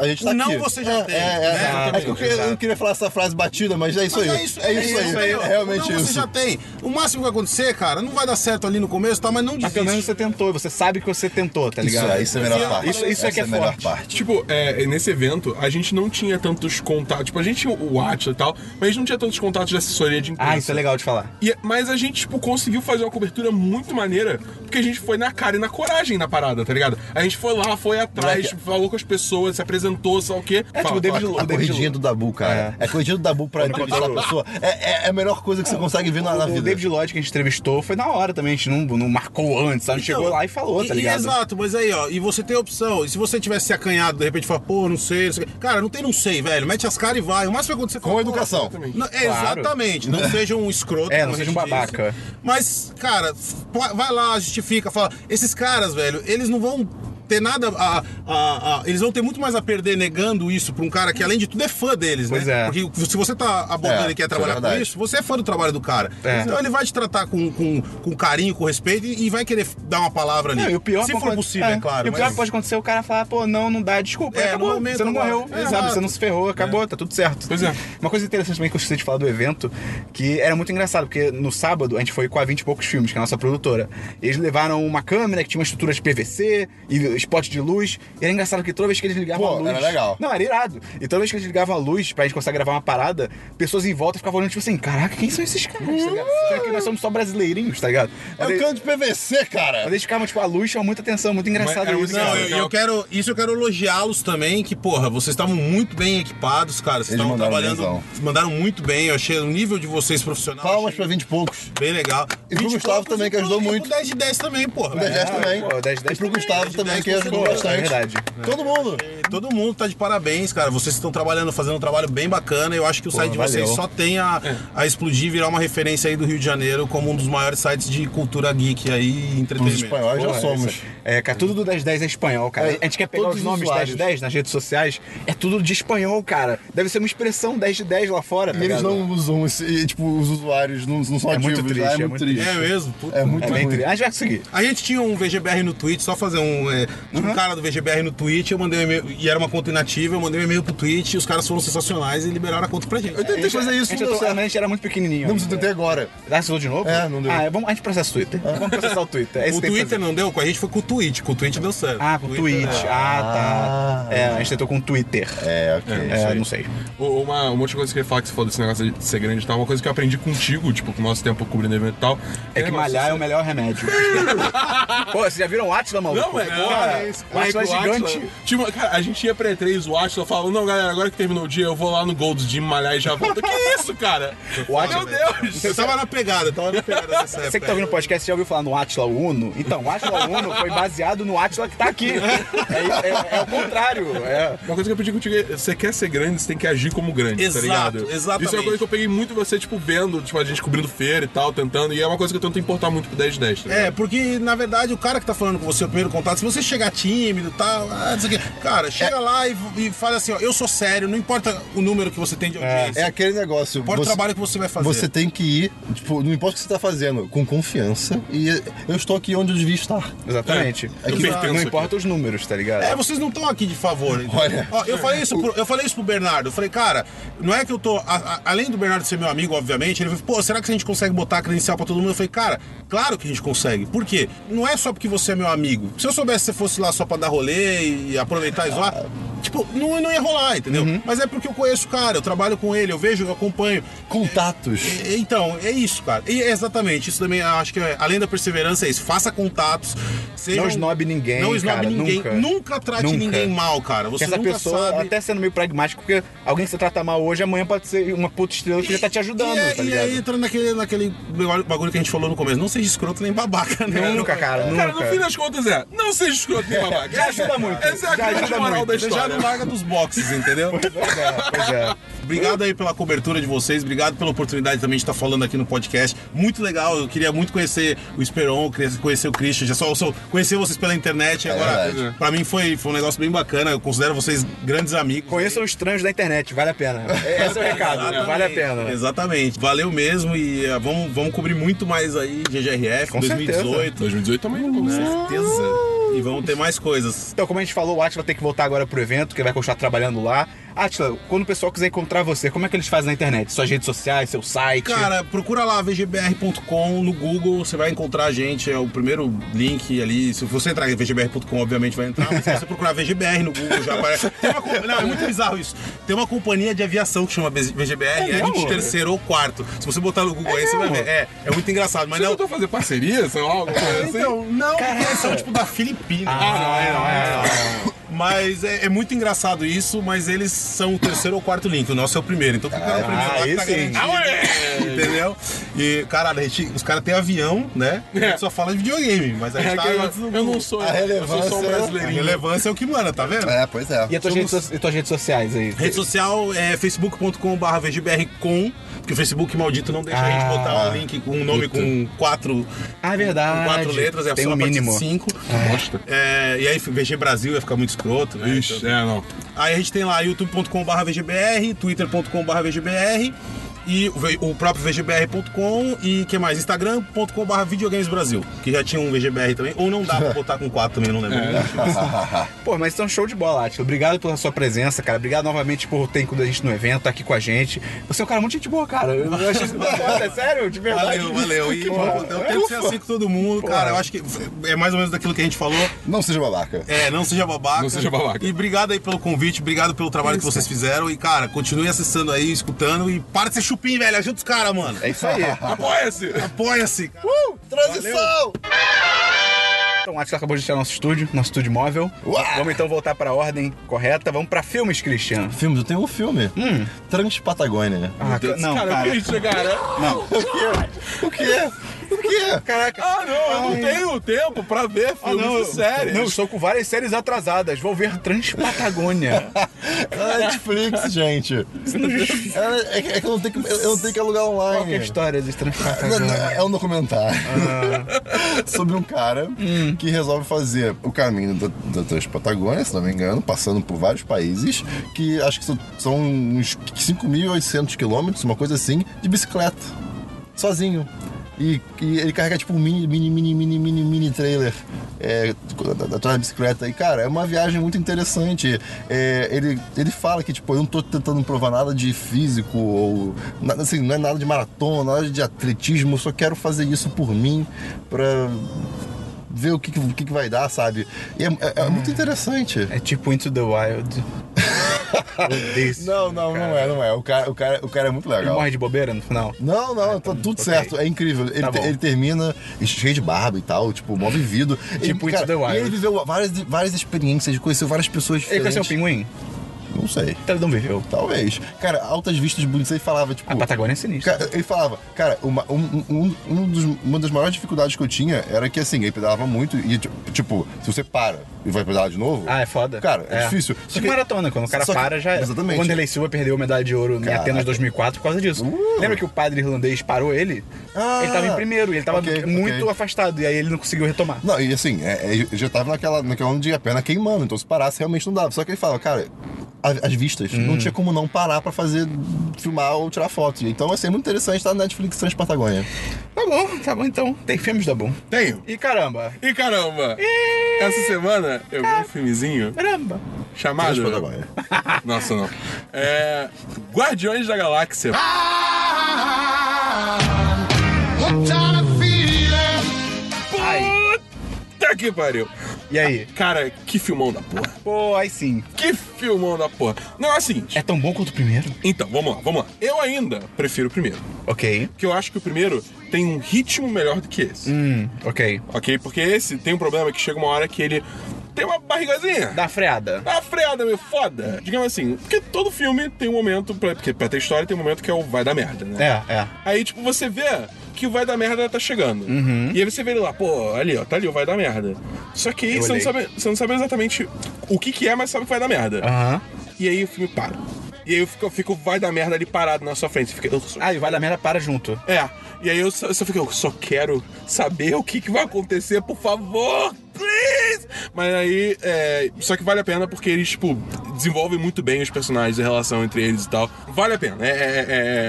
Speaker 2: A gente tá
Speaker 3: O não
Speaker 2: aqui.
Speaker 3: você já
Speaker 2: é,
Speaker 3: tem,
Speaker 2: É, é,
Speaker 3: né?
Speaker 2: é,
Speaker 1: Exatamente,
Speaker 2: eu, queria- eu não queria falar essa frase batida, mas é isso
Speaker 3: Mas
Speaker 2: aí.
Speaker 3: é isso,
Speaker 2: aí. É realmente
Speaker 3: não,
Speaker 2: isso.
Speaker 3: Você já tem. O máximo que acontecer, cara, não vai dar certo ali no começo, tá? Mas não
Speaker 1: Mas pelo menos
Speaker 3: desiste.
Speaker 1: você tentou, você sabe que você tentou, tá
Speaker 2: Isso,
Speaker 1: ligado?
Speaker 2: é, isso é a melhor
Speaker 3: Isso-
Speaker 2: parte.
Speaker 1: isso- isso é que
Speaker 2: Essa
Speaker 1: é
Speaker 2: a melhor
Speaker 1: forte.
Speaker 2: parte.
Speaker 4: Tipo, é, nesse evento, a gente não tinha tantos contatos. Tipo, a gente tinha o WhatsApp e tal, mas a gente não tinha tantos contatos de assessoria de imprensa.
Speaker 1: Ah, isso é legal de falar.
Speaker 4: E- mas a gente, tipo, conseguiu fazer uma cobertura muito maneira, porque a gente foi na cara e na coragem na parada, tá ligado? A gente foi lá, foi atrás, tipo,
Speaker 2: Moleque.
Speaker 4: falou com as pessoas, se apresentou, sei lá o quê.
Speaker 1: É, tipo, o David Lu-
Speaker 2: A corridinha do Dabu, cara. É, a corridinha do Dabu pra entrevistar a pessoa. É, é- é a melhor coisa que você consegue ver na, na
Speaker 1: O
Speaker 2: vida.
Speaker 1: David Lloyd que a gente entrevistou foi na hora também, a gente não, não marcou antes, sabe? A gente
Speaker 2: Então,
Speaker 1: chegou lá e falou, tá
Speaker 3: E- e
Speaker 1: ligado?
Speaker 3: exato, mas aí, ó, e você tem a opção. E se você tivesse se acanhado, de repente, falar, pô, não sei, não sei. o quê. Cara, não tem não sei, velho. Mete as caras e vai. O máximo que acontecer
Speaker 2: Com
Speaker 3: fala,
Speaker 2: educação.
Speaker 3: pô, Não, é,
Speaker 1: Claro.
Speaker 3: Exatamente. Não seja um escroto.
Speaker 1: É,
Speaker 3: como
Speaker 1: não
Speaker 3: a
Speaker 1: seja
Speaker 3: gente
Speaker 1: um babaca.
Speaker 3: Mas, cara, f- vai lá, justifica, fala. Esses caras, velho, eles não vão ter nada. A, a- a- eles vão ter muito mais a perder negando isso pra um cara que, além de tudo, é fã deles,
Speaker 1: Pois é.
Speaker 3: né? Porque se você tá abordando
Speaker 2: É,
Speaker 3: e quer
Speaker 2: isso é
Speaker 3: trabalhar com
Speaker 2: verdade.
Speaker 3: isso, você é fã do trabalho do cara.
Speaker 1: É.
Speaker 3: Então ele vai te tratar com, com, com carinho, com respeito e e vai querer dar uma palavra ali.
Speaker 1: Não, e o pior
Speaker 3: se
Speaker 1: pode-
Speaker 3: for possível, é, claro.
Speaker 1: E o pior
Speaker 3: mas-
Speaker 1: que pode acontecer é o cara falar, pô, não, não dá, desculpa,
Speaker 3: É,
Speaker 1: é,
Speaker 3: no
Speaker 1: acabou,
Speaker 3: momento
Speaker 1: você não
Speaker 3: agora.
Speaker 1: morreu,
Speaker 3: É,
Speaker 1: sabe,
Speaker 3: exato.
Speaker 1: você não se ferrou, acabou, tá tudo certo.
Speaker 4: Pois é.
Speaker 1: Uma coisa interessante também que eu esqueci de falar do evento, que era muito engraçado, porque no sábado a gente foi com a 20 e poucos filmes, que é a nossa produtora. Eles levaram uma câmera que tinha uma estrutura de PVC e spot de luz, e era engraçado que toda vez que eles ligavam
Speaker 2: Pô,
Speaker 1: a luz...
Speaker 2: era legal.
Speaker 1: Não, era irado. E toda vez que eles ligavam a luz pra gente conseguir gravar uma parada, pessoas em volta ficavam olhando tipo assim, caraca, quem são esses caras, tá ligado? Será que nós somos só brasileirinhos, tá ligado?
Speaker 2: É um canto de PVC,
Speaker 1: Mas
Speaker 2: cara.
Speaker 1: eles ficavam, tipo, a luz chama muita atenção, muito engraçado
Speaker 4: era muito
Speaker 1: isso.
Speaker 3: Não,
Speaker 1: cara.
Speaker 4: legal.
Speaker 3: eu, eu quero. Isso eu quero elogiá-los também, que, porra, vocês estavam muito bem equipados, cara. Vocês
Speaker 2: Eles
Speaker 3: estavam
Speaker 2: mandaram
Speaker 3: trabalhando.
Speaker 2: benzão.
Speaker 3: Mandaram muito bem. Eu achei o nível de vocês profissional.
Speaker 2: Palmas
Speaker 3: achei
Speaker 2: pra 20 e poucos.
Speaker 3: Bem legal.
Speaker 2: E pro
Speaker 3: 20
Speaker 2: Gustavo
Speaker 3: poucos,
Speaker 2: também,
Speaker 3: e
Speaker 2: que ajudou
Speaker 3: pro- e pro
Speaker 2: muito.
Speaker 3: 10 de 10 também, porra.
Speaker 2: O 10
Speaker 3: É,
Speaker 2: também.
Speaker 1: pô, o 10
Speaker 2: e pro
Speaker 1: também,
Speaker 2: Gustavo
Speaker 3: 10
Speaker 2: também, que
Speaker 3: com
Speaker 2: ajudou
Speaker 3: certeza.
Speaker 2: bastante.
Speaker 1: É verdade.
Speaker 2: Todo mundo.
Speaker 3: Todo mundo tá de parabéns, cara. Vocês estão trabalhando, fazendo um trabalho bem bacana. Eu acho que o site de vocês
Speaker 1: valeu.
Speaker 3: só tem a,
Speaker 1: É.
Speaker 3: a explodir e virar uma referência aí do Rio de Janeiro como um dos maiores sites de cultura geek aí e
Speaker 2: Os
Speaker 3: entretenimento.
Speaker 2: espanhóis já
Speaker 1: Pô,
Speaker 2: somos.
Speaker 1: isso- É, cara, tudo do 1010 é espanhol, cara.
Speaker 2: É,
Speaker 1: a gente quer pegar
Speaker 2: todos
Speaker 1: os
Speaker 2: os
Speaker 1: nomes
Speaker 2: usuários.
Speaker 1: 1010 nas redes sociais, é tudo de espanhol, cara. Deve ser uma expressão 10 de 10 lá fora, tá
Speaker 2: E eles
Speaker 1: ligado?
Speaker 2: não usam, esse- e, tipo, os usuários não, não são
Speaker 1: É muito
Speaker 2: ativos.
Speaker 1: triste,
Speaker 2: ah,
Speaker 1: é
Speaker 2: é
Speaker 1: muito
Speaker 2: muito triste.
Speaker 3: É mesmo? Puta.
Speaker 2: É muito
Speaker 1: É bem
Speaker 2: ruim.
Speaker 1: tri- A gente vai conseguir.
Speaker 3: A gente tinha um VGBR no Twitch, só fazer um. é, tinha um cara do VGBR no Twitch, eu mandei um e-mail, e era uma conta inativa, eu mandei um e-mail pro Twitch, e os caras foram sensacionais e liberaram a conta pra gente.
Speaker 2: Eu tentei fazer é isso,
Speaker 1: a gente,
Speaker 2: não
Speaker 1: tá-
Speaker 2: deu
Speaker 1: eu tô-
Speaker 2: certo.
Speaker 1: a gente era muito pequenininho.
Speaker 2: Não, mas eu
Speaker 1: ainda.
Speaker 2: tentei agora.
Speaker 1: Ah, você usou de novo?
Speaker 2: É, não deu.
Speaker 1: Ah, é, vamos, a gente processa o Twitter. Vamos processar o Twitter. É isso
Speaker 3: o
Speaker 1: que tem que fazer.
Speaker 3: Twitter não deu, com a gente foi com o Twitch, com o Twitch deu certo.
Speaker 1: Ah, com o Twitch.
Speaker 3: Twitter, é.
Speaker 1: Ah, tá.
Speaker 2: Ah.
Speaker 1: É, a gente tentou com o Twitter.
Speaker 2: É, ok.
Speaker 1: É, não sei.
Speaker 4: Ô, Uma, um monte de coisa que você fala que você falou desse negócio de ser grande e tal, uma coisa que eu aprendi contigo, tipo, com o nosso tempo cobrindo evento e tal. um
Speaker 1: É que
Speaker 4: assim.
Speaker 1: malhar é o melhor remédio. Pô, vocês já viram o Atila, maluco?
Speaker 4: Não, é,
Speaker 1: Porra,
Speaker 4: cara, é isso.
Speaker 1: O Atila é
Speaker 4: Mike, o
Speaker 1: gigante.
Speaker 4: Atila- Tipo, cara, a gente ia pra E3, o Atila falava, não, galera, agora que terminou o dia, eu vou lá no Gold Gym malhar e já volto. que isso, cara?
Speaker 1: O é Atila-
Speaker 4: Meu Deus!
Speaker 3: Eu tava na pegada, tava na pegada dessa época.
Speaker 1: Você que tá ouvindo o podcast já ouviu falar no Atila Uno? Então, o Atila Uno foi baseado no Atila que tá aqui. É, é- é o contrário. É.
Speaker 4: Uma coisa que eu pedi contigo é, você quer ser grande, você tem que agir como grande,
Speaker 3: Exato,
Speaker 4: tá ligado? Isso é uma
Speaker 3: exatamente.
Speaker 4: coisa que eu peguei muito você, tipo, vendo, tipo, a gente cobrindo feira e tal, tentando, e é uma coisa que eu tento importar muito pro 10 de 10, tá ligado?
Speaker 3: É, porque na verdade o cara que tá falando com você, o primeiro contato, se você chegar tímido e tal, ah, não sei o quê, cara, chega
Speaker 2: É.
Speaker 3: lá e, e fala assim: ó, eu sou sério, não importa o número que você tem de audiência,
Speaker 2: É aquele negócio.
Speaker 3: importa o trabalho que você vai fazer.
Speaker 2: Você tem que ir, tipo, não importa o que você tá fazendo, com confiança. E eu estou aqui onde eu devia estar.
Speaker 1: Exatamente.
Speaker 2: É que-
Speaker 1: Não- não importa os números, tá ligado?
Speaker 3: É, vocês não estão aqui de favor. entendeu?
Speaker 2: Olha.
Speaker 3: Ó, eu, falei isso pro, eu falei isso pro Bernardo. Eu falei, cara, não é que eu tô. a- a- além do Bernardo ser meu amigo, obviamente, ele falou, pô, será que a gente consegue botar a credencial pra todo mundo? Eu falei, cara, claro que a gente consegue. Por quê? Não é só porque você é meu amigo. Se eu soubesse que você fosse lá só pra dar rolê e aproveitar e zoar. Tipo, não, não ia rolar, entendeu? Mas é porque eu conheço o cara, eu trabalho com ele, eu vejo, eu acompanho.
Speaker 2: Contatos.
Speaker 3: E- Então, é isso, cara. E é exatamente, isso também eu acho que é- além da perseverança é isso. Faça contatos. Seja
Speaker 1: Não
Speaker 3: um-
Speaker 1: esnobe ninguém,
Speaker 3: Não esnobe
Speaker 1: cara,
Speaker 3: ninguém.
Speaker 1: nunca.
Speaker 3: trate
Speaker 1: Nunca.
Speaker 3: ninguém mal, cara.
Speaker 1: Porque
Speaker 3: Você
Speaker 1: essa
Speaker 3: nunca
Speaker 1: pessoa,
Speaker 3: sabe.
Speaker 1: até sendo meio pragmático, porque alguém que você trata mal hoje, amanhã pode ser uma puta estrela que já tá te ajudando,
Speaker 3: e, é-
Speaker 1: tá
Speaker 3: e
Speaker 1: ligado?
Speaker 3: aí entra naquele, naquele bagulho que a gente falou no começo. Não seja escroto nem babaca, né?
Speaker 1: Nunca, cara, nunca.
Speaker 4: Cara, no fim das contas é, não seja escroto nem babaca.
Speaker 1: Já ajuda muito,
Speaker 4: Essa é
Speaker 1: já
Speaker 4: a grande
Speaker 1: ajuda
Speaker 4: moral
Speaker 1: muito.
Speaker 4: da
Speaker 3: Você já
Speaker 4: história.
Speaker 3: não larga dos boxes, entendeu?
Speaker 1: Pois é, pois é.
Speaker 3: Obrigado aí pela cobertura de vocês, obrigado pela oportunidade também de estar falando aqui no podcast. Muito legal, eu queria muito conhecer o Esperon, eu queria conhecer o Christian, já só, só conhecer vocês pela internet.
Speaker 4: É
Speaker 3: e Agora,
Speaker 2: verdade.
Speaker 3: pra mim foi, foi um negócio bem bacana, eu considero vocês grandes amigos.
Speaker 1: Conheçam os estranhos da internet, vale a pena. Esse é o recado, né?
Speaker 3: Exatamente,
Speaker 1: vale a pena.
Speaker 3: Exatamente. Valeu mesmo e eh, vamos, vamos cobrir muito mais aí GGRF
Speaker 1: Com
Speaker 3: 2018.
Speaker 4: 2018 também, com certeza.
Speaker 3: Com certeza. E vamos ter mais coisas.
Speaker 1: Então, como a gente falou, o Atila tem que voltar agora pro evento, que ele vai continuar trabalhando lá. Atila, quando o pessoal quiser encontrar você, como é que eles fazem na internet? Suas redes sociais, seu site?
Speaker 3: Cara, procura lá vgbr.com no Google, você vai encontrar a gente, é o primeiro link ali. Se você entrar em vgbr.com, obviamente vai entrar, mas se você procurar VGBR no Google já aparece. Tem uma co- não, é muito bizarro isso. Tem uma companhia de aviação que chama VGBR, é,
Speaker 1: mesmo?
Speaker 3: de terceiro ou quarto. Se você botar no Google aí, você vai
Speaker 1: mesmo?
Speaker 3: ver. É, é muito engraçado, mas
Speaker 4: Você
Speaker 3: não.
Speaker 4: tentou fazer parceria, sei lá, alguma coisa assim?
Speaker 3: Então, não, porque eles são tipo da Filipina.
Speaker 1: Ah, não, é, não, é, não.
Speaker 3: Mas é, é muito engraçado isso, mas eles são o terceiro ou quarto link. O nosso é o primeiro. Então, quem
Speaker 4: Ah,
Speaker 3: pegar o primeiro lá
Speaker 1: aí
Speaker 3: tá
Speaker 1: sim.
Speaker 3: garantido. Entendeu? E, caralho, a gente- os caras têm avião, né? A gente só fala de videogame, mas a gente
Speaker 4: É
Speaker 3: tá.
Speaker 4: que eu, eu não sou,
Speaker 2: A
Speaker 4: eu sou só um
Speaker 2: relevância-
Speaker 3: A
Speaker 4: brasileirinho.
Speaker 3: relevância é o que manda, tá vendo?
Speaker 2: É, pois é.
Speaker 1: E as tuas, redes, so- e tuas redes sociais aí?
Speaker 3: Rede social é facebook.com.br VGBRcom, porque o Facebook maldito não deixa a gente
Speaker 1: Ah,
Speaker 3: botar um link com um nome com quatro,
Speaker 1: Ah, é verdade.
Speaker 3: com quatro letras, é
Speaker 1: Tem
Speaker 3: só
Speaker 1: um
Speaker 3: a partir de
Speaker 1: mínimo.
Speaker 3: cinco.
Speaker 4: Bosta.
Speaker 3: É, e aí VG Brasil ia ficar muito escroto, né?
Speaker 4: Ixi,
Speaker 3: Então-
Speaker 4: é, não.
Speaker 3: Aí a gente tem lá youtube.com.br VGBR, twitter.com.br VGBR e o ve- o próprio VGBR.com e que mais? Instagram.com.br Videogames Brasil, que já tinha um VGBR também, ou não dá pra botar com quatro também, não lembro.
Speaker 1: É. Pô, mas então show de bola, Atila. Obrigado pela sua presença, cara. Obrigado novamente por ter incluído a gente no evento, tá aqui com a gente. Você é um cara muito gente boa, cara. Eu achei isso muito foda, é sério, de verdade.
Speaker 3: Valeu, valeu. E
Speaker 1: Que
Speaker 3: eu
Speaker 1: bom.
Speaker 3: tento ser assim com todo mundo, cara. Eu acho que é mais ou menos daquilo que a gente falou.
Speaker 2: Não seja babaca.
Speaker 3: É, não seja babaca.
Speaker 4: Não seja babaca.
Speaker 3: E obrigado aí pelo convite, obrigado pelo trabalho
Speaker 4: É
Speaker 3: que vocês fizeram. E, cara, continue acessando aí, escutando. E para de ser chupim, velho. Ajuda os caras, mano.
Speaker 1: É isso aí.
Speaker 4: Apoia-se!
Speaker 3: Apoia-se, cara.
Speaker 2: Transição!
Speaker 1: Então, o Atila acabou de deixar nosso estúdio, nosso estúdio móvel.
Speaker 2: Uá!
Speaker 1: Vamos então voltar pra ordem correta. Vamos pra filmes, Cristiano.
Speaker 2: Filmes, eu tenho um filme. Transpatagônia.
Speaker 1: Hum. Ah, ca- não,
Speaker 4: cara,
Speaker 1: cara.
Speaker 4: eu quis chegar, né?
Speaker 2: O quê? O quê? O quê?
Speaker 1: Caraca.
Speaker 4: Ah, não, eu não tenho tempo pra ver
Speaker 1: Ah,
Speaker 4: filmes
Speaker 1: eu-
Speaker 4: e séries.
Speaker 1: Não, estou com várias séries atrasadas. Vou ver Transpatagônia.
Speaker 2: Ah, Netflix, gente. Ela- É, que- é que eu não tenho que, eu- eu não tenho que alugar
Speaker 1: Qual que é a
Speaker 2: online.
Speaker 1: história de
Speaker 2: Não, não,
Speaker 1: Transpatagônia?
Speaker 2: é um documentário sobre um cara que resolve fazer o caminho da, da Transpatagônia, se não me engano, passando por vários países, que acho que são, são uns 5.800 quilômetros, uma coisa assim, de bicicleta, sozinho. E, e ele carrega tipo um mini, mini, mini, mini, mini, mini trailer é, da- da- atrás da bicicleta. E cara, é uma viagem muito interessante. É, ele, ele fala que tipo, eu não tô tentando provar nada de físico ou nada assim, não é nada de maratona, nada de atletismo, eu só quero fazer isso por mim, pra ver o que, que, o que que vai dar, sabe? E é, é- é muito interessante.
Speaker 1: É tipo Into the Wild. Odeio esse
Speaker 2: Não,
Speaker 1: filme,
Speaker 2: não,
Speaker 1: cara.
Speaker 2: não é, não é. O cara, o cara, o cara é muito
Speaker 1: Ele
Speaker 2: legal.
Speaker 1: morre de bobeira no final.
Speaker 2: Não, não, tá tudo
Speaker 1: ok.
Speaker 2: certo. É incrível. Ele,
Speaker 1: Tá bom.
Speaker 2: ele termina cheio de barba e tal, tipo, mó vivido. Ele,
Speaker 1: Tipo Into the Wild.
Speaker 2: E ele viveu várias, várias experiências, conheceu várias pessoas
Speaker 1: Ele
Speaker 2: diferentes.
Speaker 1: conheceu um pinguim?
Speaker 2: Não sei.
Speaker 1: Então ele não viveu.
Speaker 2: Talvez. Cara, altas vistas bonitas. Ele falava, tipo...
Speaker 1: A Patagônia é sinistra.
Speaker 2: Cara, ele falava, cara, uma, um- um- um dos- uma das maiores dificuldades que eu tinha era que assim, ele pedalava muito e, tipo, se você para e vai pedalar de novo.
Speaker 1: Ah, é foda.
Speaker 2: Cara, é, difícil.
Speaker 1: Só que maratona, quando o cara
Speaker 2: só que-
Speaker 1: para, já é.
Speaker 2: Exatamente.
Speaker 1: O Wanderlei Silva perdeu a medalha de ouro em
Speaker 2: Caraca.
Speaker 1: Atenas 2004 por causa disso.
Speaker 2: Uh.
Speaker 1: Lembra que o padre irlandês parou ele?
Speaker 2: Ah.
Speaker 1: ele tava em primeiro e ele tava
Speaker 2: Ok,
Speaker 1: muito
Speaker 2: ok.
Speaker 1: afastado. E aí ele não conseguiu retomar.
Speaker 2: Não, e assim, é, é, eu já tava naquela, naquela onda de a perna queimando, então se parasse realmente não dava. Só que ele fala, cara, a- as vistas, não
Speaker 1: Hum.
Speaker 2: tinha como não parar pra fazer, filmar ou tirar foto. Então vai ser muito interessante estar na Netflix Trans Patagônia.
Speaker 1: Tá bom, tá bom então. Tem filmes da Boom.
Speaker 4: Tenho.
Speaker 1: E caramba.
Speaker 4: E caramba, essa semana eu vi um filmezinho
Speaker 1: Caramba.
Speaker 4: chamado...
Speaker 1: Ah,
Speaker 2: Trans Patagônia.
Speaker 4: Nossa, não. É... Guardiões da Galáxia. Puta que pariu.
Speaker 1: E aí?
Speaker 4: Cara, que filmão da porra.
Speaker 1: Pô, aí sim.
Speaker 4: Que filmão da porra. Não, é o seguinte.
Speaker 1: É tão bom quanto o primeiro?
Speaker 4: Então, vamos lá, vamos lá. Eu ainda prefiro o primeiro.
Speaker 1: Ok.
Speaker 4: Porque eu acho que o primeiro tem um ritmo melhor do que esse.
Speaker 1: Hum, ok.
Speaker 4: Ok? Porque esse tem um problema que chega uma hora que ele tem uma barrigazinha.
Speaker 1: Dá uma freada.
Speaker 4: Tá freada, meu foda. Digamos assim, porque todo filme tem um momento, pra, porque pra ter história tem um momento que é o vai dar merda, né?
Speaker 1: É, é.
Speaker 4: Aí, tipo, você vê que o vai dar merda tá chegando.
Speaker 1: Uhum.
Speaker 4: E aí você vê ele lá, pô, ali, ó, tá ali, o vai dar merda. Só que aí
Speaker 1: Eu
Speaker 4: você não,
Speaker 1: olhei.
Speaker 4: sabe, você não sabe exatamente o que que é, mas sabe que vai dar merda.
Speaker 1: Aham.
Speaker 4: E aí o filme para. E aí eu fico, eu fico o vai dar merda ali parado na sua frente. Você fica, eu só-
Speaker 1: Ah, e o Vai da Merda para junto.
Speaker 4: É. E aí eu só, eu só fico, eu só quero saber o que, que vai acontecer, por favor, please! Mas aí, é, só que vale a pena porque eles, tipo, desenvolvem muito bem os personagens, a relação entre eles e tal. Vale a pena, é, é-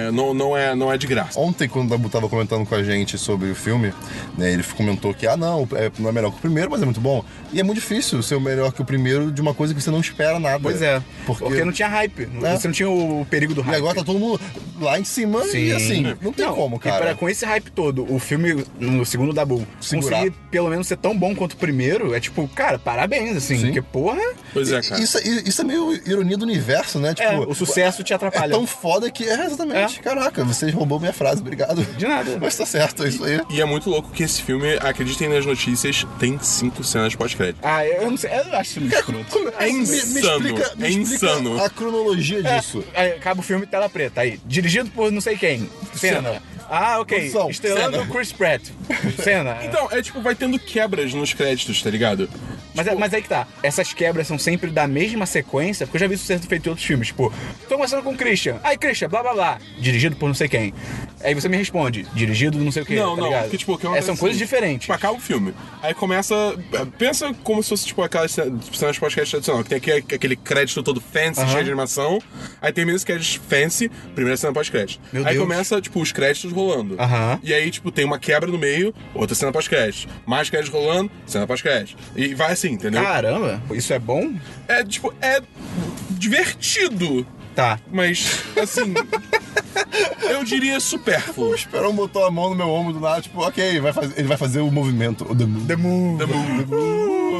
Speaker 4: é- não, não, é, não é de graça.
Speaker 2: Ontem, quando o Dabu tava comentando com a gente sobre o filme, né, ele comentou que, ah, não, é- não é melhor que o primeiro, mas é muito bom. E é muito difícil ser o melhor que o primeiro de uma coisa que você não espera nada.
Speaker 1: Pois é.
Speaker 2: Porque,
Speaker 1: Porque, não tinha hype.
Speaker 2: É.
Speaker 1: Você não tinha o perigo do
Speaker 2: E
Speaker 1: hype.
Speaker 2: agora tá todo mundo lá em cima e assim, não tem como,
Speaker 1: e
Speaker 2: cara.
Speaker 1: pra- com esse hype todo, o filme, no segundo da Bull,
Speaker 2: Segurar.
Speaker 1: conseguir pelo menos ser tão bom quanto o primeiro, é tipo, cara, parabéns, assim.
Speaker 2: Sim.
Speaker 1: Porque, porra,
Speaker 4: Pois é, cara.
Speaker 2: Isso, isso é meio meio ironia do universo, né? Tipo,
Speaker 1: É, o sucesso te
Speaker 2: é
Speaker 1: atrapalha.
Speaker 2: tão foda que. É, exatamente.
Speaker 1: É.
Speaker 2: Caraca, vocês roubou minha frase, obrigado.
Speaker 1: De nada.
Speaker 2: Mas tá certo, é isso aí.
Speaker 4: E é muito louco que esse filme, acreditem nas notícias, tem cinco cenas pós-crédito.
Speaker 1: Ah, eu não sei. Eu acho isso muito escroto.
Speaker 4: É insano, é insano.
Speaker 2: A cronologia disso.
Speaker 1: É, aí acaba o filme tela preta. Aí, dirigido por não sei quem. Cena.
Speaker 2: Cena.
Speaker 1: Ah, ok.
Speaker 2: Produção,
Speaker 1: Estrelando
Speaker 2: Cena.
Speaker 1: Chris Pratt. Cena.
Speaker 4: Então, é tipo, vai tendo quebras nos créditos, tá ligado?
Speaker 1: Mas, é- mas aí que tá. Essas quebras são sempre da mesma sequência, porque eu já vi isso sendo feito em outros filmes. Tipo, tô conversando com o Christian. Aí, Christian, blá blá blá. Dirigido por não sei quem. Aí você me responde, dirigido por não sei o quê.
Speaker 4: Não,
Speaker 1: tá
Speaker 4: não,
Speaker 1: ligado?
Speaker 4: porque, tipo, que é uma
Speaker 1: É, São
Speaker 4: coisa
Speaker 1: coisas
Speaker 4: assim.
Speaker 1: diferentes.
Speaker 4: Tipo, acaba o filme. Aí começa. Pensa como se fosse, tipo, aquelas cen- cenas pós-crédito tradicional, que tem aque- aquele crédito todo fancy, cheio de animação. Aí termina esse crédito fancy, primeira cena pós-crédito.
Speaker 1: Meu
Speaker 4: Aí
Speaker 1: Deus.
Speaker 4: começa, tipo, os créditos rolando.
Speaker 1: Aham.
Speaker 4: E aí, tipo, tem uma quebra no meio, outra cena pós-crédito. Mais crédito rolando, cena pós-crédito. E vai assim, entendeu?
Speaker 1: Ah. Caramba, isso é bom?
Speaker 4: É, tipo, é divertido,
Speaker 1: Tá.
Speaker 4: mas, assim. eu diria supérfluo.
Speaker 2: O Esperão botou a mão no meu ombro do nada, tipo, ok, vai fazer- ele vai fazer o movimento. O The Moon.
Speaker 1: The Moon.
Speaker 4: The Moon.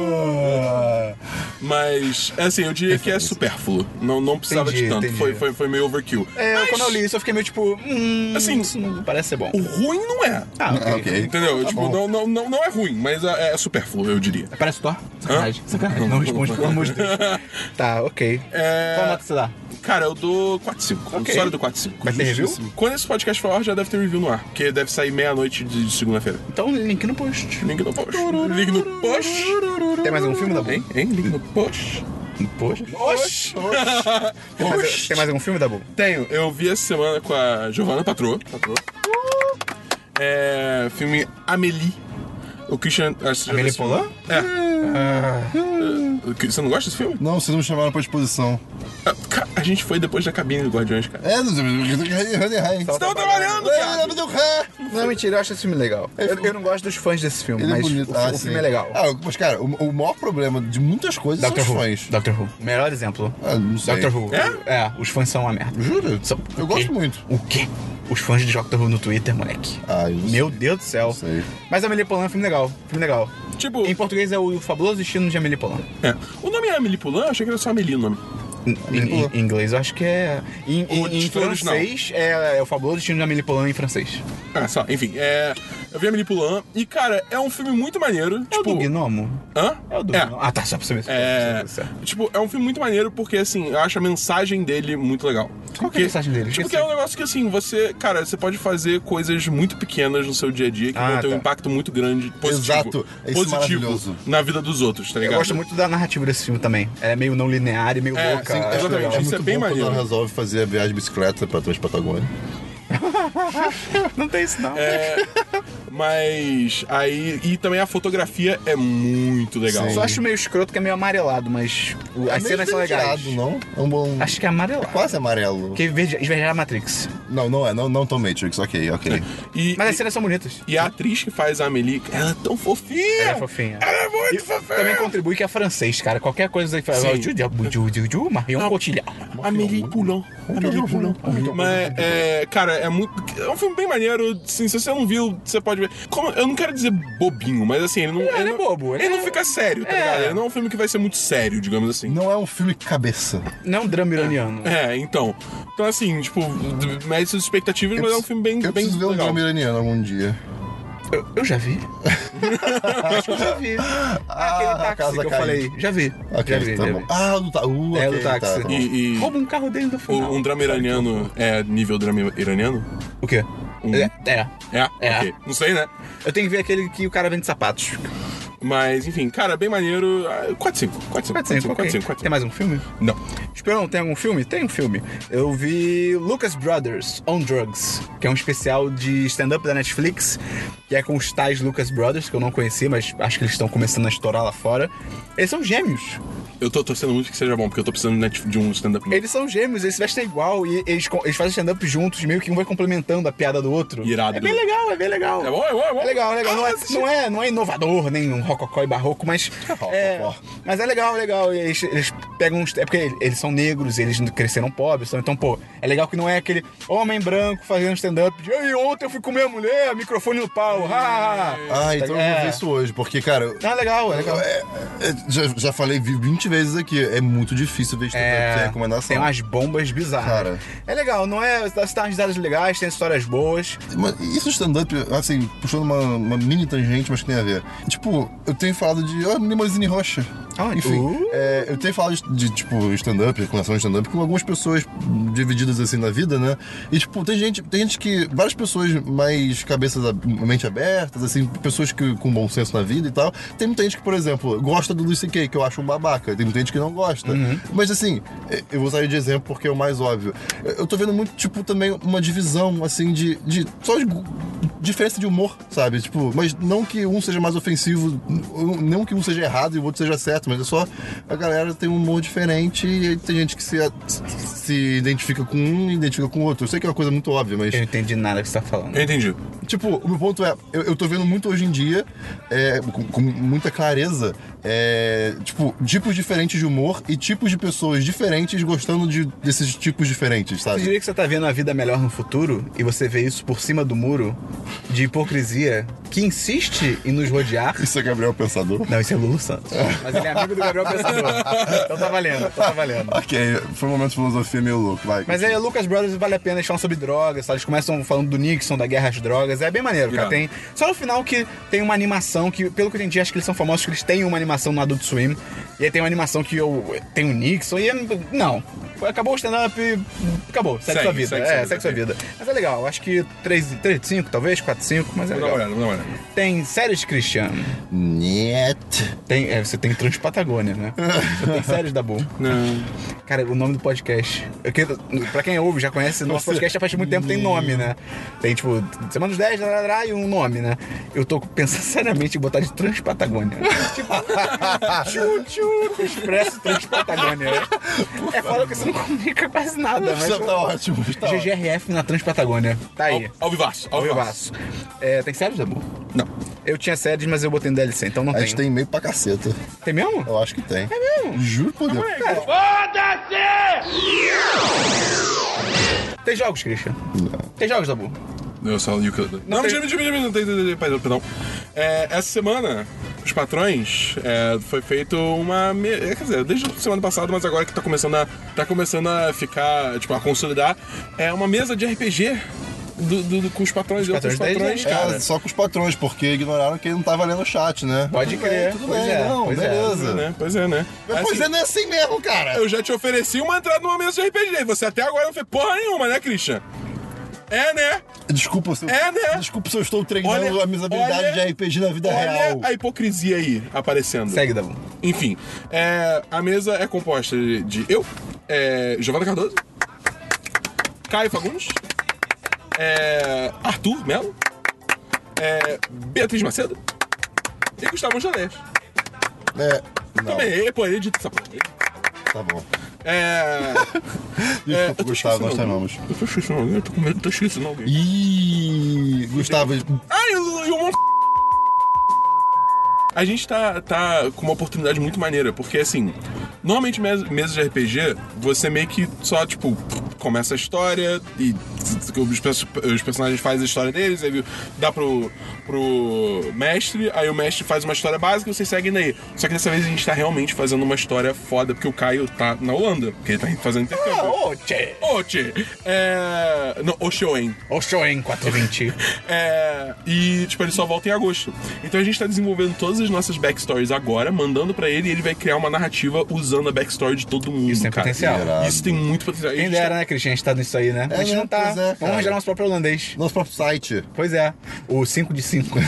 Speaker 2: Ah.
Speaker 4: Mas, assim, eu diria que é supérfluo. Não, não precisava
Speaker 1: Entendi,
Speaker 4: de tanto.
Speaker 1: entendi.
Speaker 4: Foi, foi, foi meio overkill.
Speaker 1: É,
Speaker 4: Mas
Speaker 1: quando eu li isso, eu fiquei meio tipo. Hum,
Speaker 4: Assim,
Speaker 1: isso não parece ser bom.
Speaker 4: O ruim não é.
Speaker 1: Ah,
Speaker 2: Ah, ok.
Speaker 4: Entendeu?
Speaker 2: Tá
Speaker 4: tipo,
Speaker 2: bom.
Speaker 4: não, não, não, não é ruim, mas é, é supérfluo, eu diria.
Speaker 1: Parece o Thor? Sacanagem. Sacanagem. Não responde, pelo amor de Deus. Tá, ok.
Speaker 4: É.
Speaker 1: Qual nota você dá?
Speaker 4: Cara, eu dou 4-5.
Speaker 1: Ok.
Speaker 4: História do 4-5.
Speaker 1: Vai ter review?
Speaker 4: Justíssimo. Quando esse podcast for ao ar, já deve ter review no ar. Porque deve sair meia-noite de de segunda-feira.
Speaker 1: Então, link no post.
Speaker 4: Link no post. Link no post.
Speaker 1: Tem mais algum filme, Dabu?
Speaker 4: Hein? Hein? Link no post.
Speaker 1: No post?
Speaker 4: Oxi!
Speaker 1: Tem mais, tem mais algum filme, Dabu?
Speaker 4: Tenho. Eu vi essa semana com a Giovanna Patroa. Patroa. É. Filme Amélie. O Christian. acho que você já viu
Speaker 1: Amélie
Speaker 4: esse filme.
Speaker 1: Poulain? Ah.
Speaker 4: É. O que- Você não gosta desse filme?
Speaker 2: Não, vocês não me chamaram pra exposição.
Speaker 4: Ah, cara, A gente foi depois da cabine do Guardiões, cara.
Speaker 2: É, não sei, errei.
Speaker 4: Estão trabalhando, cara!
Speaker 1: Não, mentira, eu acho esse filme legal. Eu, eu não gosto dos fãs desse filme,
Speaker 2: Ele é
Speaker 1: mas
Speaker 2: bonito.
Speaker 1: o,
Speaker 2: Ah,
Speaker 1: o
Speaker 2: sim.
Speaker 1: filme é legal.
Speaker 2: Ah, mas cara, o, o maior problema de muitas coisas
Speaker 1: Doctor
Speaker 2: são
Speaker 1: Who.
Speaker 2: os fãs.
Speaker 1: Doctor Who. Melhor exemplo.
Speaker 2: Ah, não sei.
Speaker 1: Doctor Who.
Speaker 4: É?
Speaker 1: os fãs são uma merda.
Speaker 2: Jura?
Speaker 1: São-
Speaker 2: Eu
Speaker 1: o
Speaker 2: gosto
Speaker 1: quê?
Speaker 2: muito.
Speaker 1: O quê? Os fãs de Doctor Who no Twitter, moleque.
Speaker 2: Ah, eu não sei.
Speaker 1: Meu Deus do céu.
Speaker 2: Sei.
Speaker 1: Mas Amelie Polan é um filme legal. Filme legal.
Speaker 4: Tipo,
Speaker 1: Em português é o Fabuloso Destino de Amelie Polan.
Speaker 4: é. o nome é Amélie Poulain? Eu achei que era só Amélie o nome.
Speaker 1: Em, em- em inglês, eu acho que é. Em,
Speaker 4: O
Speaker 1: em- em
Speaker 4: título original.
Speaker 1: francês, é, é o Fabuloso Destino de Amelie Polan em francês.
Speaker 4: Ah, só, enfim. É. Eu vi Amélie Poulain e, cara, é um filme muito maneiro.
Speaker 1: É o do
Speaker 4: tipo.
Speaker 1: Gnomo?
Speaker 4: Hã?
Speaker 1: É o do Gnomo. Ah, tá, só pra saber se
Speaker 4: É,
Speaker 1: se- se- se-
Speaker 4: tipo, é um filme muito maneiro porque, assim, eu acho a mensagem dele muito legal.
Speaker 1: Qual que é a mensagem dele?
Speaker 4: Tipo,
Speaker 1: Esqueci.
Speaker 4: que é um negócio que, assim, você, cara, você pode fazer coisas muito pequenas no seu dia a dia que
Speaker 1: Ah,
Speaker 4: vão ter um
Speaker 1: tá. é
Speaker 4: impacto muito grande, positivo.
Speaker 2: Exato. Esse maravilhoso.
Speaker 4: positivo na vida dos outros, tá
Speaker 1: Eu
Speaker 4: ligado?
Speaker 1: gosto muito da narrativa desse filme também. Ela é meio não linear e meio
Speaker 4: É,
Speaker 1: louca.
Speaker 4: sim,
Speaker 1: acho
Speaker 4: exatamente.
Speaker 1: legal.
Speaker 4: Isso é bem
Speaker 2: bom
Speaker 4: maneiro.
Speaker 2: Quando ela resolve fazer a viagem de bicicleta pra Transpatagônia.
Speaker 1: Não tem isso, não.
Speaker 4: É. Mas aí. E também a fotografia é muito legal.
Speaker 1: Só acho meio escroto que é meio amarelado, mas o- as
Speaker 2: É meio
Speaker 1: cenas são legais.
Speaker 2: esverdeado, não? É um bom...
Speaker 1: Acho que é amarelado.
Speaker 2: Quase amarelo.
Speaker 1: Porque verde, esverdear a Matrix. Mas
Speaker 2: Não, não é. Não, não Tom Matrix. Ok,
Speaker 1: É.
Speaker 2: ok.
Speaker 4: E,
Speaker 1: as cenas são bonitas.
Speaker 4: e a atriz que faz a Amelie, ela é tão fofinha!
Speaker 1: Ela é fofinha.
Speaker 4: Ela é muito
Speaker 1: E
Speaker 4: fofinha!
Speaker 1: Também contribui que é francês, cara. Qualquer coisa aí faz.
Speaker 4: Sim.
Speaker 1: Ju- ju- ju- ju- ju- Marion Cotillard.
Speaker 4: Amélie Poulain. Amélie Poulain. Mas, é, cara, é muito. É um filme bem maneiro. Assim, se você não viu, você pode ver. Como- eu não quero dizer bobinho, mas assim, ele não.
Speaker 1: ele é
Speaker 4: não-
Speaker 1: bobo,
Speaker 4: Ele,
Speaker 1: ele
Speaker 4: não
Speaker 1: é-
Speaker 4: fica sério, tá
Speaker 1: É.
Speaker 4: ligado? Ele não é um filme que vai ser muito sério, digamos assim.
Speaker 2: Não é um filme cabeça.
Speaker 1: Não é um drama iraniano.
Speaker 4: É, então. Então, assim, tipo, d- mede suas expectativas, mas é um filme bem.
Speaker 2: Eu
Speaker 4: bem
Speaker 2: preciso ver um
Speaker 4: legal.
Speaker 2: drama iraniano algum dia.
Speaker 1: Eu, eu já vi. Acho que eu já vi. É
Speaker 2: Ah, a
Speaker 1: Aquele táxi
Speaker 2: casa
Speaker 1: que eu
Speaker 2: caiu.
Speaker 1: falei. Já vi.
Speaker 2: Ok,
Speaker 1: já vi.
Speaker 2: tá
Speaker 1: já
Speaker 2: bom.
Speaker 1: vi.
Speaker 2: Ah, do tá, uh,
Speaker 1: É,
Speaker 2: ok,
Speaker 1: do táxi.
Speaker 2: tá, tá bom.
Speaker 4: E. e-
Speaker 1: Rouba um carro dele no final.
Speaker 4: o- um drama iraniano é nível drama iraniano?
Speaker 1: O quê?
Speaker 4: Um-
Speaker 1: É, é.
Speaker 4: É?
Speaker 1: É.
Speaker 4: Ok. Não sei, né?
Speaker 1: Eu tenho que ver aquele que o cara vende sapatos.
Speaker 4: Mas, enfim, cara, bem maneiro. Ah, 4-5. 4-5. 4-5. 4-5. 4-5.
Speaker 1: Tem mais um filme?
Speaker 4: Não.
Speaker 1: Esperão, tem algum filme? Tem um filme. Eu vi Lucas Brothers on Drugs, que é um especial de stand-up da Netflix, que é com os tais Lucas Brothers, que eu não conheci, mas acho que eles estão começando a estourar lá fora. Eles são gêmeos.
Speaker 4: Eu tô torcendo muito que seja bom, porque eu tô precisando de net- de um stand-up novo.
Speaker 1: Eles são gêmeos, eles se vestem igual e eles, co- eles fazem stand-up juntos, meio que um vai complementando a piada do outro.
Speaker 4: Irado.
Speaker 1: É bem legal, é bem legal.
Speaker 4: É bom, é bom, é bom.
Speaker 1: É legal, é legal. Não é,
Speaker 4: Ah, assisti.
Speaker 1: não é, não é inovador, nem um rococó e barroco, mas. é,
Speaker 2: rococó.
Speaker 1: Mas é legal, é legal. E eles, eles pegam uns. É porque eles são negros, eles cresceram pobres. então- Então, pô, é legal que não é aquele homem branco fazendo stand-up. de, Ei, ontem eu fui comer a mulher, microfone no pau. ha, ha, ha."
Speaker 2: Ah, então eu vou
Speaker 1: É.
Speaker 2: ver isso hoje, porque, cara, eu-
Speaker 1: Ah, legal, é legal.
Speaker 2: é- é- já, já falei 20 vezes aqui, é muito difícil ver stand-up sem recomendação.
Speaker 1: É, Tem umas bombas bizarras.
Speaker 2: Cara.
Speaker 1: É legal, não é? Você dá umas risadas legais, tem histórias boas.
Speaker 2: Mas Isso de stand-up, assim, puxando uma, uma mini tangente, mas que tem a ver. Tipo, eu tenho falado de ah, Limousine Rocha.
Speaker 1: Ah,
Speaker 2: Enfim,
Speaker 1: uh.
Speaker 2: é, eu tenho falado de, de, tipo, stand-up, relação ao stand-up, com algumas pessoas divididas, assim, na vida, né? E, tipo, tem gente, tem gente que... Várias pessoas mais cabeças, ab- mente abertas, assim, pessoas que, com bom senso na vida e tal. Tem muita gente que, por exemplo, gosta do Luis C.K., que eu acho um babaca. Tem muita gente que não gosta.
Speaker 1: Uhum.
Speaker 2: Mas, assim, é, eu vou sair de exemplo porque é o mais óbvio. Eu- Eu tô vendo muito, tipo, também uma divisão, assim, de... de só de gu- diferença de humor, sabe? Tipo, mas não que um seja mais ofensivo, n- não que um seja errado e o outro seja certo, mas é só a galera tem um humor diferente e aí tem gente que se, a- se identifica com um e identifica com o outro. Eu sei que é uma coisa muito óbvia, mas
Speaker 1: Eu não entendi nada que você tá falando.
Speaker 4: Eu entendi.
Speaker 2: tipo, o meu ponto é, eu, eu tô vendo muito hoje em dia, é, com, com muita clareza, é, tipo, tipos diferentes de humor e tipos de pessoas diferentes gostando de, desses tipos diferentes,
Speaker 1: Você
Speaker 2: sabe?
Speaker 1: diria que você tá vendo a vida melhor no futuro e você vê isso por cima do muro de hipocrisia que insiste em nos rodear?
Speaker 2: Isso é Gabriel Pensador.
Speaker 1: Não, isso é Lulu Santos. Mas ele é amigo do Gabriel Pensador. Então tá valendo, então tá valendo.
Speaker 2: Ok, foi um momento de filosofia meio louco, vai.
Speaker 1: Mas é- aí, Lucas Brothers vale a pena, eles falam sobre drogas, sabe? eles começam falando do Nixon, da guerra às drogas, é bem maneiro, cara.
Speaker 4: Irado.
Speaker 1: Tem, só no final que tem uma animação que, pelo que eu entendi, acho que eles são famosos que eles têm uma animação no Adult Swim, e aí tem uma animação que eu, tem o Nixon, e é, não, acabou o stand-up, acabou, segue,
Speaker 4: Segue,
Speaker 1: sua vida,
Speaker 4: segue sua
Speaker 1: é,
Speaker 4: vida,
Speaker 1: segue sua
Speaker 4: sim.
Speaker 1: vida. Mas é legal, acho que 3, 3 de 5, talvez, 4 de 5, mas é
Speaker 4: Vou dar uma
Speaker 1: legal.
Speaker 4: olhada, vou dar uma olhada.
Speaker 1: Tem séries, Cristiano?
Speaker 2: Net.
Speaker 1: Tem, é, você tem Transpatagônia, né? Você tem séries da Boom.
Speaker 4: Não.
Speaker 1: Cara, o nome do podcast. Eu quero- pra quem ouve, já conhece, nosso podcast já faz muito tempo, tem nome, né? Tem tipo, semana dos 10, lá, lá, lá, e um nome, né? Eu tô pensando seriamente em botar de Transpatagônia. tipo, tchu, tchu, expresso Transpatagônia. É foda que você não comunica quase nada, mas.
Speaker 2: Isso tá ótimo. Tá ótimo.
Speaker 1: GGRF na Transpatagônia. Tá aí.
Speaker 4: Ao, ao vivaço, ao,
Speaker 1: Vivaço.
Speaker 4: vivaço.
Speaker 1: É, tem séries, Dabu?
Speaker 4: Não.
Speaker 1: Eu tinha séries, mas eu botei no DLC, então não
Speaker 2: A
Speaker 1: tem.
Speaker 2: gente tem e-mail pra caceta.
Speaker 1: Tem mesmo?
Speaker 2: Eu acho que tem. É mesmo? Juro por Deus.
Speaker 1: Tem jogos, Christian? Tem jogos, Dabu?
Speaker 4: Eu só li o que eu- Não,
Speaker 1: tem-
Speaker 4: mentira, mentira, mentira, não tem, tem, tem, perdão, perdão. É, essa semana, os patrões, é, foi feito uma. me- é, Quer dizer, desde a semana passada, mas agora que tá começando a. tá começando a ficar, tipo, a consolidar, é uma mesa de RPG do, do- do- com os patrões e outros
Speaker 1: patrões
Speaker 4: patrões,
Speaker 1: deles, né?
Speaker 2: Cara,
Speaker 4: cara.
Speaker 2: É, só com os patrões, porque ignoraram que ele não tava lendo o chat, né?
Speaker 1: Pode
Speaker 2: Tudo
Speaker 1: crer.
Speaker 2: Bem, tudo
Speaker 1: Pois
Speaker 2: bem,
Speaker 1: é,
Speaker 2: não,
Speaker 1: pois é.
Speaker 4: Pois é,
Speaker 2: beleza.
Speaker 4: né? Pois é, né?
Speaker 2: Mas pois
Speaker 4: Assim,
Speaker 2: é, não é assim mesmo, cara.
Speaker 4: Eu já te ofereci uma entrada numa mesa de RPG, e você até agora não fez porra nenhuma, né, Christian? É, né?
Speaker 2: Desculpa se eu...
Speaker 4: É, né?
Speaker 2: Desculpa se eu estou treinando
Speaker 4: Olha-
Speaker 2: a minha habilidade
Speaker 4: olha-
Speaker 2: de RPG na vida
Speaker 4: Olha
Speaker 2: É real.
Speaker 4: a hipocrisia aí aparecendo.
Speaker 1: Segue, Dabu.
Speaker 4: Enfim, é, a mesa é composta de de eu, é, Giovanna Cardoso, Caio Fagundes, é, Arthur Melo, é, Beatriz Macedo e Gustavo Angelés.
Speaker 2: Tá. É, não,
Speaker 4: Também, ele, pô, ele edita essa porra.
Speaker 2: tá bom.
Speaker 4: É, é, eu
Speaker 2: Desculpa,
Speaker 4: tô
Speaker 2: Gustavo, nós
Speaker 4: esquecendo alguém.
Speaker 2: chamamos.
Speaker 4: Eu tô esquecendo alguém, eu tô com medo, tô esquecendo alguém.
Speaker 2: Ih, Gustavo,
Speaker 4: Ah, e o, e o Mon- A gente tá, tá com uma oportunidade muito maneira, porque assim, normalmente mes- mesas de RPG, você meio que só, tipo, começa a história e os, perso- os personagens fazem a história deles, aí dá pro, pro mestre, aí o mestre faz uma história básica e vocês seguem daí. Só que dessa vez a gente tá realmente fazendo uma história foda, porque o Caio tá na Holanda, porque ele tá fazendo
Speaker 2: Ah,
Speaker 4: intercâmbio.
Speaker 1: Ô, tchê!
Speaker 4: Oxe! É. Não, Oxioen.
Speaker 1: O show em 420.
Speaker 4: É, e, tipo, ele só volta em agosto. Então a gente tá desenvolvendo todas as nossas backstories agora, mandando pra ele e ele vai criar uma narrativa usando a backstory de todo mundo.
Speaker 1: Isso tem
Speaker 4: cara.
Speaker 1: potencial.
Speaker 2: Irado.
Speaker 4: Isso tem muito potencial. E a
Speaker 1: Quem
Speaker 4: gente tá-
Speaker 1: dera, né, Cristian? A gente tá nisso aí, né? a gente
Speaker 2: né?
Speaker 1: não tá.
Speaker 2: Pois é, cara.
Speaker 1: Vamos arranjar nosso próprio holandês.
Speaker 2: nosso próprio site.
Speaker 1: Pois é. O 5 de 5. né?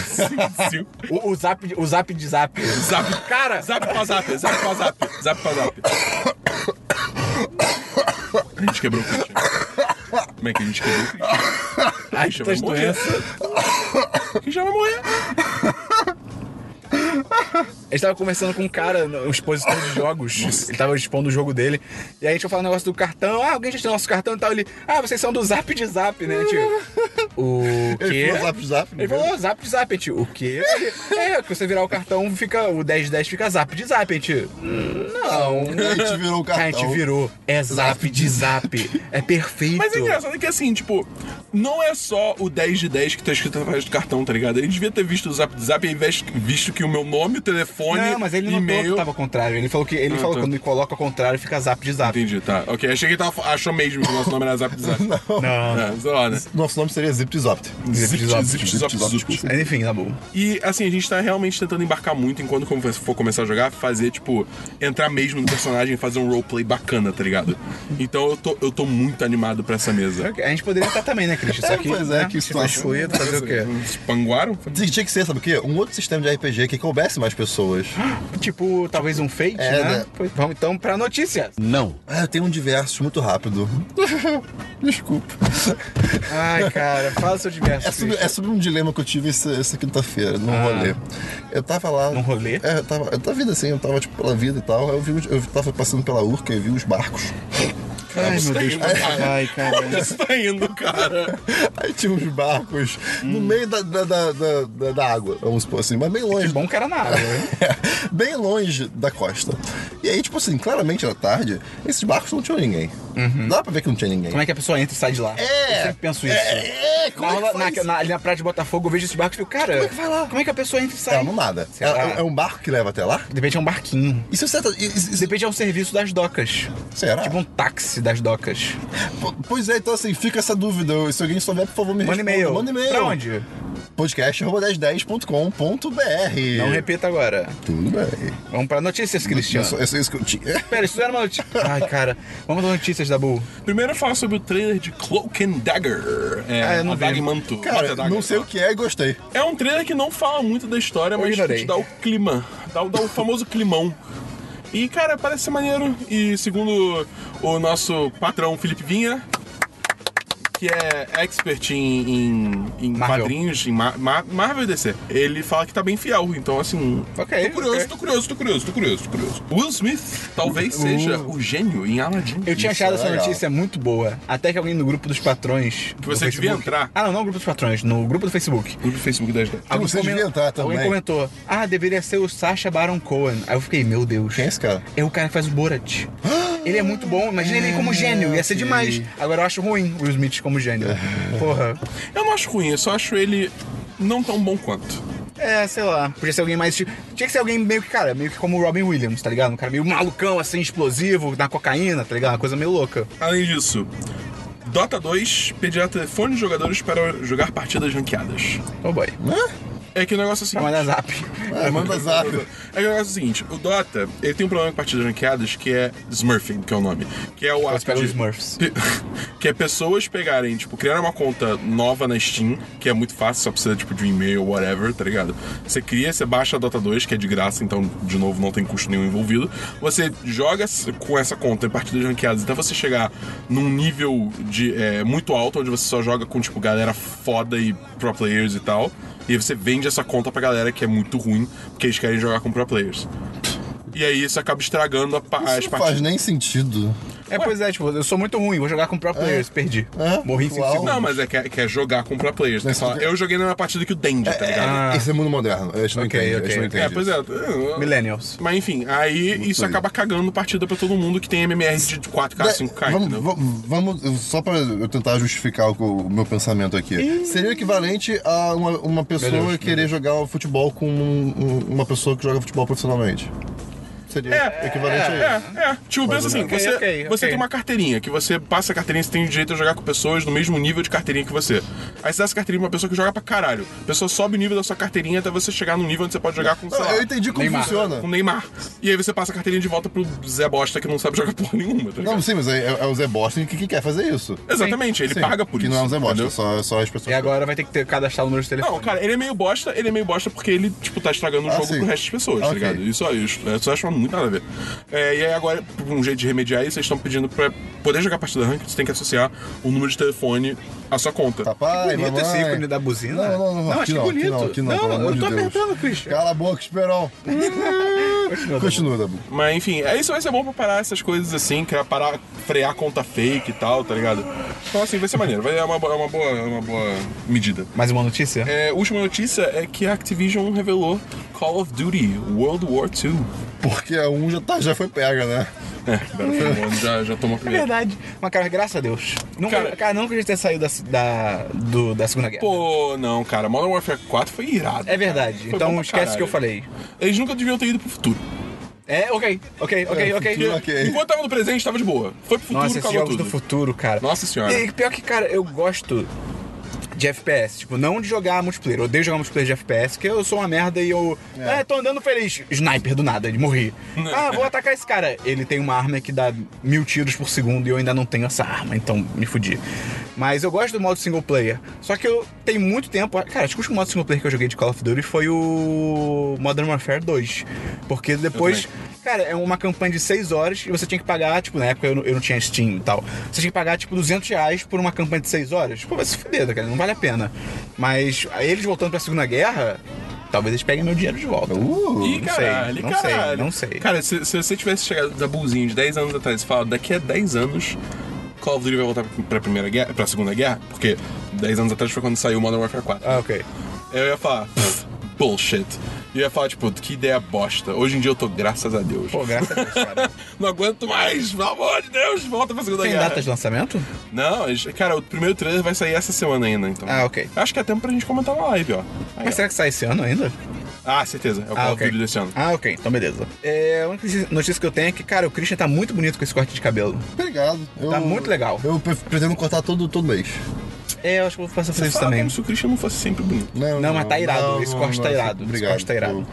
Speaker 4: Sim.
Speaker 1: o, o zap, de- o zap de zap.
Speaker 4: tá Zap.
Speaker 1: Cara!
Speaker 4: Zap pra zap, zap pra zap, zap pra zap. A gente quebrou o Christian. Como é que a gente quebrou o Christian?
Speaker 1: Ai, tá
Speaker 4: Christian vai
Speaker 1: tantas
Speaker 4: morrer.
Speaker 1: doenças.
Speaker 4: Christian vai morrer.
Speaker 1: A gente tava conversando com um cara, um expositor de jogos. Ele tava expondo o jogo dele. E aí a gente foi falar um negócio do cartão. Ah, alguém já tem nosso cartão e tal. Ele, ah, vocês são do zap de zap, né? Tipo, o
Speaker 2: Ele
Speaker 1: quê?
Speaker 2: falou zap zap.
Speaker 1: Ele falou zap zapet, o quê? é, que você virar o cartão, fica o 1010 fica zap de zapet. Não.
Speaker 2: A gente virou o cartão.
Speaker 1: "Ah, A gente virou. É zap de zap. É perfeito.
Speaker 4: Mas é engraçado que assim, tipo, não é só o 10 de 10 que tá escrito atrás do cartão, tá ligado? Ele devia ter visto o zap do zap e invés- visto que o meu nome, o telefone,
Speaker 1: Não, né? mas ele notou que
Speaker 4: e-mail.
Speaker 1: tava ao contrário. Ele falou que ele
Speaker 4: Ah,
Speaker 1: falou
Speaker 4: tá.
Speaker 1: quando coloca ao contrário fica zap de zap.
Speaker 4: Entendi, tá. Ok, achei que ele tava, achou mesmo que o nosso nome era zap do zap.
Speaker 1: Não.
Speaker 4: É, sei lá, né?
Speaker 2: Nosso nome seria Zip Zopt.
Speaker 1: Zip,
Speaker 4: Zip,
Speaker 1: zap.
Speaker 4: zip, zap, zup.
Speaker 1: Mas enfim, tá bom.
Speaker 4: E assim, a gente tá realmente tentando embarcar muito em quando come- for começar a jogar, fazer, tipo, entrar mesmo no personagem e fazer um roleplay bacana, tá ligado? Então eu tô, eu tô muito animado pra essa mesa.
Speaker 1: A gente poderia estar também, né, Cristian? Só
Speaker 2: É,
Speaker 1: que.
Speaker 2: pois é,
Speaker 1: né,
Speaker 2: que
Speaker 1: se faz
Speaker 2: situação.
Speaker 1: coisa, fazer o quê?
Speaker 4: Panguaram?
Speaker 2: Tinha que ser, sabe o quê? Um outro sistema de RPG que coubesse mais pessoas.
Speaker 1: Tipo, talvez um fake,
Speaker 2: É,
Speaker 1: né?
Speaker 2: né?
Speaker 1: Pois Vamos então pra notícias.
Speaker 5: Não.
Speaker 2: Ah, eu tenho um diversos muito rápido. Desculpa.
Speaker 1: Ai, cara, fala seu diverso.
Speaker 2: É sobre,
Speaker 1: Christian.
Speaker 2: é sobre um dilema que eu tive essa, essa quinta-feira, num rolê. Eu tava lá.
Speaker 1: Ah. Num rolê?
Speaker 2: É, eu tava, eu tava vindo assim, eu tava tipo pela vida e tal. aí Eu, vi, os- eu tava passando pela Urca e vi os barcos. é
Speaker 1: Ai, meu Deus. Ai, cara.
Speaker 4: Isso tá indo, cara.
Speaker 2: Aí tinha uns barcos no meio da, da, da, da- da- da água, vamos supor assim, mas bem
Speaker 1: Que
Speaker 2: longe.
Speaker 1: é bom que era na água, né?
Speaker 2: bem longe da costa. E aí, tipo assim, claramente era tarde, esses barcos não tinham ninguém. Dá pra ver que não tinha ninguém.
Speaker 1: Uhum. Como é que a pessoa entra e sai de lá?
Speaker 2: É.
Speaker 1: Eu sempre penso isso.
Speaker 2: É, é, como
Speaker 1: Na
Speaker 2: é que
Speaker 1: rola-
Speaker 2: faz?
Speaker 1: na- na- ali na praia de Botafogo, eu vejo esse barco e fico, cara, como é que vai lá? Como é que a pessoa entra e sai?
Speaker 2: Ela não nada.
Speaker 1: Sei
Speaker 2: Ela-
Speaker 1: lá.
Speaker 2: é um barco que leva até lá?
Speaker 1: De repente é um barquinho.
Speaker 2: Isso é certo. Isso, isso-
Speaker 1: Depende é um serviço das docas.
Speaker 2: será?
Speaker 1: Tipo um táxi das docas.
Speaker 2: Po- Pois é, então assim, fica essa dúvida. Se alguém souber, por favor, me
Speaker 1: Manda
Speaker 2: responda.
Speaker 1: e-mail.
Speaker 2: Manda e-mail.
Speaker 1: Pra onde?
Speaker 2: Podcast.1010.com.br.
Speaker 1: Não um repita agora.
Speaker 2: Tudo bem.
Speaker 1: Vamos pra notícias, Cristiano.
Speaker 2: Isso, isso, isso que eu tinha. É,
Speaker 1: Pera, isso não era uma notícia. Ai, cara. Vamos dar notícias, Dabu.
Speaker 4: Primeiro eu falo sobre o trailer de Cloak and Dagger. É,
Speaker 1: Ah, eu não
Speaker 4: a Daga
Speaker 1: vi.
Speaker 4: e Manto. Mata
Speaker 2: Cara,
Speaker 4: a Daga,
Speaker 2: não sei o que é e gostei.
Speaker 4: É um trailer que não fala muito da história, mas
Speaker 1: ignorei.
Speaker 4: te dá o clima. Dá, o- dá o famoso climão. E, cara, parece ser maneiro. E segundo o nosso patrão Felipe Vinha, que é expert em, em, em
Speaker 1: Marvel.
Speaker 4: quadrinhos, em Mar- Mar- Marvel e DC, ele fala que tá bem fiel. Então, assim.
Speaker 1: Ok,
Speaker 4: Tô curioso,
Speaker 1: ok.
Speaker 4: tô curioso, tô curioso, tô curioso, tô curioso. Will Smith talvez seja o gênio em Aladdin.
Speaker 1: Eu tinha achado essa
Speaker 2: legal.
Speaker 1: notícia muito boa. Até que alguém no grupo dos patrões.
Speaker 4: Que
Speaker 1: do
Speaker 4: você devia
Speaker 1: Facebook-
Speaker 4: entrar.
Speaker 1: Ah, não, não no grupo dos patrões, no grupo do Facebook.
Speaker 4: No Facebook das
Speaker 1: Alguém
Speaker 2: você devia entrar
Speaker 1: alguém
Speaker 2: também.
Speaker 1: comentou, ah, deveria ser o Sacha Baron Cohen. Aí eu fiquei, meu Deus.
Speaker 2: Quem é esse cara?
Speaker 1: É o cara que faz o Borat. ele é muito bom, imagina ele como gênio, ia ser demais. Agora eu acho ruim o Will Smith como gênio. Porra.
Speaker 4: Eu não acho ruim, eu só acho ele não tão bom quanto.
Speaker 1: É, sei lá. Podia ser alguém mais. tipo- Tinha que ser alguém meio que, cara, meio que como o Robin Williams, tá ligado? Um cara meio malucão, assim, explosivo, na cocaína, tá ligado? Uma coisa meio louca.
Speaker 4: Além disso, Dota 2 pedirá telefone de jogadores para jogar partidas ranqueadas.
Speaker 1: Oh boy.
Speaker 2: Né?
Speaker 4: É que o negócio é o seguinte.
Speaker 1: Manda zap. É,
Speaker 2: Ah, manda zap.
Speaker 4: É que o negócio é o seguinte, o Dota, ele tem um problema com partidas ranqueadas que é Smurfing, que é o nome. Que é o ato
Speaker 1: pegam
Speaker 4: de-
Speaker 1: os Smurfs.
Speaker 4: pe- Que é pessoas pegarem, tipo, criar uma conta nova na Steam, que é muito fácil, só precisa, tipo, de um e-mail, whatever, tá ligado? Você cria, você baixa a Dota 2, que é de graça, então, de novo, não tem custo nenhum envolvido. Você joga s- com essa conta em partidas ranqueadas até você chegar num nível de é, muito alto, onde você só joga com, tipo, galera foda e pro players e tal. E aí você vende essa conta pra galera que é muito ruim, porque eles querem jogar com pro players. E aí isso acaba estragando a pa- as
Speaker 2: Isso não faz
Speaker 4: partidas.
Speaker 2: nem sentido.
Speaker 1: É, pois é, tipo, eu sou muito ruim, vou jogar com pro players, perdi.
Speaker 2: É?
Speaker 1: Morri em 5
Speaker 2: Uau.
Speaker 1: segundos.
Speaker 4: Não, mas é que é, que é jogar com pro players. Tem que falar, eu joguei na minha partida que o Dendi, tá ligado?
Speaker 2: Esse é mundo moderno. A gente não
Speaker 1: Ok,
Speaker 2: entende. A
Speaker 1: ok.
Speaker 2: gente não
Speaker 1: É,
Speaker 2: entende.
Speaker 4: É, pois é.
Speaker 1: Millennials.
Speaker 4: Mas enfim, aí isso
Speaker 2: doido.
Speaker 4: acaba cagando partida pra todo mundo que tem MMR de 4K,
Speaker 2: Da-
Speaker 4: 5K,
Speaker 2: vamos,
Speaker 4: entendeu?
Speaker 2: va- vamos- só pra eu tentar justificar o, que eu- o meu pensamento aqui. Seria o equivalente a uma, uma pessoa
Speaker 1: Meu Deus,
Speaker 2: querer jogar futebol com um- um- uma pessoa que joga futebol profissionalmente. Seria
Speaker 4: É,
Speaker 2: equivalente a isso.
Speaker 4: É, é. Tipo, pensa assim,
Speaker 1: Ok,
Speaker 4: você,
Speaker 1: ok,
Speaker 4: você
Speaker 1: ok.
Speaker 4: tem uma carteirinha, que você passa a carteirinha, você tem o direito a jogar com pessoas do mesmo nível de carteirinha que você. Aí você dá essa carteirinha pra uma pessoa que joga pra caralho. A pessoa sobe o nível da sua carteirinha até você chegar num nível onde você pode jogar com, sei
Speaker 2: Não,
Speaker 4: lá,
Speaker 2: eu entendi como
Speaker 1: Neymar.
Speaker 2: funciona.
Speaker 4: com o Neymar. E aí você passa a carteirinha de volta pro Zé Bosta que não sabe jogar porra nenhuma, tá ligado?
Speaker 2: Não, sim, mas é, é o Zé Boston que, que quer fazer isso.
Speaker 4: Exatamente, ele
Speaker 2: Sim,
Speaker 4: paga por
Speaker 2: que
Speaker 4: isso.
Speaker 2: não é o Zé Boston,
Speaker 4: entendeu?
Speaker 2: é só, é só as pessoas.
Speaker 1: E agora vai ter que ter, cadastrar o número de telefone.
Speaker 4: Não, cara, ele é meio bosta, ele é meio bosta porque ele, tipo, tá estragando o
Speaker 2: Ah,
Speaker 4: jogo
Speaker 2: sim.
Speaker 4: pro resto das pessoas, tá
Speaker 2: Ok.
Speaker 4: ligado? Isso aí, isso, eu só acho muito nada a ver. É, e aí agora, por um jeito de remediar isso, vocês estão pedindo pra poder jogar partida ranked, você tem que associar o número de telefone à sua conta.
Speaker 2: Papai,
Speaker 1: bonito
Speaker 2: mamãe.
Speaker 1: esse ícone da buzina.
Speaker 2: Não, não, não.
Speaker 1: Não,
Speaker 2: aqui
Speaker 1: achei
Speaker 2: não, aqui
Speaker 1: bonito.
Speaker 2: não, aqui não,
Speaker 1: Não,
Speaker 2: pelo
Speaker 1: eu
Speaker 2: amor de
Speaker 1: tô
Speaker 2: Deus.
Speaker 1: apertando, Christian.
Speaker 2: Cala a boca, Esperão.
Speaker 1: Continua.
Speaker 2: Continua, Dabu.
Speaker 4: Mas enfim, é isso vai ser bom pra parar essas coisas assim, que é parar, frear conta fake e tal, tá ligado? Então assim, vai ser maneiro, vai, é, uma, boa- é uma boa, é uma boa medida.
Speaker 1: Mais uma notícia?
Speaker 4: É, última notícia é que a Activision revelou Call of Duty World War II.
Speaker 2: Porque a 1 já, tá, já foi pega, né?
Speaker 4: É, Battlefield já, já tomou a
Speaker 1: É
Speaker 4: primeira.
Speaker 1: verdade. Mas, cara, graças a Deus. Nunca, cara,
Speaker 4: Cara-
Speaker 1: nunca a gente ter saído da, da, do- da Segunda Guerra.
Speaker 4: Pô, não, cara. Modern Warfare 4 foi irado.
Speaker 1: é verdade.
Speaker 4: Foi bom
Speaker 1: então
Speaker 4: pra
Speaker 1: esquece o que eu
Speaker 4: caralho.
Speaker 1: falei.
Speaker 4: Eles nunca deviam ter ido pro futuro.
Speaker 1: É, ok, ok, ok,
Speaker 2: É,
Speaker 1: ok.
Speaker 2: futuro, ok.
Speaker 4: Enquanto tava no presente, tava de boa. Foi pro futuro,
Speaker 1: Nossa, esses
Speaker 4: acabou
Speaker 1: jogos
Speaker 4: tudo.
Speaker 1: do futuro, cara.
Speaker 4: Nossa senhora.
Speaker 1: E pior que, cara, eu gosto de FPS. Tipo, não de jogar multiplayer. Eu odeio jogar multiplayer de FPS, porque eu sou uma merda e eu...
Speaker 4: É.
Speaker 1: Ah, tô andando feliz. Sniper, do nada, ele morri. ah, vou atacar esse cara. Ele tem uma arma que dá mil tiros por segundo e eu ainda não tenho essa arma, então me fudi. Mas eu gosto do modo single player. Só que eu tenho muito tempo... Cara, acho que o último modo single player que eu joguei de Call of Duty foi o Modern Warfare 2. Porque depois...
Speaker 4: também.
Speaker 1: Cara, é uma campanha de 6 horas e você tinha que pagar, tipo, na época eu não, eu não tinha Steam e tal. Você tinha que pagar, tipo, 200 reais por uma campanha de 6 horas. Pô, vai se fuder, cara, não vale a pena. Mas aí eles voltando pra Segunda Guerra, talvez eles peguem meu dinheiro de volta.
Speaker 2: Uh,
Speaker 4: Ih,
Speaker 1: sei,
Speaker 4: caralho,
Speaker 1: não sei,
Speaker 4: caralho.
Speaker 1: não sei.
Speaker 4: Cara, se, se você tivesse chegado da Bullzinho de 10 anos atrás e falado, daqui a 10 anos, Call of Duty vai voltar pra primeira guerra, pra segunda guerra, porque 10 anos atrás foi quando saiu o Modern Warfare 4.
Speaker 1: Ah, ok.
Speaker 4: Eu ia falar, "Pff, bullshit. E eu ia falar, tipo, que ideia bosta. Hoje em dia eu tô, graças a Deus.
Speaker 1: Pô, graças a Deus, cara.
Speaker 4: Não aguento mais, pelo amor de Deus, volta pra segunda
Speaker 1: Tem
Speaker 4: guerra.
Speaker 1: data de lançamento?
Speaker 4: Não, eles- cara, o primeiro trailer vai sair essa semana ainda, então.
Speaker 1: Ah, ok.
Speaker 4: Acho que é tempo pra gente comentar na live, ó. Aí,
Speaker 1: Mas
Speaker 4: ó.
Speaker 1: será que sai esse ano ainda?
Speaker 4: Ah, certeza. É o Call of
Speaker 1: ok.
Speaker 4: Duty desse ano.
Speaker 1: Ah, ok. Então, beleza. É, a única notícia que eu tenho é que, cara, o Christian tá muito bonito com esse corte de cabelo.
Speaker 2: obrigado. Eu-
Speaker 1: Tá muito legal.
Speaker 2: Eu pre- pretendo cortar todo, todo mês.
Speaker 1: É, eu acho que eu vou passar a fazer isso
Speaker 4: Fala
Speaker 1: também.
Speaker 4: como se o Christian não fosse um sempre bonito.
Speaker 2: Não,
Speaker 1: Não, mas tá irado.
Speaker 2: Né? não,
Speaker 1: esse corte
Speaker 2: não,
Speaker 1: tá
Speaker 2: não,
Speaker 1: irado.
Speaker 2: Obrigado.
Speaker 1: Esse corte tá irado.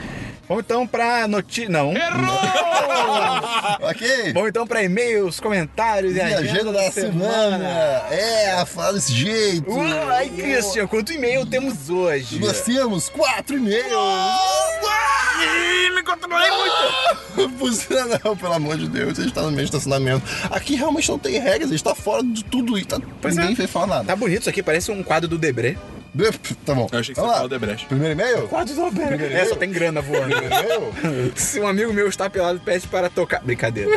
Speaker 1: Vamos então pra notícia. Não.
Speaker 2: Ok.
Speaker 1: Vamos então pra e-mails, comentários e
Speaker 2: E a
Speaker 1: agenda,
Speaker 2: agenda da semana. É, fala desse jeito.
Speaker 1: Uh, ai, Christian, quanto e-mail temos hoje?
Speaker 2: Nós temos quatro e-mails.
Speaker 4: Ih, me controlei muito!
Speaker 2: Buzina não, pelo amor de Deus, a gente tá no meio do estacionamento. Aqui realmente não tem regras, a gente tá fora de tudo e tá, ninguém fez falar nada.
Speaker 1: Tá bonito isso aqui, parece um quadro do Debré.
Speaker 2: Tá bom.
Speaker 4: Eu achei
Speaker 2: Vamos
Speaker 4: que você
Speaker 2: lá.
Speaker 4: falou Debrecht.
Speaker 2: Primeiro e-mail?
Speaker 1: Quadro do Debré. É, só tem grana voando.
Speaker 2: Primeiro e-mail?
Speaker 1: Se um amigo meu está pelado, pede para tocar. Brincadeira.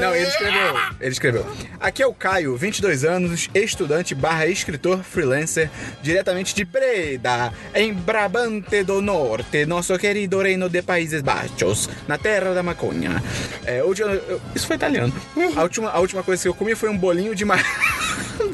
Speaker 1: Não, ele escreveu. Ele escreveu. Aqui é o Caio, 22 anos, estudante barra escritor freelancer, diretamente de Breda, em Brabante do Norte, nosso querido reino de Países Baixos, na terra da maconha. É, hoje eu- eu- isso foi italiano. A última, a última coisa que eu comi foi um bolinho de mar...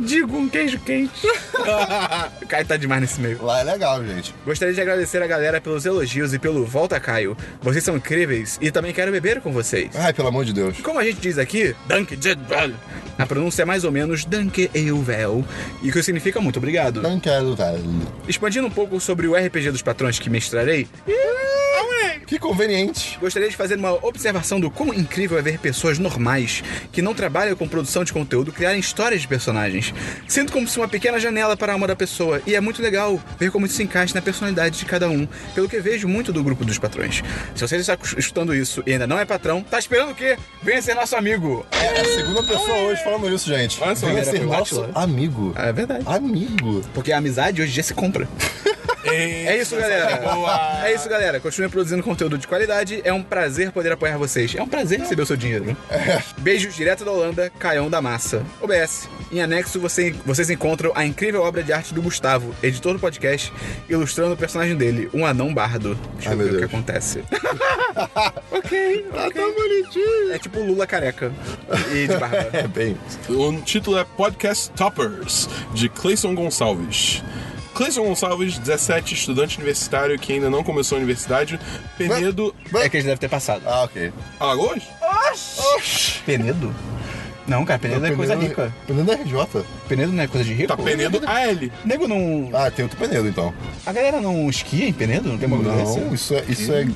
Speaker 1: Digo, um queijo quente. o Caio tá demais nesse meio.
Speaker 2: Lá é legal, gente.
Speaker 1: Gostaria de agradecer a galera pelos elogios e pelo Volta Caio. Vocês são incríveis e também quero beber com vocês.
Speaker 2: Ai, pelo amor de Deus.
Speaker 1: Como a gente diz aqui, Danke Jedvel. A pronúncia é mais ou menos Danke Euvel, e que significa muito obrigado.
Speaker 2: Não quero, cara.
Speaker 1: Expandindo um pouco sobre o RPG dos patrões que mestrarei,
Speaker 2: Que conveniente.
Speaker 1: gostaria de fazer uma observação do quão incrível é ver pessoas normais que não trabalham com produção de conteúdo criarem histórias de personagens. Sinto como se uma pequena janela para a alma da pessoa, e é muito legal ver como isso se encaixa na personalidade de cada um, pelo que vejo muito do grupo dos patrões. Se você está escutando isso e ainda não é patrão, tá esperando o quê? Venha ser nosso amigo!
Speaker 2: É a segunda pessoa hoje falando isso, gente.
Speaker 4: Olha só,
Speaker 2: Venha
Speaker 1: era
Speaker 2: ser
Speaker 1: pro
Speaker 2: nosso
Speaker 1: Átila.
Speaker 2: amigo.
Speaker 1: É verdade.
Speaker 2: Amigo.
Speaker 1: Porque a amizade hoje em dia se compra. É isso, galera. É isso, galera. Continue produzindo conteúdo de qualidade. É um prazer poder apoiar vocês. É um prazer receber o seu dinheiro.
Speaker 2: É.
Speaker 1: Beijos direto da Holanda, Caião da Massa. OBS. Em anexo, você- vocês encontram a incrível obra de arte do Gustavo, editor do podcast, ilustrando o personagem dele, um anão bardo. Deixa
Speaker 2: Ai,
Speaker 1: eu
Speaker 2: meu
Speaker 1: ver o que
Speaker 2: Deus.
Speaker 1: acontece. ok.
Speaker 2: Ah, tá bonitinho.
Speaker 1: É tipo Lula careca e de barba.
Speaker 2: É bem.
Speaker 4: O título é Podcast Toppers, de Cleison Gonçalves. Cleison Gonçalves, 17, estudante universitário que ainda não começou a universidade, Penedo.
Speaker 1: É que eles devem ter passado.
Speaker 2: Ah, ok.
Speaker 4: Alagoas?
Speaker 1: Penedo? Não, cara, Penedo é coisa
Speaker 2: Penedo-
Speaker 1: rica.
Speaker 2: Penedo é RJ.
Speaker 1: Penedo não é coisa de rico?
Speaker 4: Tá, Penedo AL.
Speaker 1: Nego não.
Speaker 2: Ah, tem outro Penedo, então.
Speaker 1: A galera não esquia em Penedo? Não tem uma
Speaker 2: Não, isso é. Isso é...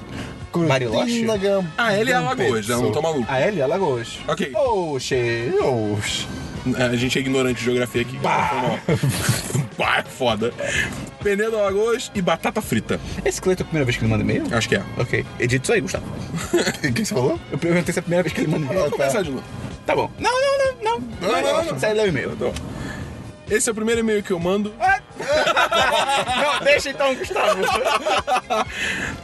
Speaker 1: Bariloche?
Speaker 2: Cortina Gam-
Speaker 4: Ah, ele é Alagoas,
Speaker 2: Gampeto.
Speaker 4: não tô maluco.
Speaker 1: A L, Alagoas.
Speaker 4: Ok.
Speaker 1: Oxê.
Speaker 2: Deus.
Speaker 4: A gente é ignorante de geografia aqui. Bah! bah, é foda. Penedo Alagoas e batata frita.
Speaker 1: Esse Cleiton é a primeira vez que ele manda e-mail?
Speaker 4: Acho que é.
Speaker 1: Ok. Edita isso aí, Gustavo.
Speaker 2: O que, que você falou?
Speaker 1: Eu perguntei se é a primeira vez que ele manda e-mail.
Speaker 2: Ah,
Speaker 4: Vou começar de novo.
Speaker 1: Tá bom. Não, não, não, não.
Speaker 4: não, não, não.
Speaker 1: Sai do e-mail.
Speaker 4: Esse é o primeiro e-mail que eu mando.
Speaker 1: Não, deixa então, Gustavo.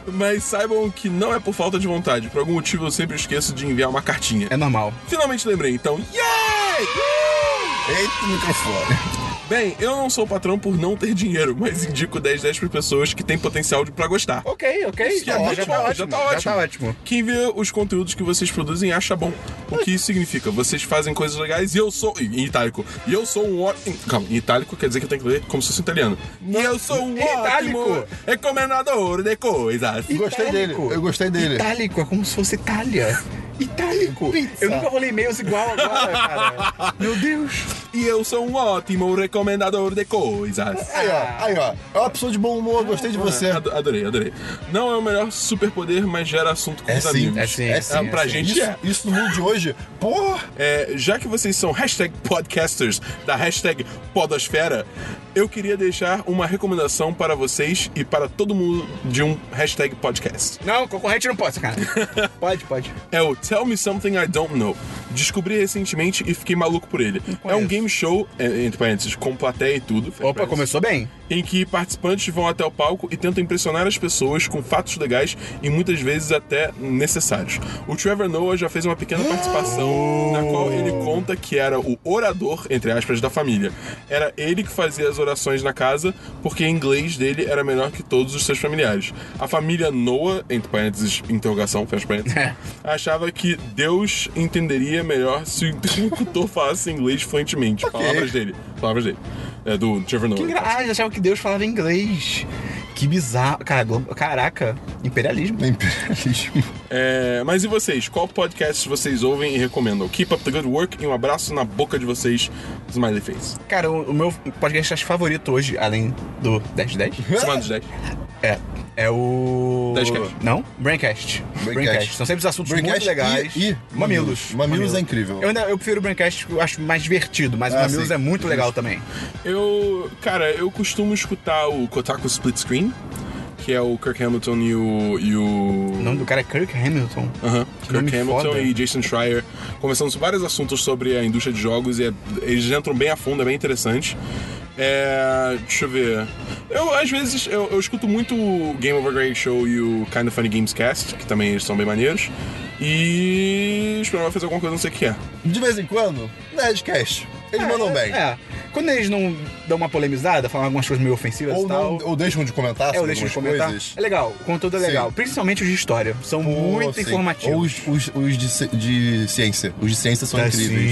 Speaker 4: Mas saibam que não é por falta de vontade. Por algum motivo eu sempre esqueço de enviar uma cartinha.
Speaker 1: É normal.
Speaker 4: Finalmente lembrei, então. Yay!
Speaker 2: Eita, o microfone.
Speaker 4: Bem, eu não sou patrão por não ter dinheiro, mas indico 10 10 para pessoas que têm potencial de, pra gostar.
Speaker 1: Ok, ok.
Speaker 4: Isso é ótimo,
Speaker 1: já, tá ótimo, já tá ótimo.
Speaker 4: Quem vê os conteúdos que vocês produzem acha bom. O que isso significa? Vocês fazem coisas legais e eu sou. Em itálico. E eu sou um ótimo. Calma, em itálico quer dizer que eu tenho que ler como se fosse italiano. E eu sou um
Speaker 1: Em itálico.
Speaker 4: ótimo recomendador de coisas.
Speaker 2: Gostei dele, eu gostei dele.
Speaker 1: Itálico, é como se fosse Itália. Itálico. Eu nunca rolei e-mails igual agora, cara. Meu Deus.
Speaker 4: E eu sou um ótimo recomendador de coisas.
Speaker 2: Aí, ó, aí, ó. É uma pessoa de bom humor, gostei de você.
Speaker 4: Ado- Adorei, adorei. Não é o melhor superpoder, mas gera assunto com
Speaker 2: É
Speaker 4: os
Speaker 2: sim,
Speaker 4: amigos.
Speaker 1: é sim, é sim,
Speaker 4: pra
Speaker 1: é sim.
Speaker 4: gente
Speaker 2: Isso,
Speaker 4: é.
Speaker 2: isso no mundo de hoje, porra,
Speaker 4: É, Já que vocês são hashtag podcasters da hashtag podosfera, eu queria deixar uma recomendação para vocês e para todo mundo de um hashtag podcast.
Speaker 1: Não, concorrente não pode, cara. Pode, pode.
Speaker 4: É o Tell Me Something I Don't Know. Descobri recentemente e fiquei maluco por ele. É
Speaker 1: conheço.
Speaker 4: um game show, é, entre parênteses, com plateia e tudo. fecha
Speaker 1: Opa,
Speaker 4: parênteses,
Speaker 1: começou bem.
Speaker 4: Em que participantes vão até o palco e tentam impressionar as pessoas com fatos legais e muitas vezes até necessários. O Trevor Noah já fez uma pequena participação na qual ele conta que era o orador, entre aspas, da família. Era ele que fazia as orações na casa porque o inglês dele era melhor que todos os seus familiares. A família Noah, entre parênteses, interrogação, fecha parênteses, achava que Deus entenderia melhor se o interlocutor falasse inglês fluentemente. Palavras dele. Palavras dele. É do Trevor Noah.
Speaker 1: Que engra... Ah, eles achavam que Deus falava inglês. Que bizarro. Cara, glo- Caraca, imperialismo.
Speaker 2: é imperialismo.
Speaker 4: É, mas e vocês? Qual podcast vocês ouvem e recomendam? Keep up the good work e um abraço na boca de vocês, Smiley Face.
Speaker 1: Cara, o, o meu podcast acho favorito hoje, além do 10 de 10,
Speaker 4: Semana dos 10.
Speaker 1: é, é o...
Speaker 4: 10cast.
Speaker 1: Não? Braincast.
Speaker 2: Braincast.
Speaker 1: São sempre os assuntos muito
Speaker 2: Braincast
Speaker 1: legais.
Speaker 2: e- e
Speaker 1: Mamilos.
Speaker 2: Mamilos. Mamilos é incrível.
Speaker 1: Eu, ainda- eu prefiro o Braincast, eu acho mais divertido, mas o
Speaker 2: Ah,
Speaker 1: Mamilos
Speaker 2: sim.
Speaker 1: é muito legal também.
Speaker 4: Eu, cara, eu costumo escutar o Kotaku Split Screen, que é o Kirk Hamilton e o. E o...
Speaker 1: O nome do cara é Kirk Hamilton.
Speaker 2: Uhum.
Speaker 4: Aham.
Speaker 1: nome
Speaker 4: Kirk Hamilton
Speaker 1: foda.
Speaker 4: e Jason Schreier conversando sobre vários assuntos sobre a indústria de jogos e é- eles entram bem a fundo, é bem interessante. É, deixa eu ver. Eu, às vezes, eu, eu escuto muito o Game Over Grey Show e o Kind of Funny Games Cast, que também eles são bem maneiros. E esperava fazer alguma coisa, não sei o que é.
Speaker 2: De vez em quando, Nerdcast. Eles
Speaker 1: É,
Speaker 2: mandam bem.
Speaker 1: É. Quando eles não dão uma polemizada, falam algumas coisas meio ofensivas
Speaker 2: Ou,
Speaker 1: e tal.
Speaker 2: não, ou deixam de comentar
Speaker 1: É, eu
Speaker 2: sobre
Speaker 1: deixo de
Speaker 2: algumas
Speaker 1: comentar.
Speaker 2: coisas.
Speaker 1: É legal, o conteúdo é legal.
Speaker 2: Sim.
Speaker 1: Principalmente os de história. São
Speaker 2: Pô,
Speaker 1: muito
Speaker 2: sim. Ou
Speaker 1: informativos. É,
Speaker 2: os, os- os de, ci- de ciência. Os de ciência são incríveis.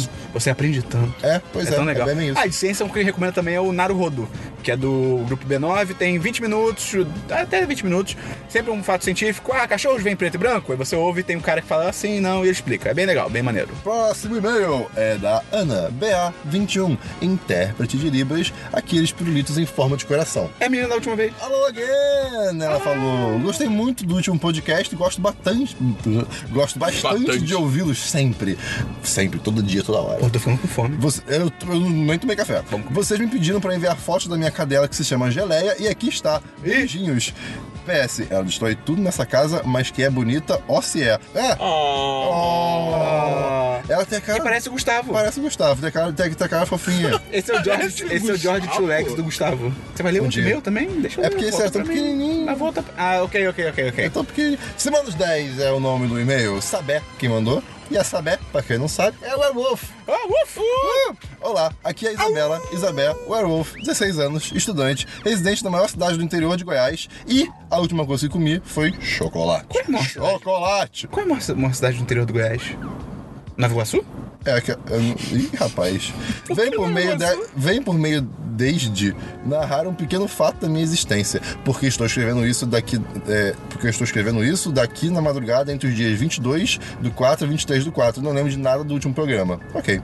Speaker 1: Sim. Você aprende tanto.
Speaker 2: É, pois
Speaker 1: É,
Speaker 2: é.
Speaker 1: tão legal.
Speaker 2: bem isso.
Speaker 1: Ah, de ciência, um que eu recomendo também é o Naruhodo, que é do grupo B9, tem 20 minutos, até 20 minutos, sempre um fato científico. Ah, cachorros vêm em preto e branco? Aí você ouve, tem um cara que fala assim, não, e ele explica. É bem legal, bem maneiro.
Speaker 2: Próximo e-mail é da Ana BA21, intérprete de Libras, aqueles pirulitos em forma de coração.
Speaker 1: É a menina da última vez.
Speaker 2: Alô, again! Ela falou: Gostei muito do último podcast e gosto bastante. Gosto bastante,
Speaker 4: Bastante.
Speaker 2: de ouvi-los sempre. Sempre, todo dia, toda hora.
Speaker 1: Pô, tô ficando com fome.
Speaker 2: Você- eu, eu nem tomei café. Vocês me pediram pra enviar fotos da minha cadela que se chama Geleia e aqui está. Beijinhos. PS, ela destrói tudo nessa casa, mas que é bonita, ó se é. É,
Speaker 1: Oh. Ah.
Speaker 2: ela tem a cara.
Speaker 1: E parece o Gustavo.
Speaker 2: Parece o Gustavo, tem a cara, tem, tem a cara fofinha.
Speaker 1: Esse é o
Speaker 4: Parece
Speaker 1: George,
Speaker 4: o
Speaker 1: esse é o George
Speaker 4: Gustavo.
Speaker 1: Tulex do Gustavo. Você vai ler um de
Speaker 2: dia.
Speaker 1: meu também? Deixa eu
Speaker 2: É
Speaker 1: ler,
Speaker 2: porque esse
Speaker 1: volta
Speaker 2: era tão
Speaker 1: pra mim.
Speaker 2: pequenininho.
Speaker 1: Mas volta. Ah, ok, ok, ok, ok.
Speaker 2: Então, porque Semana dos 10 é o nome do e-mail, Sabé quem mandou. E a Sabé, pra quem não sabe, é Werewolf.
Speaker 1: Ah, ufu!
Speaker 2: Olá, aqui é a Isabela, Isabel Werewolf, 16 anos, estudante, residente da maior cidade do interior de Goiás. E a última coisa que comi foi chocolate.
Speaker 1: Qual é a maior cidade?
Speaker 2: chocolate!
Speaker 1: Qual é a maior, ci- maior cidade do interior do Goiás? Nova Iguaçu?
Speaker 2: É que. eu não- Ih, rapaz. Vem por, é meio de- vem por meio desde narrar um pequeno fato da minha existência. Porque estou escrevendo isso daqui. é, porque eu estou escrevendo isso daqui na madrugada entre os dias 22 do 4 e 23 do 4. Não lembro de nada do último programa. Ok.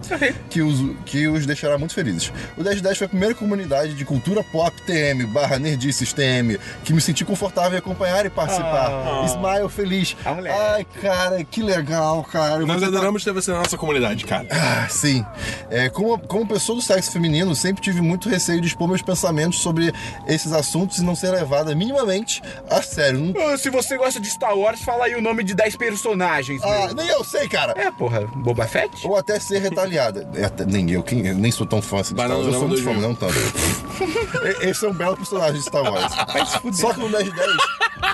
Speaker 2: Que, os, que os deixará muito felizes. O 1010 foi a primeira comunidade de cultura pop TM barra nerdices TM que me senti confortável em acompanhar e participar. Smile feliz.
Speaker 1: Ah, moleque.
Speaker 2: Ai, cara, que legal, cara. Eu vou
Speaker 4: Nós
Speaker 2: tentar-
Speaker 4: adoramos ter você na nossa comunidade, cara.
Speaker 2: ah, Sim. É, como, como pessoa do sexo feminino, sempre tive muito re- receio de expor meus pensamentos sobre esses assuntos e não ser levada minimamente a sério. Não-
Speaker 1: Ah, Se você gosta de Star Wars, fala aí o nome de 10 personagens.
Speaker 2: Ah, Oh,
Speaker 1: meu.
Speaker 2: nem eu sei, cara!
Speaker 1: É, porra, Boba Fett?
Speaker 2: Ou até ser retaliada. É, até- nem eu, quem, eu nem sou tão fã assim de Star Wars.
Speaker 4: Banana
Speaker 2: Eu sou
Speaker 4: Não
Speaker 2: muito fã, mas não tanto. E- Esse é um belo personagem de Star Wars. Só que no 1010,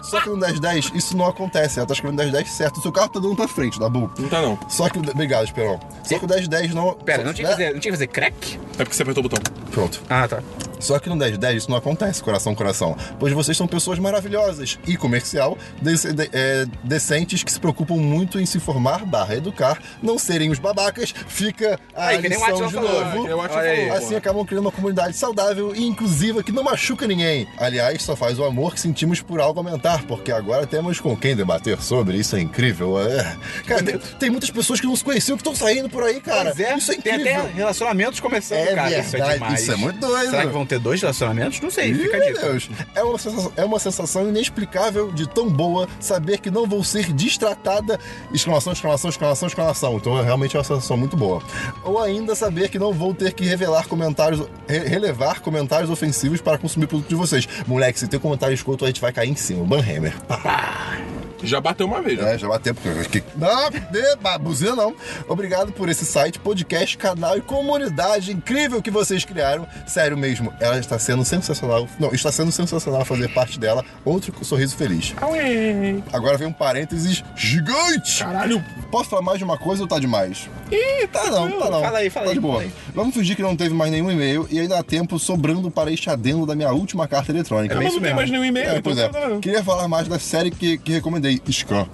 Speaker 2: só que no 1010, isso não acontece. Ela tá escrevendo 1010 certo. O seu carro tá dando pra frente, tá bom?
Speaker 4: Não tá, não.
Speaker 2: Só que. o- Obrigado, Esperão. Só que o 1010 não.
Speaker 1: Pera,
Speaker 2: só- né?
Speaker 1: não tinha, que fazer, não tinha que fazer crack?
Speaker 4: É porque você apertou o botão.
Speaker 2: Pronto.
Speaker 1: Ah, tá.
Speaker 2: Só que no 1010 isso não acontece, coração, coração. Pois vocês são pessoas maravilhosas e comercial, dec- de- é, decentes que se preocupam muito em se informar, barra educar, não serem os babacas, fica a
Speaker 1: Aí, que nem o
Speaker 2: lição
Speaker 1: Watson
Speaker 2: de
Speaker 1: falou,
Speaker 2: novo.
Speaker 1: que nem o Watson
Speaker 4: Olha aí.
Speaker 1: falou,
Speaker 2: Assim acabam criando uma comunidade saudável e inclusiva que não machuca ninguém. Aliás, só faz o amor que sentimos por algo aumentar, porque agora temos com quem debater sobre, isso é incrível. é. Cara, tem, tem muitas pessoas que não se conheciam que estão saindo por aí, cara.
Speaker 1: Pois é,
Speaker 2: isso é
Speaker 1: tem
Speaker 2: incrível.
Speaker 1: até relacionamentos começando,
Speaker 2: É
Speaker 1: cara. isso é
Speaker 2: verdade,
Speaker 1: demais.
Speaker 2: isso é muito doido.
Speaker 1: Será que vão ter dois relacionamentos? Não sei, fica
Speaker 2: Meu
Speaker 1: dito.
Speaker 2: Deus. É uma, sensação, é uma sensação inexplicável de tão boa saber que não vou ser distratada. Exclamação, exclamação, exclamação, exclamação. Então é realmente uma sensação muito boa. Ou ainda saber que não vou ter que revelar comentários, re- relevar comentários ofensivos para consumir produto de vocês. Moleque, se tem comentário escuto, a gente vai cair em cima. Banhammer.
Speaker 4: Já bateu uma vez. né?
Speaker 2: É, já bateu, porque. que- Não, de- ba- buzina não. Obrigado por esse site, podcast, canal e comunidade incrível que vocês criaram. Sério mesmo, ela está sendo sensacional. Não, está sendo sensacional fazer parte dela. Outro com sorriso feliz.
Speaker 1: É.
Speaker 2: Agora vem um parênteses gigante.
Speaker 4: Caralho.
Speaker 2: Posso falar mais de uma coisa ou tá demais? Ih, tá não, tá não.
Speaker 1: Fala aí, fala
Speaker 2: tá
Speaker 1: aí,
Speaker 2: de boa.
Speaker 1: fala aí.
Speaker 2: Vamos fingir que não teve mais nenhum e-mail e ainda há tempo sobrando para este adendo da minha última carta eletrônica.
Speaker 1: É
Speaker 4: Mas
Speaker 1: isso
Speaker 4: não tem
Speaker 1: mesmo.
Speaker 4: mais nenhum e-mail,
Speaker 2: É,
Speaker 4: então
Speaker 2: pois é.
Speaker 4: tá dando.
Speaker 2: Queria falar mais da série que, que recomendei, Scam.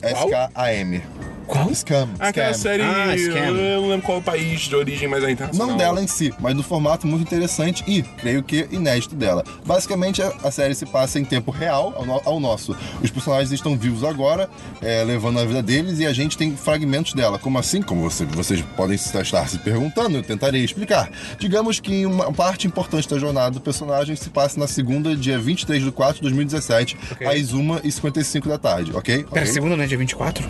Speaker 2: É S-K-A-M.
Speaker 1: Qual?
Speaker 2: Scam.
Speaker 4: Aquela
Speaker 2: Scam.
Speaker 4: série.
Speaker 1: Ah, Scam.
Speaker 4: eu não lembro qual o país de origem, mas é internacional.
Speaker 2: Não dela em si, mas do formato muito interessante e, creio que, inédito dela. Basicamente, a a série se passa em tempo real ao, no- ao nosso. Os personagens estão vivos agora, é, levando a vida deles, e a gente tem fragmentos dela. Como assim? Como você- vocês podem se- estar se perguntando, eu tentarei explicar. Digamos que uma parte importante da jornada do personagem se passa na segunda, dia 23 de 4 de 2017,
Speaker 1: Ok.
Speaker 2: às 1h55 da tarde, ok?
Speaker 1: Pera,
Speaker 2: Ok?
Speaker 1: segunda não é dia 24?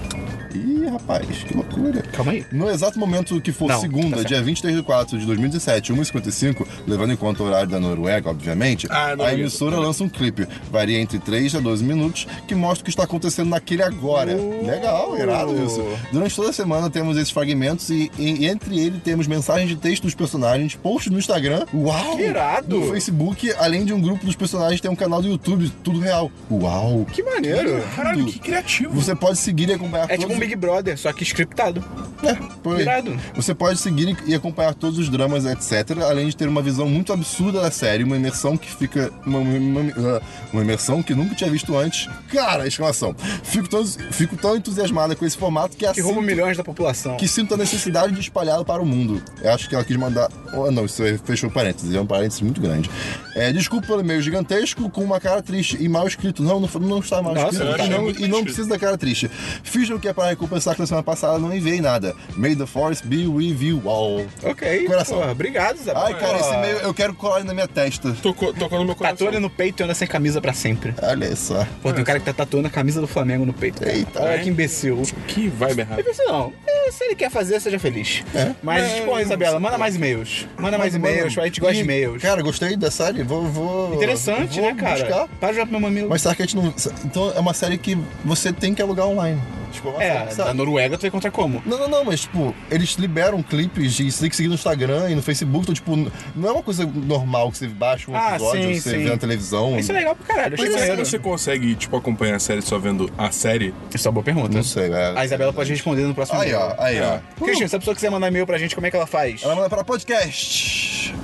Speaker 2: Ih, rapaz, que loucura.
Speaker 1: Calma aí.
Speaker 2: No exato momento que for
Speaker 1: Não, tá
Speaker 2: segunda,
Speaker 1: certo.
Speaker 2: dia 23 de 4 de 2017, 1h55, levando em conta o horário da Noruega, obviamente,
Speaker 4: Ah,
Speaker 2: a
Speaker 4: Noruega.
Speaker 2: emissora lança um clipe. Varia entre 3 a 12 minutos, que mostra o que está acontecendo naquele agora. Legal, irado isso. Durante toda a semana temos esses fragmentos e, e entre ele temos mensagens de texto dos personagens, posts no Instagram. Uau!
Speaker 1: Que irado!
Speaker 2: No Facebook, além de um grupo dos personagens, tem um canal do YouTube, tudo real. Uau!
Speaker 1: Que maneiro.
Speaker 4: Caralho, que criativo.
Speaker 2: Você pode seguir e acompanhar
Speaker 1: É
Speaker 2: todos
Speaker 1: tipo um
Speaker 2: os-
Speaker 1: Big Brother, só que scriptado.
Speaker 2: é, por aí.
Speaker 1: Irado.
Speaker 2: Você pode seguir e acompanhar todos os dramas, etc. Além de ter uma visão muito absurda da série, uma imersão que fica. Uma, uma- uma- uma imersão que nunca tinha visto antes. Cara, exclamação! Fico tão, fico tão entusiasmada com esse formato que
Speaker 1: Que
Speaker 2: assim.
Speaker 1: rouba milhões da população.
Speaker 2: Que sinto a necessidade de espalhá-lo para o mundo. Eu acho que ela quis mandar. Oh, não, isso aí fechou parênteses, é um parênteses muito grande. É, desculpa pelo e-mail gigantesco, com uma cara triste e mal escrito. Não, não, não está mal
Speaker 1: Nossa,
Speaker 2: escrito.
Speaker 1: eu
Speaker 2: tá?
Speaker 4: achei
Speaker 2: Não-
Speaker 4: muito
Speaker 2: e
Speaker 4: bem
Speaker 2: não
Speaker 4: escrito.
Speaker 2: precisa precisa da cara triste. Fiz o que é para recompensar que na semana passada não enviei nada. May the force be with you all.
Speaker 1: Ok.
Speaker 2: Coração.
Speaker 1: Pô, obrigado, Isabel.
Speaker 2: Ai, cara,
Speaker 1: Pô,
Speaker 2: esse e-mail eu quero colar ele na minha testa.
Speaker 4: Tocou, tocou no meu coração.
Speaker 1: Tatua ele no peito e anda sem camisa pra sempre.
Speaker 2: Olha só.
Speaker 1: Pô, tem um cara que tá tatuando a camisa do Flamengo no peito.
Speaker 2: É. Eita.
Speaker 1: Olha que imbecil.
Speaker 4: Que vibe errada.
Speaker 1: Imbecil não. É, Se ele quer fazer, seja feliz.
Speaker 2: É.
Speaker 1: Mas,
Speaker 4: É,
Speaker 1: pô, Isabela, manda mais e-mails. Manda mais e-mails, a gente gosta de e-mails.
Speaker 2: Cara, gostei da série. Vou. vou
Speaker 1: Interessante,
Speaker 2: vou
Speaker 1: né, cara?
Speaker 2: Buscar.
Speaker 1: Para de jogar pro meu mamilo.
Speaker 2: Mas será que a gente não. Então é uma série que você tem que alugar online. Tipo, uma
Speaker 1: é,
Speaker 2: série-
Speaker 1: da Noruega tu vai encontrar como?
Speaker 2: Não, não, não, mas tipo, eles liberam clipes de você tem que seguir no Instagram e no Facebook, então, tipo, não é uma coisa normal que você baixa um
Speaker 1: Ah,
Speaker 2: episódio,
Speaker 1: sim,
Speaker 2: você
Speaker 1: sim.
Speaker 2: vê na televisão.
Speaker 1: Isso é legal pra caralho. Achei
Speaker 4: Mas será que
Speaker 1: maneiro.
Speaker 4: você consegue, tipo, acompanhar a série só vendo a série?
Speaker 1: Isso é uma boa pergunta.
Speaker 2: Não sei, é.
Speaker 1: A Isabela pode responder no próximo
Speaker 2: Aí, ó, aí,
Speaker 1: É.
Speaker 2: ó.
Speaker 1: Cristian, se a pessoa quiser mandar e-mail pra gente, como é que ela faz?
Speaker 2: Ela manda para podcast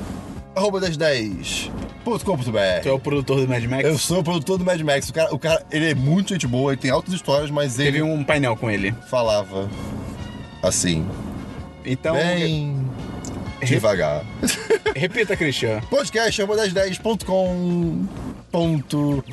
Speaker 2: arroba 1010.com.br
Speaker 1: Tu é o produtor do Mad Max?
Speaker 2: Eu sou o produtor do Mad Max. O cara, o cara, ele é muito gente boa, ele tem altas histórias, mas ele
Speaker 1: Teve um painel com ele.
Speaker 2: falava assim,
Speaker 1: Então,
Speaker 2: bem devagar.
Speaker 1: re- repita, Cristian.
Speaker 2: podcast arroba 1010.com. Ponto.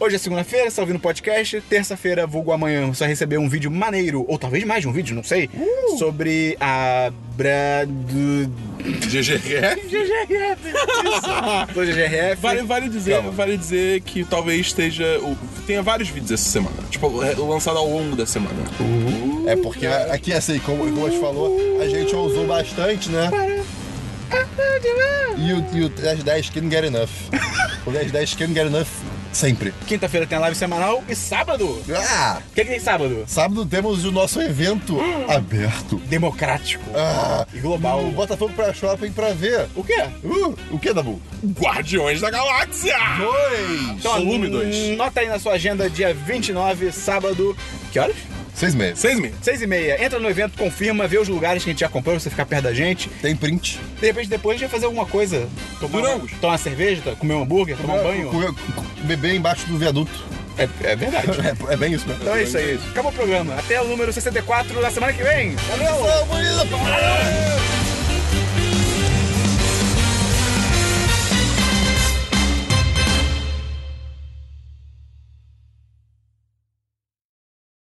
Speaker 1: Hoje é segunda-feira, você tá ouvindo o podcast. Terça-feira, vulgo amanhã, você vai receber um vídeo maneiro, ou talvez mais de um vídeo, não sei,
Speaker 2: Uh!
Speaker 1: sobre a Bra... do-
Speaker 4: GG.
Speaker 1: GGRF. Isso. Do GGRF.
Speaker 4: Vale, vale dizer,
Speaker 2: Calma.
Speaker 4: vale dizer que talvez esteja. o- Tenha vários vídeos essa semana. Tipo, é, lançado ao longo da semana.
Speaker 2: É porque aqui, assim, como, como a gente falou, a gente ousou bastante, né? E o, e o 1010 Can Get Enough. O 1010 Can Get Enough sempre.
Speaker 1: Quinta-feira tem a live semanal e sábado. O
Speaker 2: Ah!
Speaker 1: que, que tem sábado?
Speaker 2: Sábado temos o nosso evento aberto.
Speaker 1: Democrático
Speaker 2: Ah,
Speaker 1: e global.
Speaker 2: O Botafogo pra Shopping pra ver.
Speaker 1: O quê?
Speaker 2: Uh, o que, Dabu?
Speaker 4: Guardiões da Galáxia!
Speaker 2: Dois!
Speaker 1: Então,
Speaker 4: Volume
Speaker 1: hum,
Speaker 4: dois.
Speaker 1: Nota aí na sua agenda, dia 29, sábado. Que horas?
Speaker 2: Seis meses.
Speaker 4: Seis meses.
Speaker 1: Seis e meia. Entra no evento, confirma, vê os lugares que a gente já comprou pra você ficar perto da gente.
Speaker 2: Tem print.
Speaker 1: De repente, depois a gente vai fazer alguma coisa. Tomar, uma,
Speaker 4: Morangos.
Speaker 1: tomar uma cerveja, to- comer um hambúrguer, tomar um banho.
Speaker 2: Comer- co- Beber embaixo do viaduto.
Speaker 1: É, é verdade.
Speaker 2: É, é bem isso, né?
Speaker 1: Então é isso aí. Acabou o programa. Até o número 64 na semana que vem. Valeu!
Speaker 2: Atenção, bonita!